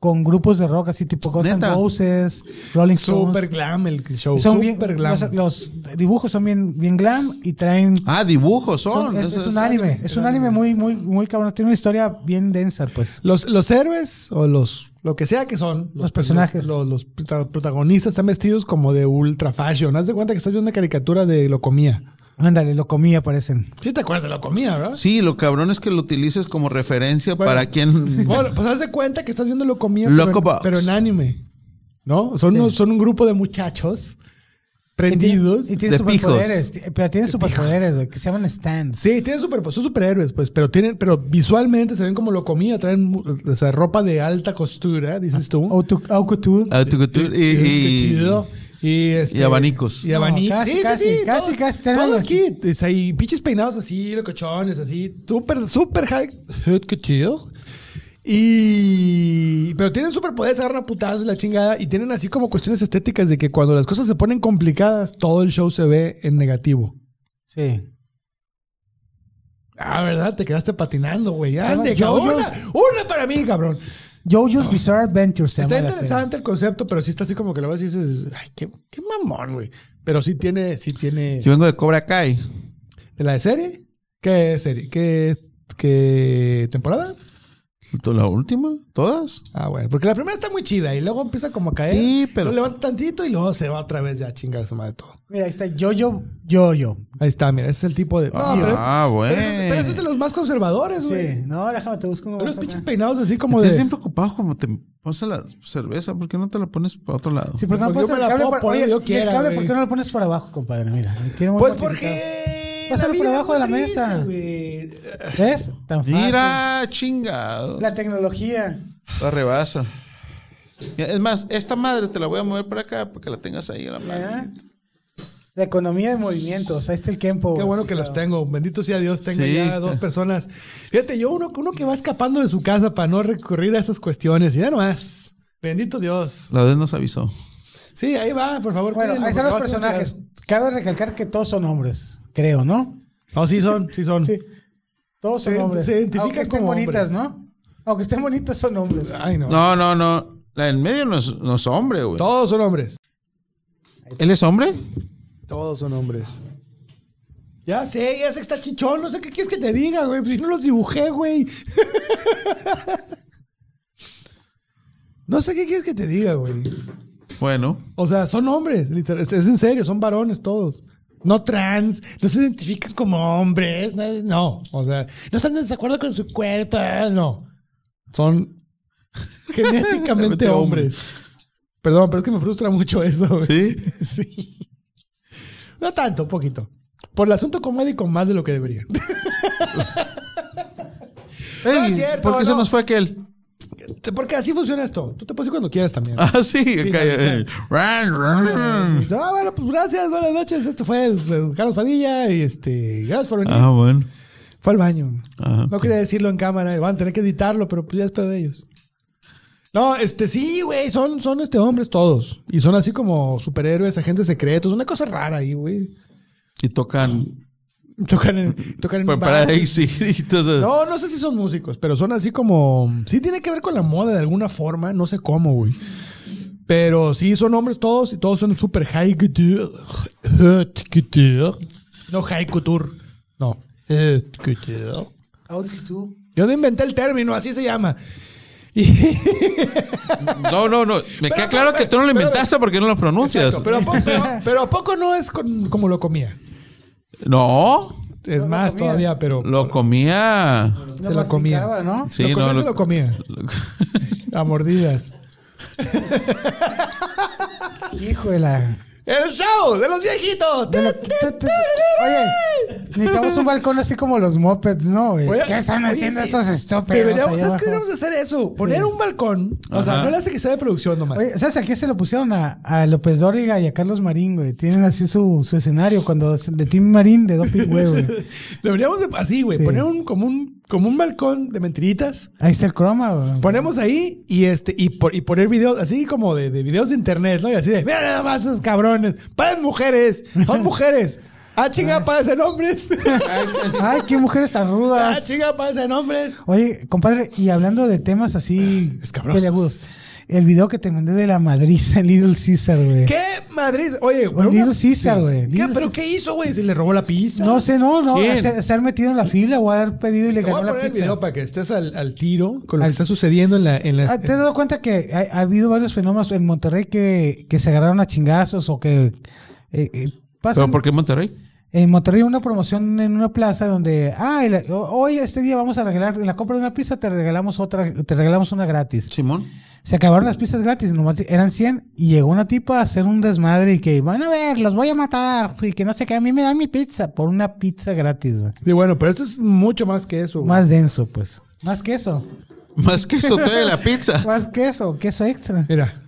S3: con grupos de rock, así tipo Guns N'
S4: Neta.
S3: Roses, Rolling Stones.
S2: Super glam el show.
S3: Y son bien,
S2: super glam.
S3: los, los dibujos son bien, bien glam y traen.
S4: Ah, dibujos son.
S3: son- es,
S4: Eso
S3: es un anime, es un anime muy, muy, muy cabrón. Tiene una historia bien densa, pues.
S2: Los, los héroes o los lo que sea que son
S3: Los personajes.
S2: los, los prota- protagonistas están vestidos como de ultra fashion haz de cuenta que estás viendo una caricatura de lo comía
S3: Ándale, lo comía, parecen.
S2: sí te acuerdas de lo comía verdad
S4: Sí, lo cabrón es que lo utilices como referencia para quien.
S2: Bueno, pues haz de cuenta que estás viendo lo comía
S4: Loco
S2: pero, en-
S4: Box.
S2: pero en anime no son unos- son un grupo de muchachos prendidos
S3: Y tiene
S4: de pijos.
S3: superpoderes. ti- Pero tiene superpoderes, güey, que se llaman stands.
S2: Sí, tienen super, pues, son superhéroes, pues, pero tienen, pero visualmente se ven como lo comía, traen mu- o sea, ropa de alta costura, dices tú.
S3: Haute haute couture.
S4: Ah, tu- tu- y-
S2: Qué
S4: y-
S2: chido. y, este-
S4: y abanicos.
S2: Y abanicos.
S3: No, casi, casi, casi,
S2: todo-
S3: casi, traen
S2: Todo
S3: algo así.
S2: aquí. Es ahí, pinches peinados así, locochones, así. Súper, súper high. Hood couture. Y. Pero tienen superpoderes, agarran a putazos y la chingada. Y tienen así como cuestiones estéticas de que cuando las cosas se ponen complicadas, todo el show se ve en negativo.
S3: Sí.
S2: Ah, ¿verdad? Te quedaste patinando, güey.
S3: Cabrón,
S2: Ande,
S3: yo-
S2: cabrón.
S3: yo-
S2: Una, una para mí, cabrón.
S3: JoJo's Bizarre Adventure se
S2: Está
S3: llama la
S2: interesante el concepto, pero sí está así como que lo ves y dices, ay, qué, qué mamón, güey. Pero sí tiene, sí tiene.
S4: Yo vengo de Cobra Kai.
S2: ¿De la de serie? ¿Qué serie? ¿Qué, qué temporada?
S4: ¿La última? ¿Todas?
S2: Ah, bueno, porque la primera está muy chida y luego empieza como a caer.
S4: Sí, pero-
S2: Lo levanta tantito y luego se va otra vez ya a chingar su madre todo.
S3: Mira, ahí está Jojo, Jojo.
S2: Ahí está, mira, ese es el tipo de. No,
S4: Ah,
S2: pero, es,
S4: bueno.
S2: pero, ese es, pero ese es de los más conservadores, güey.
S3: Sí, no, déjame te busco uno.
S2: Unos
S3: más
S2: pinches
S3: acá.
S2: peinados así como
S4: Estás
S2: de.
S4: bien preocupado como te pones la cerveza. ¿Por qué no te la pones para otro lado?
S3: Sí, porque no
S2: Porque
S3: pones
S2: yo me
S3: el
S2: la
S3: cable
S2: puedo
S3: para-
S2: poner donde
S3: oye,
S2: yo
S3: y el
S2: quiera,
S3: cable,
S2: güey.
S3: ¿por qué no lo pones para abajo, compadre? Mira, me tiene muy
S2: Pues
S3: mortificado.
S2: porque.
S3: Pásalo
S2: la
S3: por
S2: vida
S3: abajo de
S2: es
S3: la
S2: muy
S3: mesa.
S2: triste, güey.
S3: ¿Ves? Tan fácil.
S4: Mira, chingado.
S3: La tecnología.
S4: La rebasa. Mira, Es más, esta madre te la voy a mover para acá para que la tengas ahí en la mano.
S3: ¿verdad? La economía de movimientos. Ahí está el tiempo.
S2: Qué bueno que los tengo. Bendito sea Dios, tengo
S4: Sí.
S2: ya dos personas. Fíjate, yo uno, uno que va escapando de su casa para no recurrir a esas cuestiones. Y ya nomás. Bendito Dios.
S4: La vez nos avisó.
S2: Sí, ahí va, por favor.
S3: Bueno,
S2: cuídenlo,
S3: ahí están
S2: porque
S3: los
S2: va a ser otra
S3: personajes. Cabe recalcar que todos son hombres, creo, ¿no?
S2: vez. No, sí son, sí son.
S3: Sí. Todos son
S2: Se-
S3: hombres.
S2: se identifican
S3: Aunque estén
S2: como
S3: bonitas, ¿no? Aunque estén bonitas, son hombres.
S2: Ay, no.
S4: No, no, no. La en medio no es, no es hombre, güey.
S2: Todos son hombres.
S4: ¿Él es hombre?
S2: Todos son hombres. Ya sé, ya sé que está chichón. No sé qué quieres que te diga, güey. Pues Si no los dibujé, güey. no sé qué quieres que te diga, güey.
S4: Bueno.
S2: O sea, son hombres, literal. Es, es en serio, son varones todos. No trans, no se identifican como hombres, no, no. o sea, no están en desacuerdo con su cuerpo, ah, no. Son genéticamente hombres. Perdón, pero es que me frustra mucho eso. güey. sí. No tanto, un poquito. Por el asunto comédico más de lo que debería. No es cierto,
S4: ¿Por qué se
S2: no.
S4: nos fue aquel?
S2: Porque así funciona esto. Tú te puedes ir cuando quieras también.
S4: Ah, sí. acá,
S2: la
S4: eh, ran, ran.
S2: Ah, bueno, pues gracias, buenas noches. Esto fue eh, Carlos Padilla y este, gracias por venir.
S4: Ah, bueno.
S2: Fue al baño.
S4: Ajá.
S2: No quería decirlo en cámara. Van a tener que editarlo, pero pues ya es pedo de ellos. No, este sí, güey. Son, son este hombres todos. Y son así como superhéroes, agentes secretos. Una cosa rara ahí, güey.
S4: Y tocan
S2: Tocan en. Tocan en
S4: para, para
S2: bares.
S4: ahí, sí. Entonces,
S2: No, no sé si son músicos, pero son así como. Sí, tiene que ver con la moda de alguna forma. No sé cómo, güey. Pero sí, son hombres todos y todos son super high couture. Haute couture. No high couture. No. Haute couture.
S3: Aunque tú.
S2: Yo no inventé el término, así se llama.
S4: No, no, no. Me queda claro que tú no lo inventaste porque no lo pronuncias.
S2: Exacto, pero, ¿a poco, pero- pero ¿a poco no es con- como lo comía?
S4: No,
S2: Es más todavía, pero
S4: lo comía.
S2: se lo comía.
S3: masticaba, ¿no?
S4: Sí,
S2: lo comía,
S4: no,
S2: se
S4: lo-
S2: lo comía. A mordidas.
S3: Hijo de la.
S2: ¡El show de los viejitos!
S3: de la- Oye, necesitamos un balcón así como los mopeds, ¿no? güey?
S2: Oye,
S3: ¿Qué están
S2: oye,
S3: haciendo
S2: sí.
S3: estos estúpidos?
S2: Deberíamos,
S3: ahí
S2: ¿sabes qué
S3: abajo?
S2: deberíamos hacer eso? Poner un balcón. O sea,
S4: Ajá.
S2: no le hace que sea de producción nomás.
S3: Oye, ¿sabes a qué se lo pusieron? A, a López Dóriga y a Carlos Marín, güey. Tienen así su, su escenario cuando se- de Tim Marín de Doping, güey, güey.
S2: Deberíamos de, así, güey.
S3: Sí.
S2: Poner un como, un como un balcón de mentiritas.
S3: Ahí está el croma, güey.
S2: Ponemos ahí y este y, por- y poner videos así como de, de videos de internet, ¿no? Y así de, mira nada más esos cabrones. Parecen mujeres. Son mujeres. Ah, chinga, parecen hombres.
S3: Ay, qué mujeres tan
S2: Pues, ah,
S3: rudas.
S2: chinga, parecen hombres.
S3: Oye, compadre, y hablando de temas así
S2: Escabrosos.
S3: peleagudos, el video que te mandé de la madriza en Little Caesar, güey.
S2: ¿Qué Madrid? Oye,
S3: Güey,
S2: pero una-
S3: Little Caesar, güey.
S2: ¿Qué?
S3: Little
S2: ¿Pero qué hizo, güey? ¿Se le robó la pizza?
S3: No sé, no, no.
S4: ¿Quién?
S3: Se, se han metido en la fila o haber pedido y le
S2: Te voy
S3: ganó
S2: a
S3: la
S2: poner el
S3: pizza.
S2: video para que estés al, al tiro con lo
S3: Al-
S2: que está sucediendo en la... En la-
S3: Ah, ¿Te has dado cuenta que ha, ha habido varios fenómenos en Monterrey que, que se agarraron a chingazos o que eh, eh,
S4: ¿Pero
S3: pasan?
S4: por qué Monterrey?
S3: En Monterrey una promoción en una plaza donde, ah, el- ho- hoy este día vamos a regalar, en la compra de una pizza te regalamos otra, te regalamos una gratis.
S4: Simón.
S3: Se acabaron las pizzas gratis, nomás eran 100 y llegó una tipa a hacer un desmadre y que van a ver, los voy a matar y que no sé qué, a mí me dan mi pizza por una pizza gratis. güey.
S2: Sí, bueno, pero esto es mucho más que eso. güey.
S3: Más denso, pues. Más que eso.
S4: Más que eso de la pizza.
S3: Más queso, queso extra.
S2: Mira,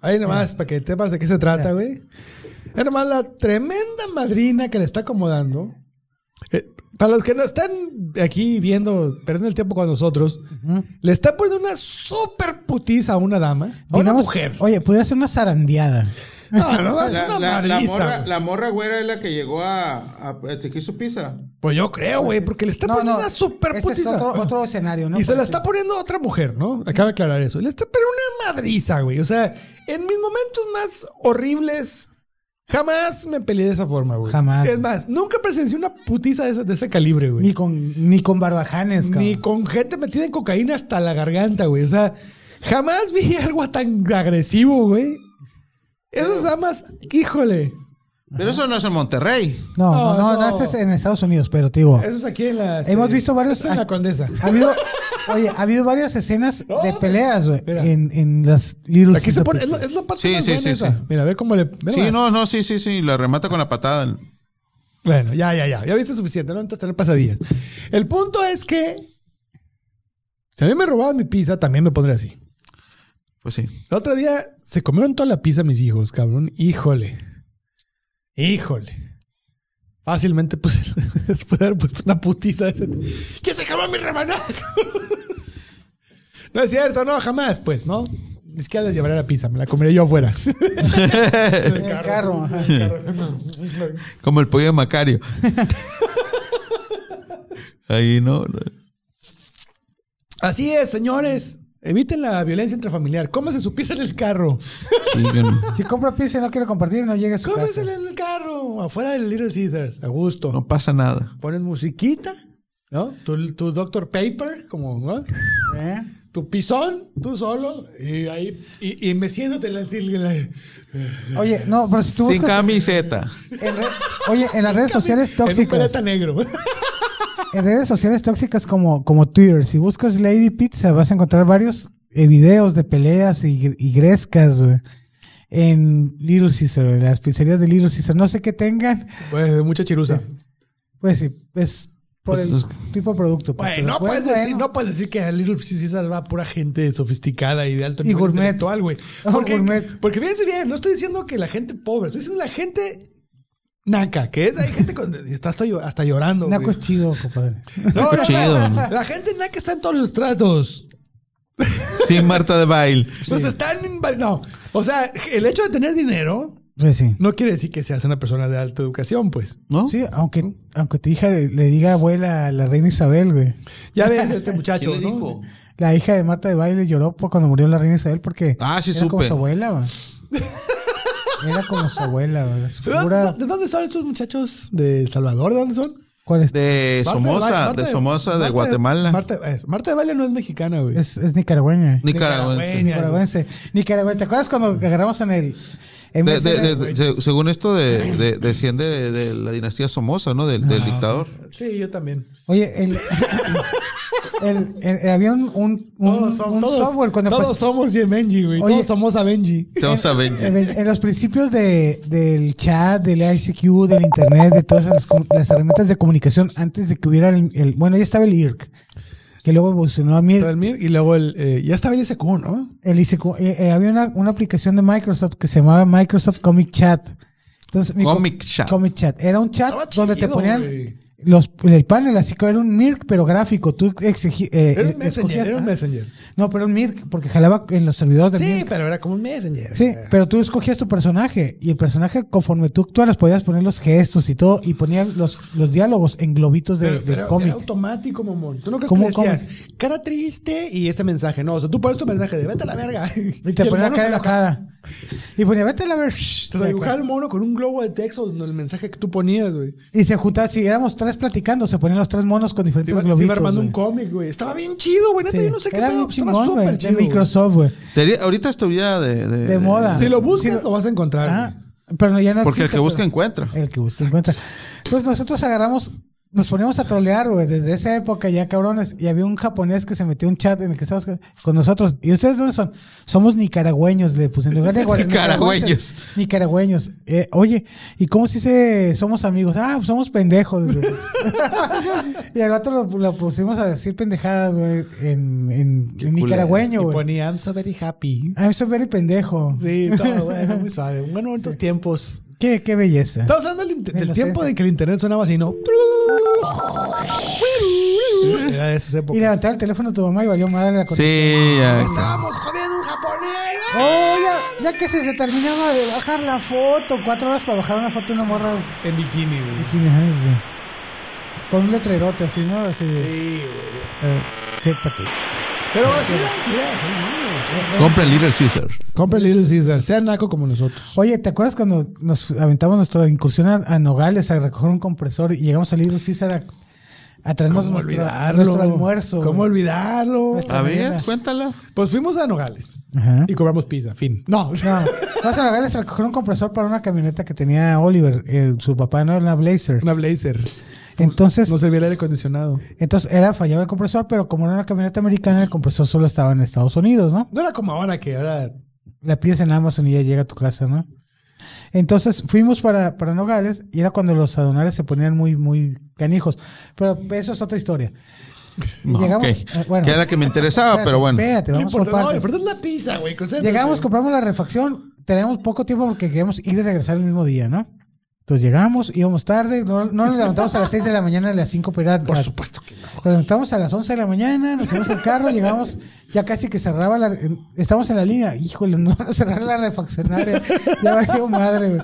S2: ahí nomás, para que sepas de qué se trata, güey. Es nomás la tremenda madrina que le está acomodando. Eh, para los que no están aquí viendo, perdiendo el tiempo con nosotros, le está poniendo una super putiza a una dama. A una
S3: Digamos,
S2: mujer.
S3: Oye, pudiera ser una zarandeada.
S2: No, no, es
S8: La,
S2: una
S8: la- la
S2: madriza,
S8: morra,
S2: güey.
S8: la morra güera es la que llegó a, a, a- se quiso pizza.
S2: Pues yo creo, güey, porque le está poniendo una super
S3: Ese es
S2: putiza.
S3: otro, otro escenario, ¿no? pues
S2: y se la
S3: Parece-
S2: está poniendo otra mujer, ¿no? Acaba de aclarar eso. Le está poniendo una madriza, güey. O sea, en mis momentos más horribles, jamás me peleé de esa forma, güey.
S3: Jamás.
S2: Es más, nunca presencié una putiza de ese, de ese calibre, güey.
S3: Ni con, ni con barbajanes, cabrón.
S2: Ni con gente metida en cocaína hasta la garganta, güey. O sea, jamás vi algo tan agresivo, güey. Esas damas, híjole.
S8: Pero eso no es en Monterrey.
S3: No, no,
S2: No,
S3: no, no,
S2: eso-
S3: este es en Estados Unidos, pero te digo.
S2: Eso es aquí en la...
S3: Hemos visto varios-
S2: eso es en la condesa.
S3: Ha habido, oye, ha habido varias escenas
S2: No,
S3: de peleas, güey.
S2: mira.
S3: En, en las Little
S8: Pues
S2: Aquí se
S3: Caesar
S2: pone... Es la,
S3: Pizzas.
S2: es la parte
S8: Sí,
S2: más
S8: sí,
S2: buena
S8: sí,
S2: esa.
S8: sí.
S2: Mira, ve cómo le... ve
S8: Sí,
S2: nomás.
S8: no, no, sí, sí, sí. La remata con la patada.
S2: Bueno, ya, ya, ya. Ya viste suficiente. No antes tener pasadillas. El punto es que si a mí me robaban mi pizza, también me pondría así.
S8: Pues sí.
S2: El otro día se comieron toda la pizza mis hijos, cabrón. Híjole. Híjole. Fácilmente puse, después de haber puesto una putiza. de ese- ¿Quién se acabó mi rebanada? no es cierto, no, jamás, pues, ¿no? Ni siquiera les llevaré la pizza, me la comeré yo afuera.
S3: En el carro. ajá.
S4: Como el pollo de Macario. Ahí no. no.
S2: Así es, señores. Eviten la violencia intrafamiliar. Cómase su pizza en el carro.
S4: Sí, que no.
S3: Si compra pizza y no quiere compartir, no llega a su casa.
S2: Cómensela en el carro, afuera del Little Caesars, a gusto.
S4: No pasa nada.
S2: Pones musiquita, ¿no? Tu, tu Doctor Paper, como, ¿no?
S3: ¿Eh?
S2: Tu pisón, tú solo, y ahí, y, y meciéndote en la en la-
S3: Oye, no, pero si tú
S4: Sin
S3: buscas...
S4: camiseta.
S3: en re- oye, en las redes sociales
S2: en un
S3: tóxicas.
S2: pelota negro.
S3: En redes sociales tóxicas como, como Twitter, si buscas Lady Pizza vas a encontrar varios eh, videos de peleas y, y grescas güey, en Little Caesar, en las pizzerías de Little Caesar. No sé qué tengan,
S2: pues mucha chirusa.
S3: pues sí, es por
S4: Pues
S3: el
S4: es-
S3: tipo de producto. pues,
S2: Bueno,
S3: pero,
S2: no
S3: pues,
S2: puedes, decir,
S3: bueno.
S2: no puedes decir que a Little Caesars va pura gente sofisticada y de alto
S3: Y gourmet.
S2: intelectual, güey.
S3: Oh,
S2: Porque,
S3: gourmet.
S2: porque fíjense bien, no estoy diciendo que la gente pobre, estoy diciendo la gente naca, que es, hay gente con, está hasta, llo- hasta llorando. güey.
S3: Naco es chido, compadre.
S2: No, no,
S4: chido.
S2: no. La gente naca está en todos los estratos.
S4: Sin Marta de baile.
S2: Nos están. inva- No. O sea, el hecho de tener dinero
S3: Pues sí.
S2: no quiere decir que seas una persona de alta educación, pues.
S4: ¿No?
S3: Sí, aunque, aunque tu hija le, le diga abuela a la reina Isabel, güey.
S2: Ya ves a este muchacho,
S4: ¿Quién le dijo?
S2: ¿no?
S3: La hija de Marta de Baile lloró por cuando murió la reina Isabel porque
S8: Ah, sí
S3: era
S8: supe.
S3: como su abuela. güey. Era como su abuela, güey. Su
S2: ¿De dónde-
S3: figura
S2: ¿De dónde son estos muchachos? ¿De El Salvador? ¿De dónde son?
S3: ¿Cuál es?
S4: De
S2: Marta
S4: Somoza,
S2: Baile-
S4: de
S2: Marta
S4: Somoza, de
S2: Marta
S4: Guatemala.
S2: Marta, es- Marta eh, de Baile no es mexicana, güey.
S3: Es, es nicaragüeña.
S4: Nicaragüense.
S3: Nicaragüense. Nicaragüense. ¿Te acuerdas cuando agarramos en el. en
S4: De-
S3: ese-
S4: de- de- de- se- según esto, de, de- desciende de, de la dinastía Somoza, ¿no? Del, del dictador.
S2: Sí, yo también.
S3: Oye, el. el- el- había un, un, un-
S2: todos somos,
S3: un
S2: todos,
S3: software cuando
S2: todos
S3: pas-
S2: somos Ye Benji, güey.
S3: Oye.
S2: Todos somos a Benji.
S4: Vamos a ver.
S3: En, en los principios de, del chat, del ICQ, del internet, de todas las, com- las herramientas de comunicación, antes de que hubiera el, el- bueno, ya estaba el IRC, que luego evolucionó a MIRC,
S2: Y luego el. eh, ya estaba el SQ, ¿no?
S3: el ICQ, eh, eh, había una, una aplicación de Microsoft que se llamaba Microsoft Comic Chat. Entonces, mi co-
S4: Comic Chat.
S3: Comic Chat. Era un chat
S2: Estaba
S3: donde te
S2: chido,
S3: ponían
S2: güey.
S3: los, el panel, así que era un MIRC, pero gráfico. Tú exigí, eh,
S2: Era un
S3: eh,
S2: Messenger.
S3: escogías-
S2: Era un
S3: ah,
S2: Messenger.
S3: No, pero un MIRC, porque jalaba en los servidores de
S2: Sí,
S3: MIRC.
S2: pero era como un Messenger.
S3: Sí, pero tú escogías tu personaje y el personaje conforme tú actuaras podías poner los gestos y todo y ponían los, los diálogos en globitos de,
S2: Pero-
S3: de
S2: pero era
S3: cómic.
S2: automático, mamón. Tú no crees
S3: ¿Cómo
S2: que decías
S3: cómic?
S2: cara triste y este mensaje. No, o sea, tú pones tu mensaje de vete a la verga.
S3: Y te
S2: el
S3: ponía la
S2: mono
S3: cara
S2: se enojaba.
S3: enojada. Y ponía, vete a la ver. shh,
S2: Te dibujaba el mono con un globo de texto, no, el mensaje que tú ponías, güey.
S3: Y se juntaba, si éramos tres platicando, se ponían los tres monos con
S2: Se
S3: diferentes
S2: iba, se iba
S3: globitos.
S2: armando
S3: güey.
S2: un cómic, güey. Estaba bien chido, güey. Neta,
S3: Sí,
S2: yo no sé qué
S3: Era
S2: pedo.
S3: bien
S2: Estaba
S3: chingón,
S2: súper
S3: güey, de
S2: chido, güey.
S3: Microsoft, güey.
S4: Sería- ahorita estuviera de, de,
S3: De moda.
S2: Si lo buscas,
S3: Sí,
S2: lo vas a encontrar.
S3: Ah,
S2: güey.
S3: pero no, ya no
S4: Porque el
S3: existe,
S4: que busca
S3: pero-
S4: encuentra.
S3: El que busca encuentra. Pues nosotros agarramos, nos poníamos a trolear, güey, desde esa época ya cabrones. Y había un japonés que se metió un chat en el que estábamos con nosotros. ¿Y ustedes dónde son? Somos nicaragüeños, le puse. En lugar de guar-
S4: Nicaragüeños.
S3: Nicaragüeños. Eh, oye, ¿y cómo se dice somos amigos? Ah, pues somos pendejos. y al otro lo, lo pusimos a decir pendejadas, güey, en, en, en nicaragüeño,
S2: Y
S3: güey.
S2: ponía "Ah, I'm so very happy.
S3: Ah, soy very pendejo.
S2: Sí, todo, güey. era muy suave. Bueno, estos tiempos.
S3: Qué, qué belleza.
S2: Estamos hablando del, inter-
S3: En
S2: del
S3: los
S2: tiempo de que el internet sonaba así, ¿no? Era de esas
S3: Y
S2: épocas.
S3: levantar el teléfono a tu mamá y valió madre la conexión.
S4: Sí, ya está.
S2: Estábamos jodiendo un japonés.
S3: Oh, ya, ya que se, se terminaba de bajar la foto, cuatro horas para bajar una foto de una morra de
S2: En bikini, güey.
S3: bikini, ajá, sí. con un letrerote así, ¿no? Así,
S2: Sí, güey.
S3: eh, qué patético.
S2: Pero así era, así era, así era.
S4: Compra el Little Caesar.
S2: Compre Little Caesar, sea naco como nosotros.
S3: Oye, ¿te acuerdas cuando nos aventamos nuestra incursión a, a Nogales a recoger un compresor y llegamos a Little César a, a traernos nuestro, nuestro almuerzo?
S2: ¿Cómo
S3: güey?
S2: olvidarlo?
S4: A ver,
S3: mañana.
S4: cuéntala.
S2: Pues fuimos a Nogales
S3: Ajá.
S2: y cobramos pizza, fin. No,
S3: No, vamos a Nogales a recoger un compresor para una camioneta que tenía Oliver, eh, su papá, ¿no? Una Blazer.
S2: una blazer.
S3: Entonces,
S2: No servía el aire acondicionado.
S3: Entonces era fallaba el compresor, pero como era una camioneta americana, el compresor solo estaba en Estados Unidos, ¿no?
S2: No era como ahora que ahora
S3: La pides en Amazon y ya llega a tu casa, ¿no? Entonces fuimos para, para Nogales y era cuando los aduanales se ponían muy, muy canijos. Pero eso es otra historia. Y
S4: No,
S3: llegamos,
S4: ok.
S3: eh, bueno.
S4: que era la que me interesaba,
S3: Espérate,
S4: pero bueno.
S3: Espérate,
S2: No
S3: vamos por
S2: importa, no,
S3: partes.
S2: importa una pizza, güey. concéntrate.
S3: Llegamos, compramos la refacción, teníamos poco tiempo porque queríamos ir y regresar el mismo día, ¿no? Entonces llegamos, íbamos tarde, no, no nos levantamos a las 6 de la mañana, a las 5 para ir a-
S2: Por
S3: a-
S2: supuesto que no.
S3: Nos levantamos a las 11 de la mañana, nos fuimos al carro, llegamos, ya casi que cerraba la. eh, Estamos en la línea, híjole, no van a cerrar la refaccionaria. Ya bajé madre, güey.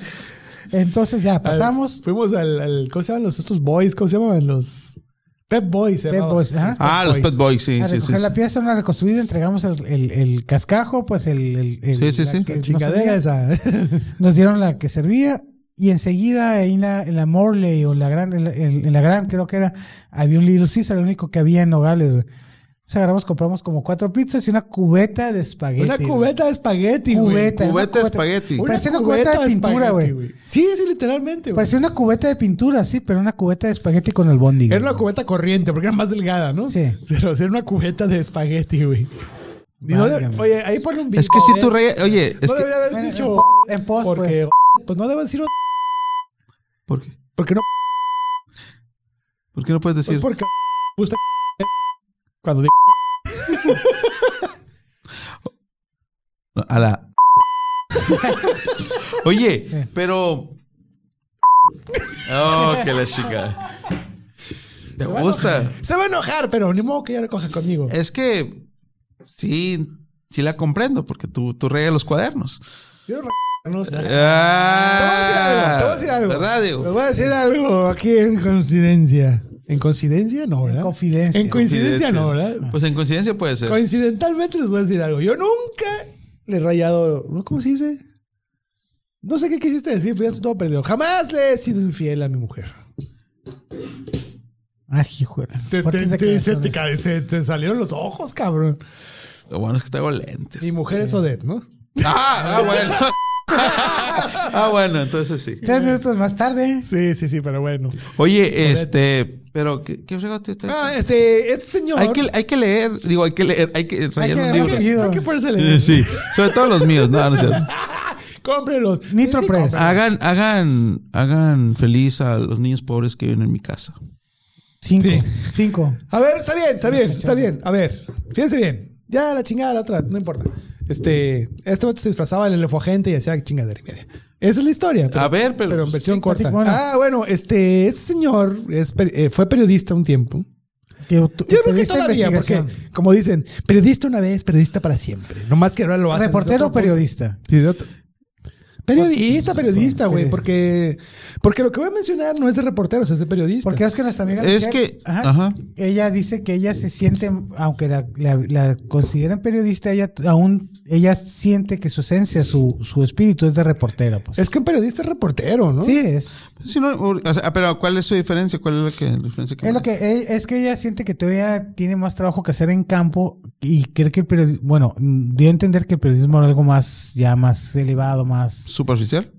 S3: Entonces ya pasamos.
S2: Fuimos al, al- ¿Cómo se llaman los estos boys? ¿Cómo se llaman los. Pep Boys, se
S3: Pep
S2: llamaban.
S3: Boys, ajá.
S4: Ah, los Pet Boys, sí,
S3: a
S4: sí, sí.
S3: recoger la pieza, una reconstruida, entregamos el, el- el cascajo, pues el. el- el-
S4: Sí, sí,
S3: la
S4: sí.
S3: que
S2: La
S3: nos
S2: Chingadera
S3: servía.
S2: esa.
S3: Nos dieron la que servía y enseguida ahí en la, en la Morley o la Gran, en la, en la Gran creo que era, había un Little Caesar, el único que había en Nogales, güey. Entonces agarramos, compramos como cuatro pizzas y una cubeta de espagueti.
S2: una
S3: güey.
S2: cubeta de espagueti, güey.
S3: Cubeta. una
S4: Cubeta de espagueti.
S2: Una
S3: Parecía una cubeta de pintura,
S2: espagueti,
S3: güey.
S2: Sí, sí, literalmente, güey.
S3: Parecía una cubeta de pintura, sí, pero una cubeta de espagueti con el bondi.
S2: Era una cubeta corriente, porque era más delgada, ¿no?
S3: Sí.
S2: Pero sí era una cubeta de espagueti, güey. Y no
S3: Válgame.
S2: de- oye, ahí pone un video.
S4: Es que si
S2: ¿eh?
S4: tú rey, oye, es
S2: no
S4: que
S2: debería haber
S3: Bueno, en
S2: dicho.
S3: post- en post,
S2: porque,
S3: pues.
S2: pues. no debo decir.
S4: ¿por qué?
S2: Porque no.
S4: ¿Por qué no puedes
S2: Pues
S4: decir?
S2: porque me gusta. Cuando digo.
S4: A la. Oye, pero. Oh, que la chica. Me
S2: va a
S4: gusta.
S2: Se va a enojar, pero ni modo que ya recoja conmigo.
S4: Es que. Sí, sí la comprendo, porque tú, tú reyes los cuadernos.
S2: Yo re- no sé.
S4: Ah,
S2: Te voy a decir algo, te voy a decir algo. Les
S4: Radio.
S2: voy a decir algo aquí en coincidencia. ¿En coincidencia? No, ¿verdad?
S3: En pues, confidencia.
S2: En coincidencia no, ¿verdad?
S4: Pues en coincidencia puede ser.
S2: Coincidentalmente les voy a decir algo. Yo nunca le he rayado. ¿no? ¿Cómo se dice? No sé qué quisiste decir, pero ya estoy todo perdido. Jamás le he sido infiel a mi mujer.
S3: Ay, hijo. de-
S2: Te, te-
S3: fuertes
S2: te- te-
S3: declaraciones.
S2: te ca- se- te salieron los ojos, cabrón.
S4: Lo bueno es que tengo lentes.
S2: Y mujeres Odet, ¿no?
S4: Ah, ah, bueno. ah, bueno, entonces sí.
S3: Tres minutos más tarde.
S2: Sí, sí, sí, pero bueno.
S4: Oye, este, pero ¿qué, qué fregado te está-
S2: Ah, este, este señor.
S4: hay, que, hay que leer, digo, hay que leer, hay que
S3: Hay
S4: rayar
S3: que-
S4: un
S3: hay
S4: libro.
S3: que-
S2: hay que ponérsele.
S4: Eh, Sí, sobre todo los míos, no, no es cierto.
S2: Cómprenlos.
S3: Nitro
S2: Sí, sí,
S3: Press.
S4: Hagan, hagan, hagan feliz a los niños pobres que viven en mi casa.
S3: Cinco.
S2: Sí.
S3: Cinco.
S2: A ver, está bien, está bien, está bien. A ver, fíjense bien. Ya la chingada la otra, no importa. Este, este vato se disfrazaba del elefogente y hacía chingadera y media. Esa es la historia.
S4: A ver, pero-
S2: en versión
S3: sí,
S2: corta.
S3: platic- bueno.
S2: Ah, bueno, este, este señor es per- eh, fue periodista un tiempo.
S3: Yo
S2: Yo creo que todavía, porque, como dicen, periodista una vez, periodista para siempre. Nomás que ahora lo hacen.
S3: Reportero o
S2: periodista.
S3: periodista.
S2: Sí, de otro- Periodista, periodista, güey, porque porque lo que voy a mencionar no es de reporteros, es de periodistas.
S3: Porque es que nuestra amiga.
S4: Es
S3: Michelle-
S4: que,
S3: Ajá.
S4: ajá.
S3: Ella dice que ella se siente, aunque la, la- la consideran periodista, ella t- aún ella siente que su esencia, su, su espíritu es de reportera. Pues.
S2: es que un periodista es reportero, ¿no?
S3: Sí, es.
S4: Sí, no, o- o sea, ah, pero ¿cuál es su diferencia? ¿Cuál es la, que, la diferencia que
S3: Es lo que e- es que ella siente que todavía tiene más trabajo que hacer en campo y cree que el periodismo, bueno, mm, dio a entender que el periodismo era algo más ya más elevado, más
S4: superficial?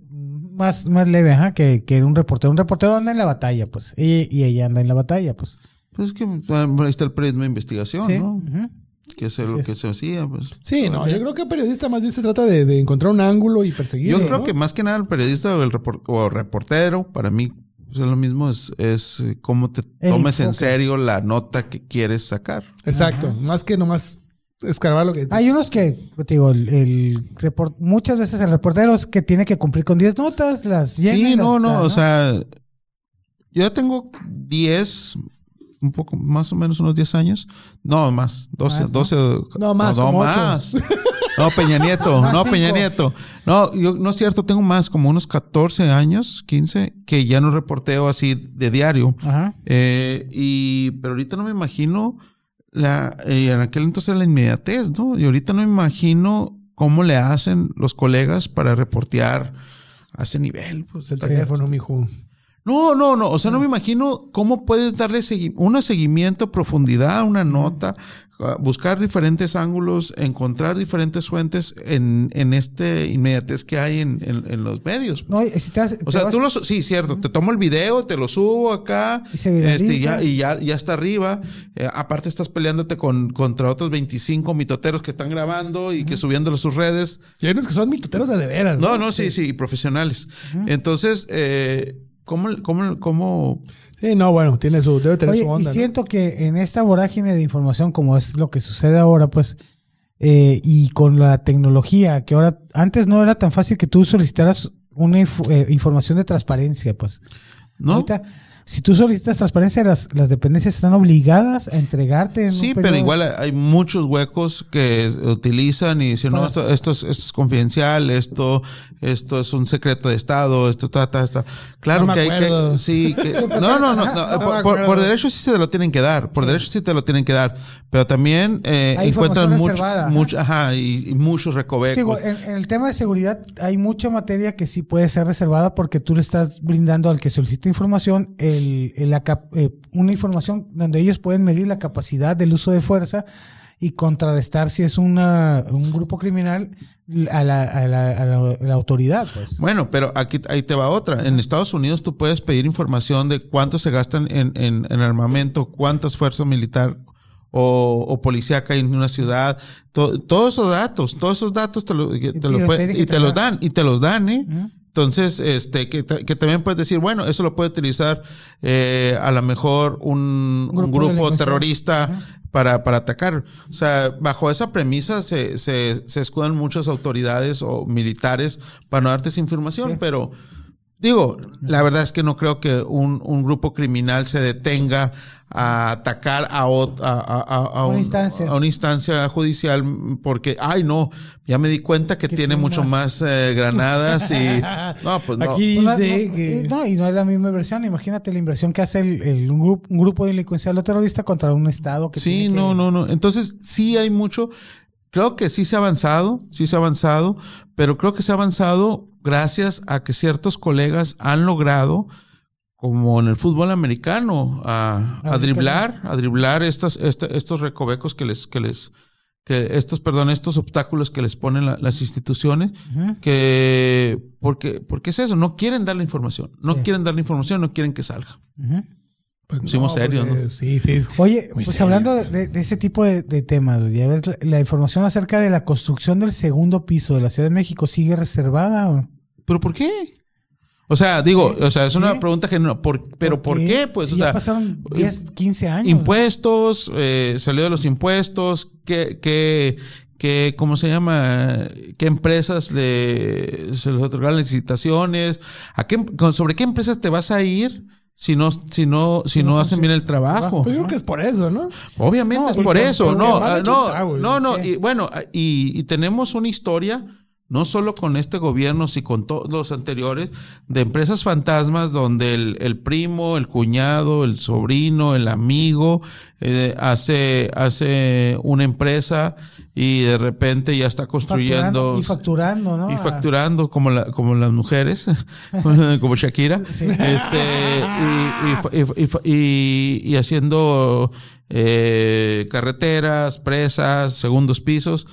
S3: más más leve, ajá, que que era un reportero, un reportero anda en la batalla, pues. Y, y ella anda en la batalla, pues.
S4: Pues es que ah, ahí está el periodismo de investigación,
S3: Sí.
S4: ¿no?
S3: ujú.
S4: Que es lo que se hacía, pues.
S2: Sí, no, yo creo que periodista más bien se trata de, de encontrar un ángulo y perseguirlo.
S4: Yo creo
S2: ¿no?
S4: que más que nada el periodista o el repor- o reportero, para mí, pues, es lo mismo, es, es, eh, cómo te
S3: El
S4: tomes en
S3: enfoque.
S4: serio la nota que quieres sacar.
S2: Exacto, más que nomás escarbar lo que...
S3: Hay unos que, pues, te digo, el, el report- muchas veces el reportero es que tiene que cumplir con 10 notas, las llena. y
S4: Sí,
S3: las-
S4: no, no,
S3: ah,
S4: o sea, yo tengo 10, un poco más o menos unos 10 años. No, más, 12,
S3: Más, ¿no?
S4: 12.
S2: No, más,
S4: No,
S2: como ocho.
S4: más. No, Peña Nieto,
S3: Más
S4: no,
S3: cinco.
S4: Peña Nieto. No, yo, no es cierto, tengo más, como unos 14 años, 15, que ya no reporteo así de diario.
S3: Ajá.
S4: Eh, y, pero ahorita no me imagino la, eh, en aquel entonces la inmediatez, ¿no? Y ahorita no me imagino cómo le hacen los colegas para reportear a ese nivel. Pues,
S2: Pues el teléfono, mijo.
S4: no, no, no. O sea, no me imagino cómo puedes darle segui- una seguimiento, profundidad a una nota, a buscar diferentes ángulos, encontrar diferentes fuentes en, en este inmediatez que hay en, en- en los medios. pues.
S3: No, y si te hace- te
S4: O sea,
S3: vas-
S4: tú lo... su- Sí, cierto. Te tomo el video, te lo subo acá.
S3: Y se viraliza.
S4: este, y ya, y ya, ya está arriba. Eh, aparte estás peleándote con, contra otros 25 mitoteros que están grabando y que subiéndolo a sus redes.
S2: Y hay unos que son mitoteros de de veras.
S4: No, no, sí, sí, y profesionales. Entonces, eh, ¿cómo, cómo, cómo
S2: Sí, no, bueno, tiene su, debe tener
S3: Oye,
S2: su onda.
S3: y
S2: ¿no?
S3: siento que en esta vorágine de información, como es lo que sucede ahora, pues, eh, y con la tecnología, que ahora, antes no era tan fácil que tú solicitaras una inf- eh, información de transparencia, pues.
S4: ¿No?
S3: Ahorita, si tú solicitas transparencia, las, las dependencias están obligadas a entregarte. en un
S4: Sí, pero
S3: periodo-
S4: igual hay- hay muchos huecos que utilizan y dicen, no,
S3: Para-
S4: esto, esto es, esto es confidencial, esto, esto es un secreto de Estado, esto, ta, ta, ta. Claro
S2: No me
S4: que hay
S2: acuerdo.
S4: que, sí, que- no, no, no,
S2: No
S4: no,
S2: me
S4: por- por,
S2: acuerdo.
S4: por derecho sí te lo tienen que dar, por derecho sí te lo tienen que dar, pero también eh,
S3: Hay
S4: encuentran
S3: información
S4: mucho,
S3: reservada.
S4: mucho- ajá, y, y muchos recovecos.
S3: Digo, en, en el tema de seguridad hay mucha materia que sí puede ser reservada porque tú le estás brindando al que solicita información el, el la cap- eh, una información donde ellos pueden medir la capacidad del uso de fuerza y contrarrestar si es una, un grupo criminal a la, a la, a la- a la autoridad. Pues.
S4: Bueno, pero aquí ahí te va otra. En Estados Unidos tú puedes pedir información de cuánto se gastan en, en, en armamento, cuántas fuerzas militar o, o policíaca hay en una ciudad. To- todos esos datos, todos esos datos te, lo, que- te lo
S3: Y
S4: puede-
S3: tienen que
S4: y te los
S3: tener.
S4: dan, y te los dan, ¿eh?
S3: Ujú.
S4: Entonces, este, que, ta- que también puedes decir, bueno, eso lo puede utilizar eh, a lo mejor un, un
S3: Grupo
S4: grupo,
S3: delincuencial.
S4: terrorista para, para atacar. O sea, bajo esa premisa se, se, se escudan muchas autoridades o militares para no darte esa información, pero digo, la verdad es que no creo que un, un grupo criminal se detenga a atacar a, ot- a, a- a- a
S3: Una
S4: un-
S3: instancia.
S4: a una instancia judicial porque, ay no, ya me di cuenta que tiene
S3: tiene
S4: mucho
S3: más.
S4: más más, eh, granadas y. No, pues no.
S2: Aquí
S3: Pues no-
S2: dice
S3: no,
S2: que...
S3: eh, no, y no es la misma inversión. Imagínate la inversión que hace el, el- un, grupo, un grupo delincuencial o terrorista contra un Estado que
S4: Sí,
S3: tiene que-
S4: no, no, no. Entonces, sí hay mucho. Creo que sí se ha avanzado, sí se ha avanzado, pero creo que se ha avanzado gracias a que ciertos colegas han logrado como en el fútbol americano, a, a driblar, a driblar estas, esta- estos recovecos que les, que les, que estos, perdón, estos obstáculos que les ponen la- las instituciones, que, porque, porque es eso, no quieren dar la información, no quieren dar la información, no quieren que salga.
S2: Pues
S4: Pusimos serios,
S2: porque-
S4: ¿no?
S2: Sí, sí.
S3: Oye,
S2: Muy
S3: pues
S2: serio.
S3: hablando de, de ese tipo de, de temas, güey, ya ves, la, la información acerca de la construcción del segundo piso de la Ciudad de México sigue reservada. güey?
S4: ¿Pero por qué? O sea, digo, o sea, es una
S3: ¿Sí?
S4: pregunta genuina, por, pero ¿por qué? Pues,
S3: si
S4: o
S3: ya
S4: sea,
S3: pasaron 10, 15 años.
S4: Impuestos, eh, salió de los impuestos, que, que, que, ¿cómo se llama? ¿Qué empresas le, se les otorgaron licitaciones? ¿A qué, con- ¿Sobre qué empresas te vas a ir si no, si no, si no hacen bien el trabajo?
S2: Pues yo creo que es por eso, ¿no?
S4: Obviamente
S2: No, pues,
S4: es
S2: porque-
S4: por eso,
S2: porque
S4: no,
S2: mal
S4: ah,
S2: hecho
S4: no,
S2: está, güey.
S4: no, no,
S2: ¿Qué?
S4: y bueno, ah, y, y tenemos una historia, no solo con este gobierno, sino con todos los anteriores, de empresas fantasmas donde el, el primo, el cuñado, el sobrino, el amigo, eh, hace, hace una empresa y de repente ya está construyendo
S3: facturando, y facturando, ¿no? Ah.
S4: y facturando como la, como las mujeres, como Shakira, este y, y fa- y fa- y fa- y- y haciendo eh, carreteras, presas, segundos pisos.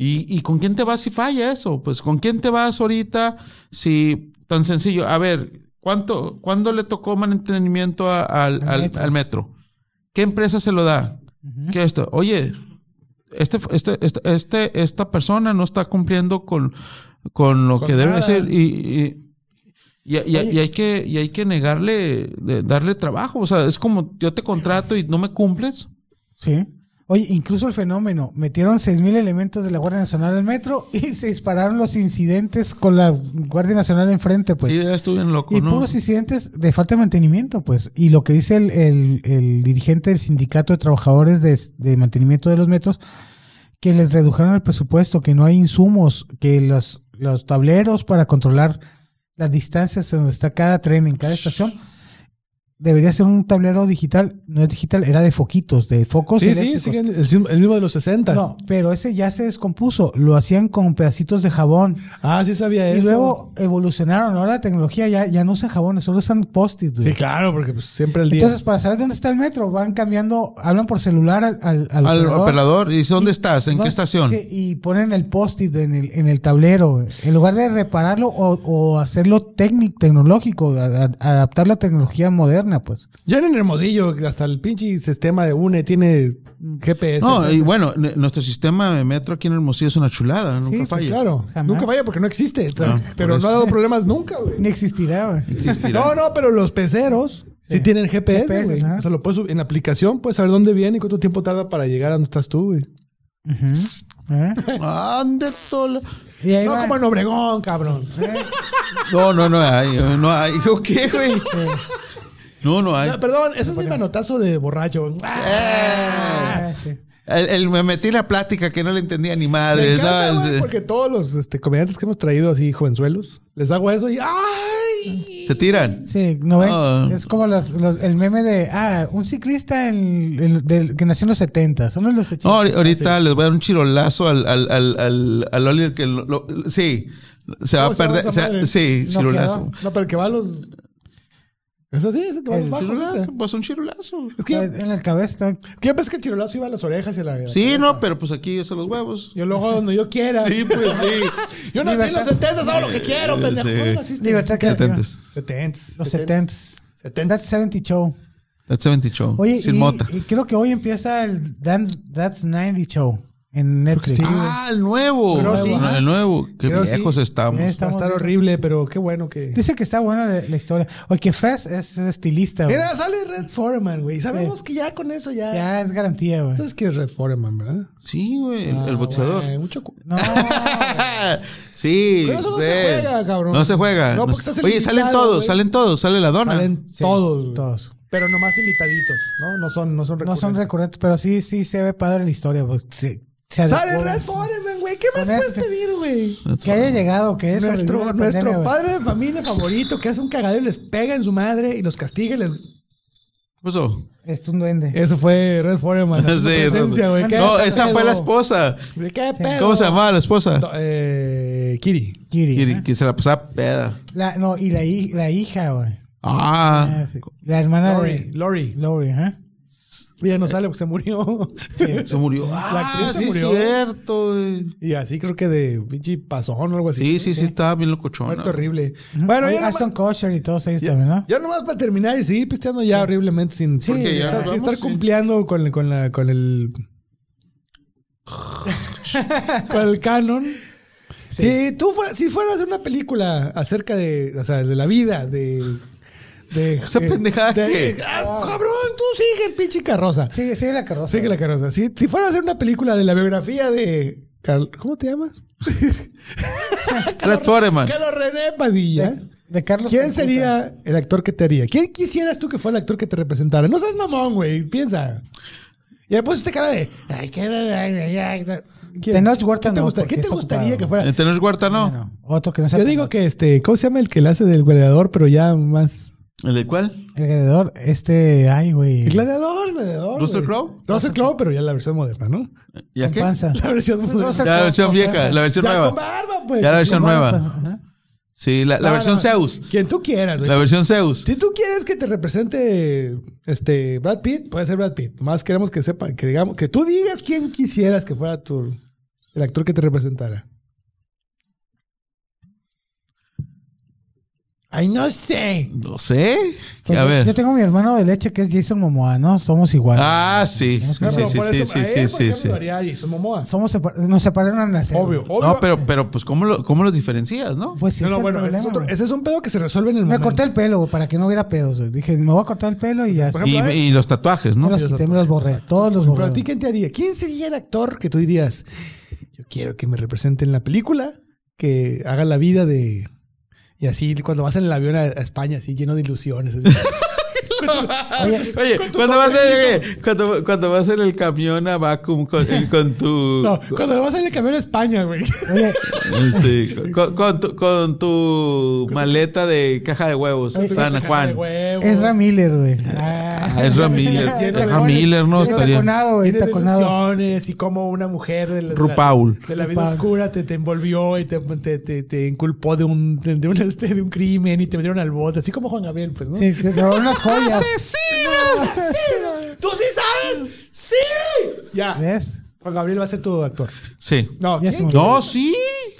S4: ¿Y, y con quién te vas si falla eso? Pues con quién te vas ahorita si tan sencillo. A ver, ¿cuánto, ¿cuándo le tocó mantenimiento a- al,
S3: Al
S4: al-
S3: metro.
S4: al metro? ¿Qué empresa se lo da? ¿Qué esto? Oye, este, este, este, este- esta persona no está cumpliendo con, con lo
S2: Con
S4: que debe
S2: nada.
S4: hacer y, y, y- y- y hay que, y hay que negarle, de- darle trabajo. O sea, es como yo te contrato y no me cumples.
S3: Sí. Oye, incluso el fenómeno, metieron 6.000 elementos de la Guardia Nacional al metro y se dispararon los incidentes con la Guardia Nacional enfrente, pues.
S4: sí, ya estuve en loco,
S3: y
S4: ¿no?
S3: puros incidentes de falta de mantenimiento, pues. Y lo que dice el, el- el dirigente del sindicato de trabajadores de, de mantenimiento de los metros, que les redujeron el presupuesto, que no hay insumos, que los, los tableros para controlar las distancias en donde está cada tren, en cada estación, debería ser un tablero digital. No es digital, era de foquitos, de focos.
S2: Sí, sí,
S3: eléctricos.
S2: siguen, es el mismo de los 60.
S3: No, pero ese ya se descompuso. Lo hacían con pedacitos de jabón.
S2: Ah, sí sabía eso.
S3: Y luego evolucionaron. Ahora la tecnología ya, ya no usan jabones, solo usan post-it. güey.
S2: Sí, claro, porque pues, siempre el día.
S3: Entonces, para saber dónde está el metro, van cambiando, hablan por celular al, al, al
S4: Al operador, ¿y dice,
S3: Y-
S4: dónde estás? ¿En
S3: ¿no?
S4: qué estación?
S3: Sí, y ponen el post-it en el, en el tablero. güey. En lugar de repararlo o, o hacerlo técnico, tecnológico, a- a- adaptar la tecnología moderna, pues.
S2: ya en Hermosillo, hasta el pinche sistema de UNE tiene GPS.
S4: No, y bueno, n- nuestro sistema de metro aquí en Hermosillo es una chulada, nunca
S3: pues,
S4: falla.
S2: claro.
S3: Jamás.
S2: Nunca vaya porque no existe.
S4: Ah, por
S2: pero no
S4: eso.
S2: ha dado problemas nunca, güey.
S3: Ni existirá, güey.
S4: Existirá.
S2: No, no, pero los peceros sí,
S3: Sí.
S2: tienen GPS,
S3: GPS,
S2: güey.
S3: ajá.
S2: O sea, lo puedes sub- en la aplicación, puedes saber dónde viene y cuánto tiempo tarda para llegar a donde estás tú, güey.
S3: Ujú. ¿Eh?
S4: Ande sola.
S3: Y ahí
S2: No
S3: va.
S2: como en Obregón, cabrón.
S4: No, no, no hay, no hay. ¿Yo ¿Qué, güey? No, no hay.
S2: No, perdón, ese es mi manotazo de borracho. Ah.
S3: Ah, sí.
S4: Eh, El, el- me metí en la plática que no le entendía ni
S2: Me
S4: madre.
S2: encanta,
S4: ¿no?
S2: güey,
S4: Se-
S2: porque todos los este, comediantes que hemos traído así, jovenzuelos, les hago eso y ¡ay!
S4: Se tiran.
S3: Sí, no ven.
S4: Ah.
S3: Es como las- los- el meme de, ah, un ciclista en- en- del- que nació en los 70, son los 80.
S4: No, ahori- ahorita les voy a dar un chirolazo al, al, al, al, al Oliver que lo- lo- sí, se va a
S2: ¿Cómo se llama
S4: perder.
S2: esa
S4: se va-
S2: madre?
S4: sí,
S3: No
S4: chirolazo.
S2: No, pero el que va a los. Es así, es el que va a los
S3: El
S2: bajos. ese.
S4: Chirolazo, Pues un chirolazo.
S2: Es que yo,
S3: en el cabeza está-
S2: que yo pensé que el chirolazo iba a las orejas y a la. a la
S4: Sí,
S2: cabeza.
S4: no, pero pues aquí yo sé los huevos.
S2: Yo lo hago donde yo quiera.
S4: Sí, pues sí.
S2: Yo nací en los 70, hago lo que quiero,
S4: Sí.
S2: pendejo. ¿Cuándo naciste?
S3: Libertad creativa.
S4: 70s.
S2: 70.
S3: Los 70s.
S2: 70s.
S3: That 70 show.
S4: That's 70 show.
S3: Oye,
S4: Sin
S3: y,
S4: mota.
S3: y creo que hoy empieza el Dance- That's 90 show en Netflix.
S4: ah, el nuevo.
S2: Creo sí.
S4: No, El nuevo. Qué
S2: Creo sí.
S4: viejos estamos.
S3: Está-
S2: Va a estar horrible, pero qué bueno que.
S3: Dice que está buena la, la historia. Oye, que Fez es estilista. güey.
S2: Mira, sale Red Foreman, güey. Sabemos que ya con eso ya.
S3: Ya es garantía, güey.
S2: ¿Sabes quién es Red Foreman, verdad? Ah,
S4: Sí, güey, el, el boxeador.
S2: Güey, mucho cu-
S3: No,
S4: sí.
S2: Pero eso no
S4: sí.
S2: se juega, cabrón.
S4: No se juega.
S2: No,
S4: No
S2: porque
S4: se-
S2: estás
S4: Oye, salen
S2: limitado,
S4: todos,
S2: güey.
S4: salen todos, sale la dona.
S2: Salen todos, güey.
S3: todos.
S2: Pero nomás invitaditos, ¿no? No son, no son
S3: No son
S2: recurrentes.
S3: recurrentes, pero sí, sí se ve padre la historia. Pues, se, se
S2: Sale
S3: adecuó.
S2: Red Foreman, güey. ¿Qué más
S3: Con
S2: puedes
S3: este-
S2: pedir, güey?
S3: Que haya llegado, que es
S2: Nuestro, nuestro padre de familia favorito que hace un cagadero y les pega en su madre y los castiga y les...
S4: ¿Qué pasó?
S3: Es un duende.
S2: Eso fue Red Foreman.
S4: Sí,
S2: haciendo presencia,
S4: no,
S2: güey. ¿Qué
S4: no,
S2: pedo?
S4: esa fue la esposa.
S2: ¿Qué pedo?
S4: ¿Cómo se llamaba la esposa?
S2: No, eh, Kiri.
S3: Kiri.
S4: Que, que se la pasaba peda.
S3: La, no, y la, hi- la hija, güey.
S4: Ah,
S3: Ah, sí. La hermana
S2: Lori,
S3: de
S2: Lori.
S3: Lori, ajá.
S2: Ella no sale porque se murió.
S4: se murió.
S2: La actriz
S4: Ah,
S2: se
S4: sí, es
S2: murió.
S4: cierto. güey.
S2: Y así creo que de pinche pasón o algo así.
S4: Sí, sí, sí, estaba bien
S2: Muerto
S4: locochona.
S2: horrible.
S3: Bueno,
S2: Bueno, ya nomás-
S3: Aston Kutcher y todos ellos
S2: Ya,
S3: también, ¿no?
S2: ya nomás para terminar y seguir pisteando ya horriblemente sin, sin
S8: Porque ya
S2: estar,
S8: nos
S2: sin
S8: vamos,
S2: estar
S8: sí.
S2: cumpliendo con, con, la, con el... con el canon. Si tú fueras, si fueras a hacer una película acerca de, o sea, de la vida de... de
S4: Esa
S2: de-
S4: pendejada
S2: de-
S4: que-
S2: Ah, cabrón, tú sigue el pinche carroza.
S3: Sigue, sigue la carroza.
S2: Sigue la carroza. Si, si fueras a hacer una película de la biografía de... Carl- ¿Cómo te llamas?
S4: Era Foreman.
S2: Carlos René Padilla.
S3: De, de Carlos.
S2: ¿Quién
S3: Pancuta.
S2: sería el actor que te haría? ¿Quién quisieras tú que fuera el actor que te representara? No seas mamón, güey. Piensa. Y le pusiste cara de. Ay, qué. ay, ay, ay, ay. ¿Quién?
S3: Tenoch Huerta
S2: ¿Quién te
S3: no,
S2: gusta-
S3: porque
S2: ¿Quién te
S3: está
S2: gustaría
S3: ocupado.
S2: que fuera?
S4: ¿Tenés huerta,
S3: No,
S4: no?
S3: no, Otro que no sea
S2: Yo digo
S3: Tenoch.
S2: que este. ¿Cómo se llama el que le hace del gladiador, pero ya más.
S4: ¿El de cuál?
S3: El gladiador, este. Ay, güey.
S2: El gladiador, gladiador.
S4: ¿Russell
S2: güey.
S4: Crowe?
S2: Russell Crowe, pero ya la versión moderna, ¿no?
S4: ¿Ya
S3: Con
S4: qué?
S3: panza.
S2: La versión moderna.
S4: Ya la versión vieja, la versión
S2: Ya con
S4: nueva.
S2: barba, pues.
S4: Ya la versión
S2: Con barba,
S4: nueva.
S2: pues, ajá.
S4: Sí, la, la
S2: No,
S4: versión
S2: no,
S4: Zeus.
S2: Quien tú quieras, güey.
S4: La versión Zeus.
S2: Si tú quieres que te represente este Brad Pitt, puede ser Brad Pitt. Más queremos que sepan, que digamos, que tú digas quién quisieras que fuera tu el actor que te representara. Ay, no sé.
S4: No sé.
S3: Pues
S4: A
S3: yo- Yo
S4: ver.
S3: tengo mi hermano de leche que es Jason Momoa, ¿no? Somos iguales.
S4: Ah, sí. Sí,
S2: No,
S4: sí,
S2: pero
S4: sí,
S2: por
S4: sí,
S2: eso, a
S4: sí,
S2: él,
S4: sí,
S2: por
S4: sí,
S2: ejemplo,
S4: sí.
S2: lo haría a Jason Momoa.
S3: Somos separ- nos separaron al nacer.
S2: Obvio, obvio.
S4: No, pero, pero pues, ¿cómo, lo- cómo los diferencias, no?
S3: Pues sí,
S2: No,
S3: ese
S2: no,
S3: es
S2: bueno,
S3: el
S2: ese es,
S3: problema,
S2: otro-
S3: güey.
S2: ese es un pedo que se resuelve en el
S3: Me
S2: momento.
S3: corté el pelo, güey, para que no hubiera pedos, güey. Dije, me voy a cortar el pelo y ya.
S2: Por
S3: Por
S2: ejemplo,
S3: ejemplo,
S4: Y, y los tatuajes, ¿no?
S3: los quité, me los borré. Todos los
S2: Pero
S3: borré.
S2: a ti, ¿quién te haría? ¿Quién sería el actor que tú dirías, yo quiero que me represente en la película, que haga la vida de... Y así, cuando vas en el avión a, a España, así, lleno de ilusiones. así.
S4: Oye, cuando vas, a, cuando, cuando vas en el camión a Vacuum con, eh, con tu...
S2: No, cuando vas en el camión a España, güey.
S3: Oye,
S4: Sí, con, con tu, con tu maleta de caja de huevos, San
S2: De
S4: Juan.
S2: huevos.
S3: Ezra Miller, güey.
S4: Ah, es Ramiller.
S2: Lleno de
S4: Ezra Miller, ¿no?
S3: Bien
S4: Estaría...
S3: taconado, güey,
S2: Lleno de
S3: taconado.
S2: ilusiones y cómo una mujer de la, de la-
S4: Rupaul.
S2: de la vida oscura te, te envolvió y te, te, te, te inculpó de un, de, de un, este, de un crimen y te metieron al bote, así como Juan Gabriel, pues, ¿no?
S3: Sí, te robaron unas joyas.
S2: ¡Tú sí sabes! ¡Sí! Ya.
S3: ¿Ves?
S2: Juan Gabriel va a ser tu actor.
S4: Sí.
S2: No,
S3: Ya
S2: ¿quién?
S3: se murió.
S4: No, sí.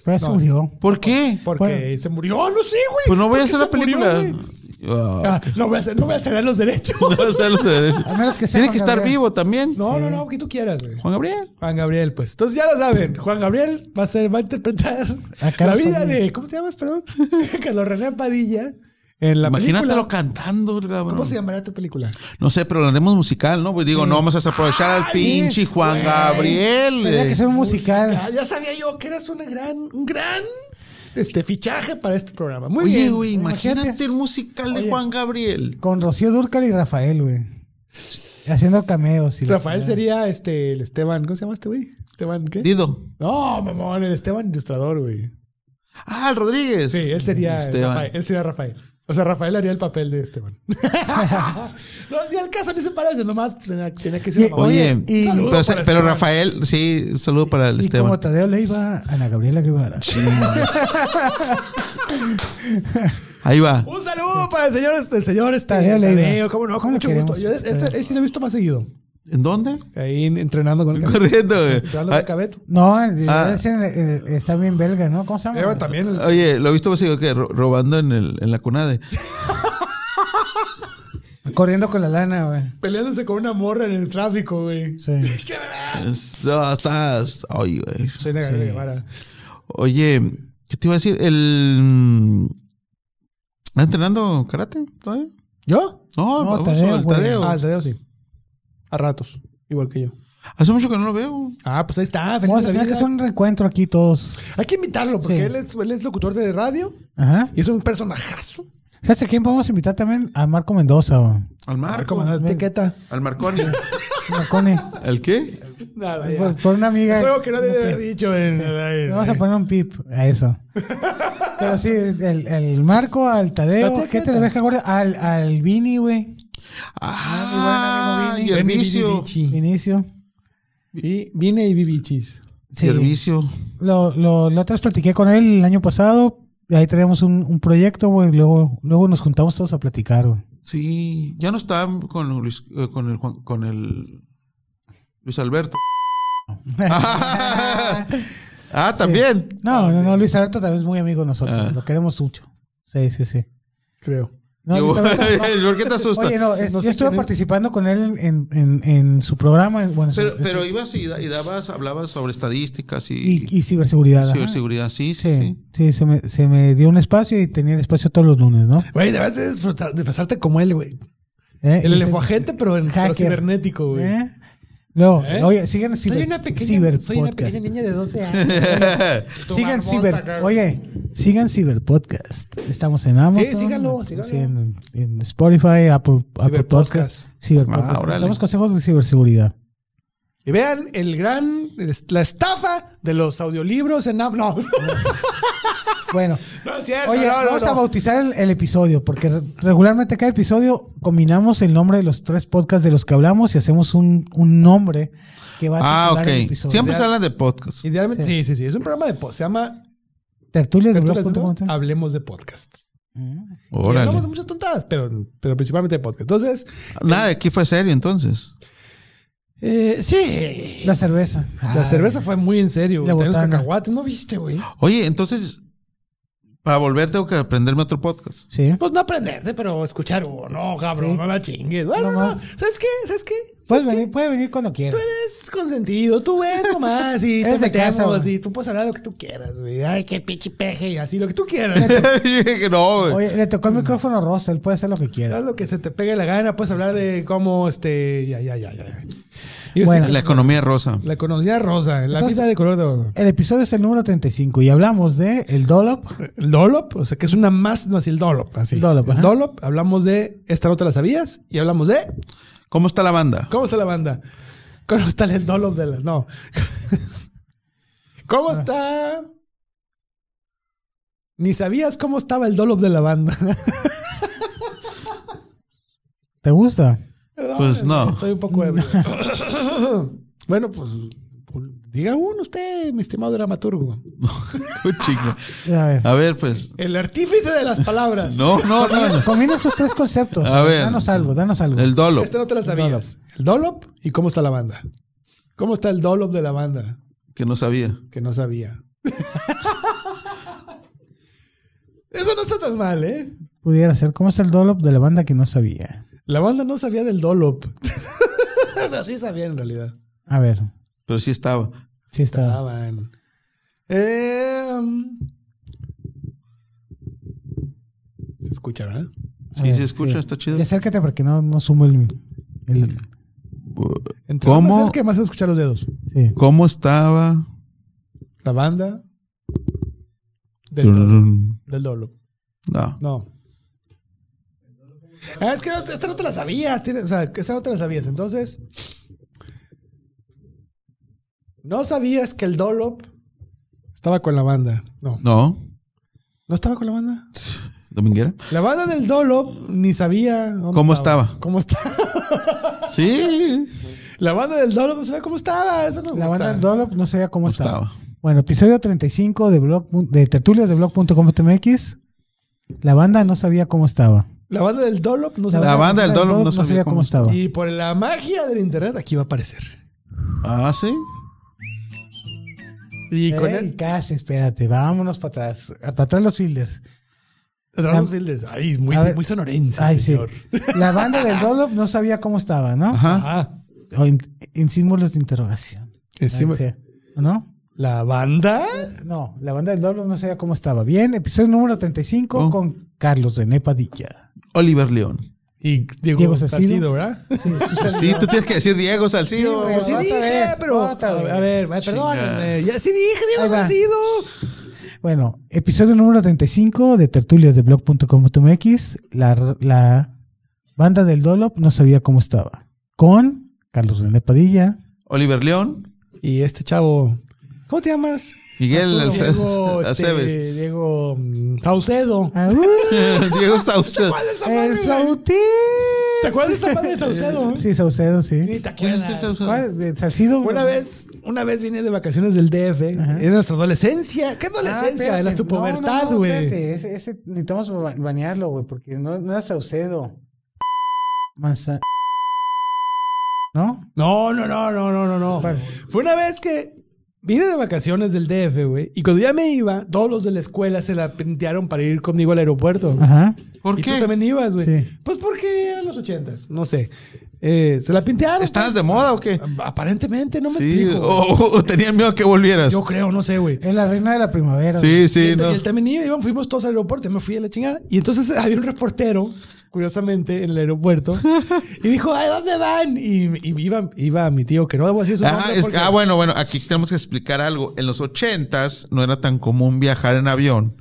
S3: Pero ya se murió.
S4: ¿Por qué?
S2: Porque
S3: Bueno.
S2: se murió, Oh, no sé, güey.
S4: Pues no voy a
S2: Porque
S4: hacer la
S2: se murió,
S4: película.
S2: güey.
S4: Ah,
S2: Ah, no, voy a hacer, no voy a ceder los derechos.
S4: no, o sea, los de-
S3: A menos que sea
S4: Tiene
S3: Juan
S4: que estar
S3: Gabriel.
S4: vivo también.
S2: No, no, no, que tú quieras, güey.
S4: Juan Gabriel.
S2: Juan Gabriel, pues. Entonces ya lo saben. Juan Gabriel va a ser, va a interpretar
S3: A
S2: la
S3: Carlos
S2: vida
S3: Padilla.
S2: de. ¿Cómo te llamas, perdón? Carlos René Padilla. En la
S4: Imagínatelo
S2: película.
S4: cantando, cabrón.
S2: ¿Cómo se llamará tu película?
S4: No sé, pero lo haremos musical, ¿no? Pues digo, no vamos a desaprovechar al pinche Juan Gabriel.
S3: Tendría que
S4: eh.
S3: ser un musical.
S2: Ah, ya sabía yo que eras una gran, un gran este, fichaje para este programa. Muy
S4: Oye,
S2: bien.
S4: güey,
S3: Imagínate.
S4: imagínate el musical de Juan Gabriel.
S3: Con Rocío Dúrcal y Rafael, güey. Haciendo cameos. Y la
S2: Rafael
S3: chingada.
S2: sería este, el Esteban. ¿Cómo se llama este güey? Esteban, ¿qué?
S4: Dido.
S2: No, mamón, el Esteban ilustrador, güey.
S4: Ah, el Rodríguez. Este,
S2: Sí, él sería
S4: Esteban.
S2: Rafael. Él sería Rafael. O sea, Rafael haría el papel de Esteban. no, ni al caso ni se parece, nomás pues, tenía, tenía que ser una mamá.
S4: Oye,
S3: y-
S2: Saludo
S4: pero,
S2: para
S4: pero
S2: Esteban.
S4: Rafael, sí, un saludo para
S3: Y
S4: el
S3: como
S4: Esteban.
S3: Tadeo Leiva, Ana Gabriela Guevara.
S4: Ahí va.
S2: Un saludo para el señor, este, el señor este,
S3: Tadeo Leiva.
S2: Tadeo, cómo no, con
S3: ¿Cómo
S2: mucho
S3: lo queremos?
S2: gusto. Yo ese, ese- ese lo he visto más seguido.
S4: ¿En dónde?
S2: Ahí en- entrenando con el cabeto.
S4: Corriendo, güey.
S2: Entrenando con el
S4: Ah,
S2: cabeto.
S3: No, el-
S4: Ah.
S3: ese, eh, está bien belga, ¿no? ¿Cómo se llama?
S2: Luego también el-
S4: Oye, lo he visto así que Ro- robando en, el, en la CUNADE.
S3: Corriendo con la lana, güey.
S2: peleándose con una morra en el tráfico, güey.
S3: Sí.
S4: Es- ah, estás- ay, güey.
S2: Soy Ana Gabriela Guevara.
S4: Oye, ¿qué te iba a decir? El mm, ¿Está entrenando karate todavía?
S2: ¿Yo?
S4: No,
S3: No,
S4: vamos,
S3: Tadeo,
S4: al
S3: güey.
S4: Tadeo.
S2: Ah, el Tadeo sí. A ratos, igual que yo.
S4: Hace mucho que no lo veo.
S2: Ah, pues ahí está. Feliz
S3: Vamos
S2: de
S3: a
S2: la
S3: tener que
S2: vida.
S3: hacer un reencuentro aquí todos.
S2: Hay que invitarlo porque
S3: Sí.
S2: él, es, él es locutor de radio
S3: Ajá.
S2: y es un personajazo.
S3: ¿Sabes a quién podemos invitar también? A Marco Mendoza, güey.
S4: Al Marco.
S2: Etiqueta.
S4: Al Marconi.
S3: Marcone.
S4: ¿El qué?
S2: Nada, ya.
S3: Por, por una amiga.
S2: Es algo que no debe haber dicho en el
S3: Le
S2: aire.
S3: Vamos a poner un pip a eso. Pero sí, el, el Marco, al
S2: La
S3: Tadeo,
S2: tía
S3: ¿qué te
S2: Cata.
S3: le deja gorda? Al, al Vini, güey.
S4: Ah,
S3: mi buen amigo Vini.
S2: Vini,
S4: Yervicio.
S2: Vini, Vini.
S3: Vinicio.
S2: Y vine y vivichis.
S3: Sí.
S4: Yervicio.
S3: Lo, lo, la otra vez platiqué con él el año pasado. Ahí traíamos un, un proyecto, güey. Luego, luego nos juntamos todos a platicar, güey.
S4: Sí, ya no está con Luis, eh, con el Juan- con el Luis Alberto. ah, también.
S3: No, no, no, Luis Alberto también es muy amigo de nosotros.
S4: Ah.
S3: Lo queremos mucho. Sí, sí, sí.
S2: creo.
S3: No,
S4: Digo,
S3: Luis Alberto, no.
S4: ¿Por qué te asustas?
S3: Oye, no, es-
S2: No sé
S3: yo estuve
S2: quién es.
S3: participando con él en, en- en su programa. en- Bueno, en su-
S4: pero,
S3: en su-
S4: pero ibas y, da- y dabas, hablabas sobre estadísticas y,
S3: y, y ciberseguridad. ajá.
S4: ciberseguridad, sí, sí,
S3: Sí,
S4: sí.
S3: sí, se, me, se me dio un espacio y tenía el espacio todos los lunes, ¿no?
S2: Güey, debes de disfrutar- disfrazarte como él, güey.
S3: ¿Eh?
S2: El
S3: Y-
S2: elefoagente, pero en pero
S3: Hacker.
S2: cibernético, güey.
S3: ¿Eh? No,
S2: ¿Eh?
S3: oye, sigan ciber, ciberpodcast.
S2: niña de 12 años.
S3: Sigan
S2: barbota,
S3: ciber,
S2: cabrón.
S3: oye, sigan ciberpodcast. Estamos en Amazon.
S2: Sí, síganlo, síganlo.
S3: sí, en, en Spotify, Apple, Apple
S2: Ciberpodcast.
S3: Podcast, Ciberpodcast.
S4: Ah, órale.
S3: Damos consejos de ciberseguridad.
S2: Y vean el gran, la estafa de los audiolibros en Am- No,
S3: Bueno,
S2: no es cierto.
S3: oye,
S2: no, no,
S3: vamos
S2: no.
S3: a bautizar el, el episodio porque re- regularmente cada episodio combinamos el nombre de los tres podcasts de los que hablamos y hacemos un, un nombre que va a
S4: Ah,
S3: titular el
S4: ok.
S3: episodio.
S4: Siempre se hablan de podcast.
S2: Idealmente, sí. sí, sí, Es un programa de podcast. Se llama
S3: Tertulias de
S2: Tertulias de
S3: blog punto com, Mm.
S2: Blog,
S4: Ah.
S2: Hablemos de podcast. Y hablamos de
S4: Órale.
S2: muchas tontadas, pero, pero principalmente de podcast. Entonces,
S4: Nada, de aquí fue serio entonces.
S2: eh, sí.
S3: La cerveza.
S4: Ah,
S2: La cerveza fue muy en serio.
S3: La
S2: La los
S3: botana.
S2: cacahuates, ¿no viste, güey?
S4: Oye, entonces, para volver tengo que aprenderme otro podcast.
S3: Sí.
S2: Pues no aprenderte, pero escuchar uno, cabrón,
S3: Sí.
S2: no la chingues. Bueno, no,
S3: Nomás.
S2: ¿sabes qué? ¿Sabes qué?
S3: Puedes
S2: ¿Sabes qué?
S3: venir, puede venir cuando
S2: Tú
S3: quieras.
S2: eres consentido, tú ven nomás y te
S3: Eres de casa,
S2: metemos
S3: güey.
S2: y tú puedes hablar de lo que tú quieras, güey. Ay, qué pinche peje y así, lo que tú quieras.
S4: Yo dije, no, güey.
S3: Oye, le tocó el micrófono rosa, él puede hacer lo que quiera.
S2: Haz lo que se te pegue la gana, puedes hablar de cómo, este, ya, ya, ya, ya. Y
S3: Bueno.
S2: este,
S4: La economía rosa.
S2: la economía rosa, la
S3: Entonces-
S2: vida de color de oro.
S3: El episodio es el número 35 y hablamos de el dollop.
S2: El Dolop, o sea, que es una más, no así el Dolop, así.
S3: El dollop, ajá.
S2: El Dolop, hablamos de esta nota la sabías y hablamos de
S4: ¿Cómo está la banda?
S2: ¿Cómo está la banda? ¿Cómo está el Dolop de la no?
S3: Ah.
S2: ¿Cómo está? Ni sabías cómo estaba el Dolop de la banda.
S3: ¿Te gusta?
S2: Perdón,
S4: Pues no.
S2: Estoy un poco ebrio. bueno, pues diga uno usted, mi estimado dramaturgo.
S4: Un chingo.
S3: A ver.
S4: A ver, pues.
S2: El artífice de las palabras.
S4: No, no, no. no.
S3: Combina esos tres conceptos.
S4: A ver.
S3: Danos algo, danos algo.
S4: El dolo.
S2: Este no te la sabías. El Dolop y cómo está la banda. ¿Cómo está el Dolop de la banda?
S4: Que no sabía.
S2: Que no sabía. Eso no está tan mal, ¿eh?
S3: Pudiera ser. ¿Cómo es el dollop de la banda que no sabía?
S2: La banda no sabía del Dolop. Ah. Pero sí sabía en realidad.
S3: A ver.
S4: Pero sí estaba.
S3: Sí
S4: Ah,
S3: está.
S2: Estaban. Eh, um, Se escucha, ¿verdad?
S3: A ver,
S4: Sí, se escucha, está chido. Mm.
S3: Y acércate para que no, no sumo el, el-
S2: Entre
S4: ¿Cómo?
S2: más cerca, más se escuchan los dedos.
S3: Sí.
S4: ¿Cómo estaba?
S2: La banda. Del, Dolop.
S4: Tururún.
S2: del Dolop.
S4: No.
S2: No. Ah, es que no, esta no te la sabías. tiene- o sea, esta no te la sabías. Entonces. No sabías que el Dolop estaba con la banda. No.
S4: No.
S2: ¿No estaba con la banda?
S4: ¿Dominguera?
S2: La banda del Dolop ni sabía. dónde
S4: ¿Cómo estaba?
S2: ¿Cómo estaba?
S4: Sí.
S2: La banda del Dolop no sabía cómo estaba. Eso no me
S3: La
S2: gusta.
S3: banda del dollop no sabía cómo
S4: No
S3: estaba.
S4: estaba.
S3: Bueno, episodio 35 de, blog, de tertulias de blog.com.mx. La banda no sabía cómo estaba.
S2: La banda del Dolop no
S4: La
S2: sabía.
S4: banda del Dollop no sabía cómo
S3: estaba.
S2: Y por la magia del internet, aquí va a aparecer.
S4: Ah, sí.
S2: Y con
S3: Ey,
S2: él.
S3: Eh, casi, espérate, vámonos para atrás. Para atrás los fielders.
S2: Dragon Builders. Ay, muy,
S3: A ver.
S2: muy sonorense,
S3: Ay,
S2: señor.
S3: sí. La banda del Dolop no sabía cómo estaba, ¿no?
S4: Ajá.
S2: Ah.
S3: O en, en símbolos de interrogación.
S2: Encima-
S3: Sí. ¿O ¿No?
S2: ¿La banda?
S3: No, la banda del Dolop no sabía cómo estaba. Bien, episodio número 35
S4: Oh.
S3: con Carlos René Padilla.
S4: Oliver León.
S2: Y Diego,
S3: Diego
S2: Salcido,
S3: Salcido.
S2: ¿verdad?
S3: Sí,
S4: Pues sí, tú tienes que decir Diego Salcido.
S3: Sí, güey.
S2: Sí
S3: Otra
S2: dije,
S3: vez,
S2: pero...
S3: otra vez.
S2: A ver, ay, perdónenme. Ya sí dije Diego
S3: Ahí va.
S2: Salcido.
S3: Bueno, episodio número 35 de tertulias de blog.com.mx. La, la banda del Dolop no sabía cómo estaba. Con Carlos René Padilla.
S4: Oliver León.
S2: Y este chavo... ¿Cómo te llamas?
S4: Miguel
S2: Diego,
S4: Alfredo
S2: este,
S4: Aceves.
S2: Diego mm, Saucedo.
S3: Ah, uh,
S4: Diego Saucedo.
S2: ¿Cuál es esa
S3: ¡El
S2: madre, güey?
S3: flautín!
S2: ¿Te acuerdas de esa madre de Saucedo?
S3: Sí, Saucedo,
S2: Ni
S3: sí.
S2: te
S4: ¿Quién es
S2: acuerdas.
S4: el Saucedo?
S3: ¿Cuál? ¿De Salcido?
S2: Una vez, una vez vine de vacaciones del DF. En nuestra adolescencia. ¿Qué adolescencia?
S3: Ah,
S2: en la
S3: espérate. No, no,
S2: pubertad,
S3: no,
S2: güey.
S3: espérate. ese, ese necesitamos ba- banearlo, güey, porque no, no era Saucedo. Manza- ¿No?
S2: No, no, no, no, no, no, no. Fue una vez que vine de vacaciones del DF, güey. Y cuando ya me iba, todos los de la escuela se la pintearon para ir conmigo al aeropuerto.
S3: Ajá.
S4: ¿Por
S2: y tú
S4: qué?
S2: también ibas, güey.
S3: Sí.
S2: Pues porque eran los ochentas, no sé. Eh, se la pintearon.
S4: ¿Estabas de moda o qué?
S2: pues. Aparentemente, no me
S4: Sí, oh,
S2: explico.
S4: o, o- o tenían miedo que volvieras.
S2: Yo creo, no sé, güey.
S3: Es la reina de la primavera. güey.
S4: Sí,
S2: y
S4: sí,
S2: él,
S4: no.
S2: y él también iba, íbamos, fuimos todos al aeropuerto, y me fui a la chingada. Y entonces había un reportero, curiosamente, en el aeropuerto, y dijo, ¿a dónde van? Y, y iba, iba mi tío, que no debo decir su
S4: Ah,
S2: nombre
S4: es-
S2: porque-
S4: ah, bueno, bueno, aquí tenemos que explicar algo. En los ochentas no era tan común viajar en avión.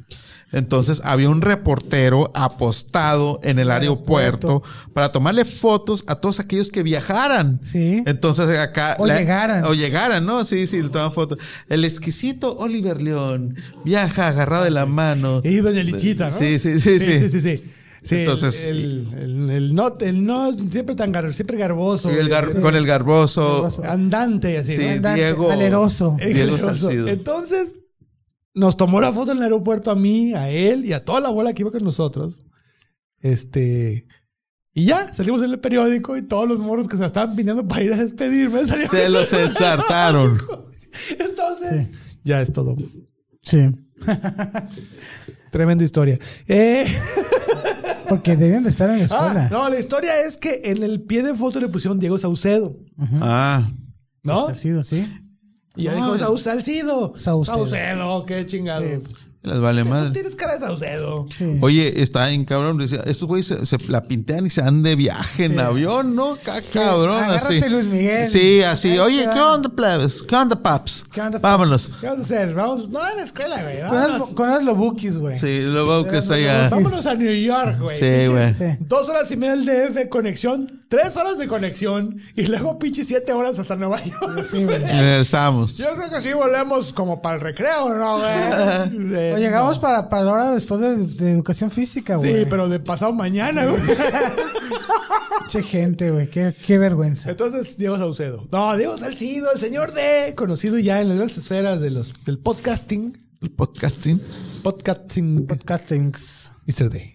S4: Entonces había un reportero apostado en el aeropuerto para tomarle fotos a todos aquellos que viajaran.
S3: Sí.
S4: Entonces acá...
S3: O llegaran.
S4: O llegaran, ¿no? Sí, sí, le toman fotos. El exquisito Oliver León viaja agarrado de la mano.
S2: Y doña Lichita, ¿no?
S4: Sí, sí, sí, sí.
S2: sí, sí, sí. Sí, el-
S4: Entonces-
S2: el, el, el no, el no, siempre tan gar- siempre garboso.
S4: Y el gar-
S2: eh,
S4: con el garboso.
S2: Andante y así.
S4: Sí,
S2: ¿no?
S3: andante,
S4: Diego.
S3: valeroso.
S2: Eh,
S4: Diego
S2: generoso.
S4: Salcido.
S2: Entonces, nos tomó la foto en el aeropuerto a mí, a él y a toda la bola que iba con nosotros. Este. Y ya, salimos en el periódico y todos los morros que se estaban pidiendo para ir a despedirme salieron.
S4: Se los ensartaron.
S2: Entonces, ya es todo.
S3: Sí.
S2: Tremenda historia. Eh,
S3: Porque debían de estar en la escuela.
S2: ah, no, la historia es que en el pie de foto le pusieron Diego Saucedo.
S4: Ah.
S2: ¿No?
S3: Salcido, sí.
S2: Y yo digo, "Sau- Salcido.
S3: Saucedo.
S2: Saucedo, qué chingados.
S4: Las vale
S2: Tú
S4: madre.
S2: tienes cara de Saucedo.
S3: Sí.
S4: Oye, está en cabrón. decía, Estos güeyes se, se la pintean y se dan de viaje en avión, ¿no? Ca- cabrón,
S3: agárrate,
S4: así.
S3: Luis Miguel.
S4: Sí, así.
S3: Ahí
S4: Oye,
S3: te
S4: ¿qué
S3: va.
S4: onda, plebes? ¿Qué onda, paps?
S3: ¿Qué onda, paps?
S4: Vámonos.
S2: ¿Qué vas a hacer? Vamos, no a la escuela, güey.
S3: Con
S2: Vámonos,
S3: los, con los Lobukis, güey.
S4: Sí, luego que está allá.
S2: vámonos a New York, güey.
S4: Sí, güey.
S3: Sí.
S2: Dos horas y media del DF, conexión, tres horas de conexión y luego pinche siete horas hasta Nueva York. güey.
S4: Regresamos.
S2: Yo creo que sí volvemos como para el recreo, ¿no, güey? De-
S3: O llegamos para, para la hora después de, de educación física,
S2: Sí,
S3: güey.
S2: pero de pasado mañana, güey.
S3: Che gente, güey. Qué, qué vergüenza.
S2: Entonces, Diego Saucedo. No, Diego Salcido, el señor D, conocido ya en las grandes esferas de los, del podcasting.
S4: El podcasting.
S2: Podcasting.
S3: Podcastings.
S2: Mr. D.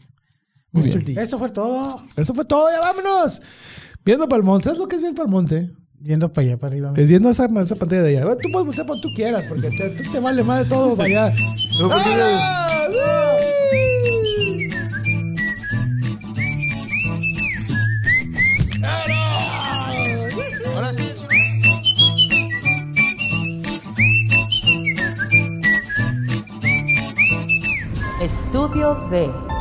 S4: Muy
S2: Mr.
S4: bien.
S2: D.
S3: Esto fue todo.
S2: Eso fue todo, ya vámonos. Viendo para el monte. ¿Sabes lo que es bien para el monte?
S3: Yendo para allá, para arriba.
S2: Es viendo esa, esa pantalla de allá. Bueno, Tú puedes voltear cuando tú quieras, porque te, tú te vale madre todo para allá. ¡Vámonos! ¡Sí!
S4: Ahora sí.
S9: Estudio D.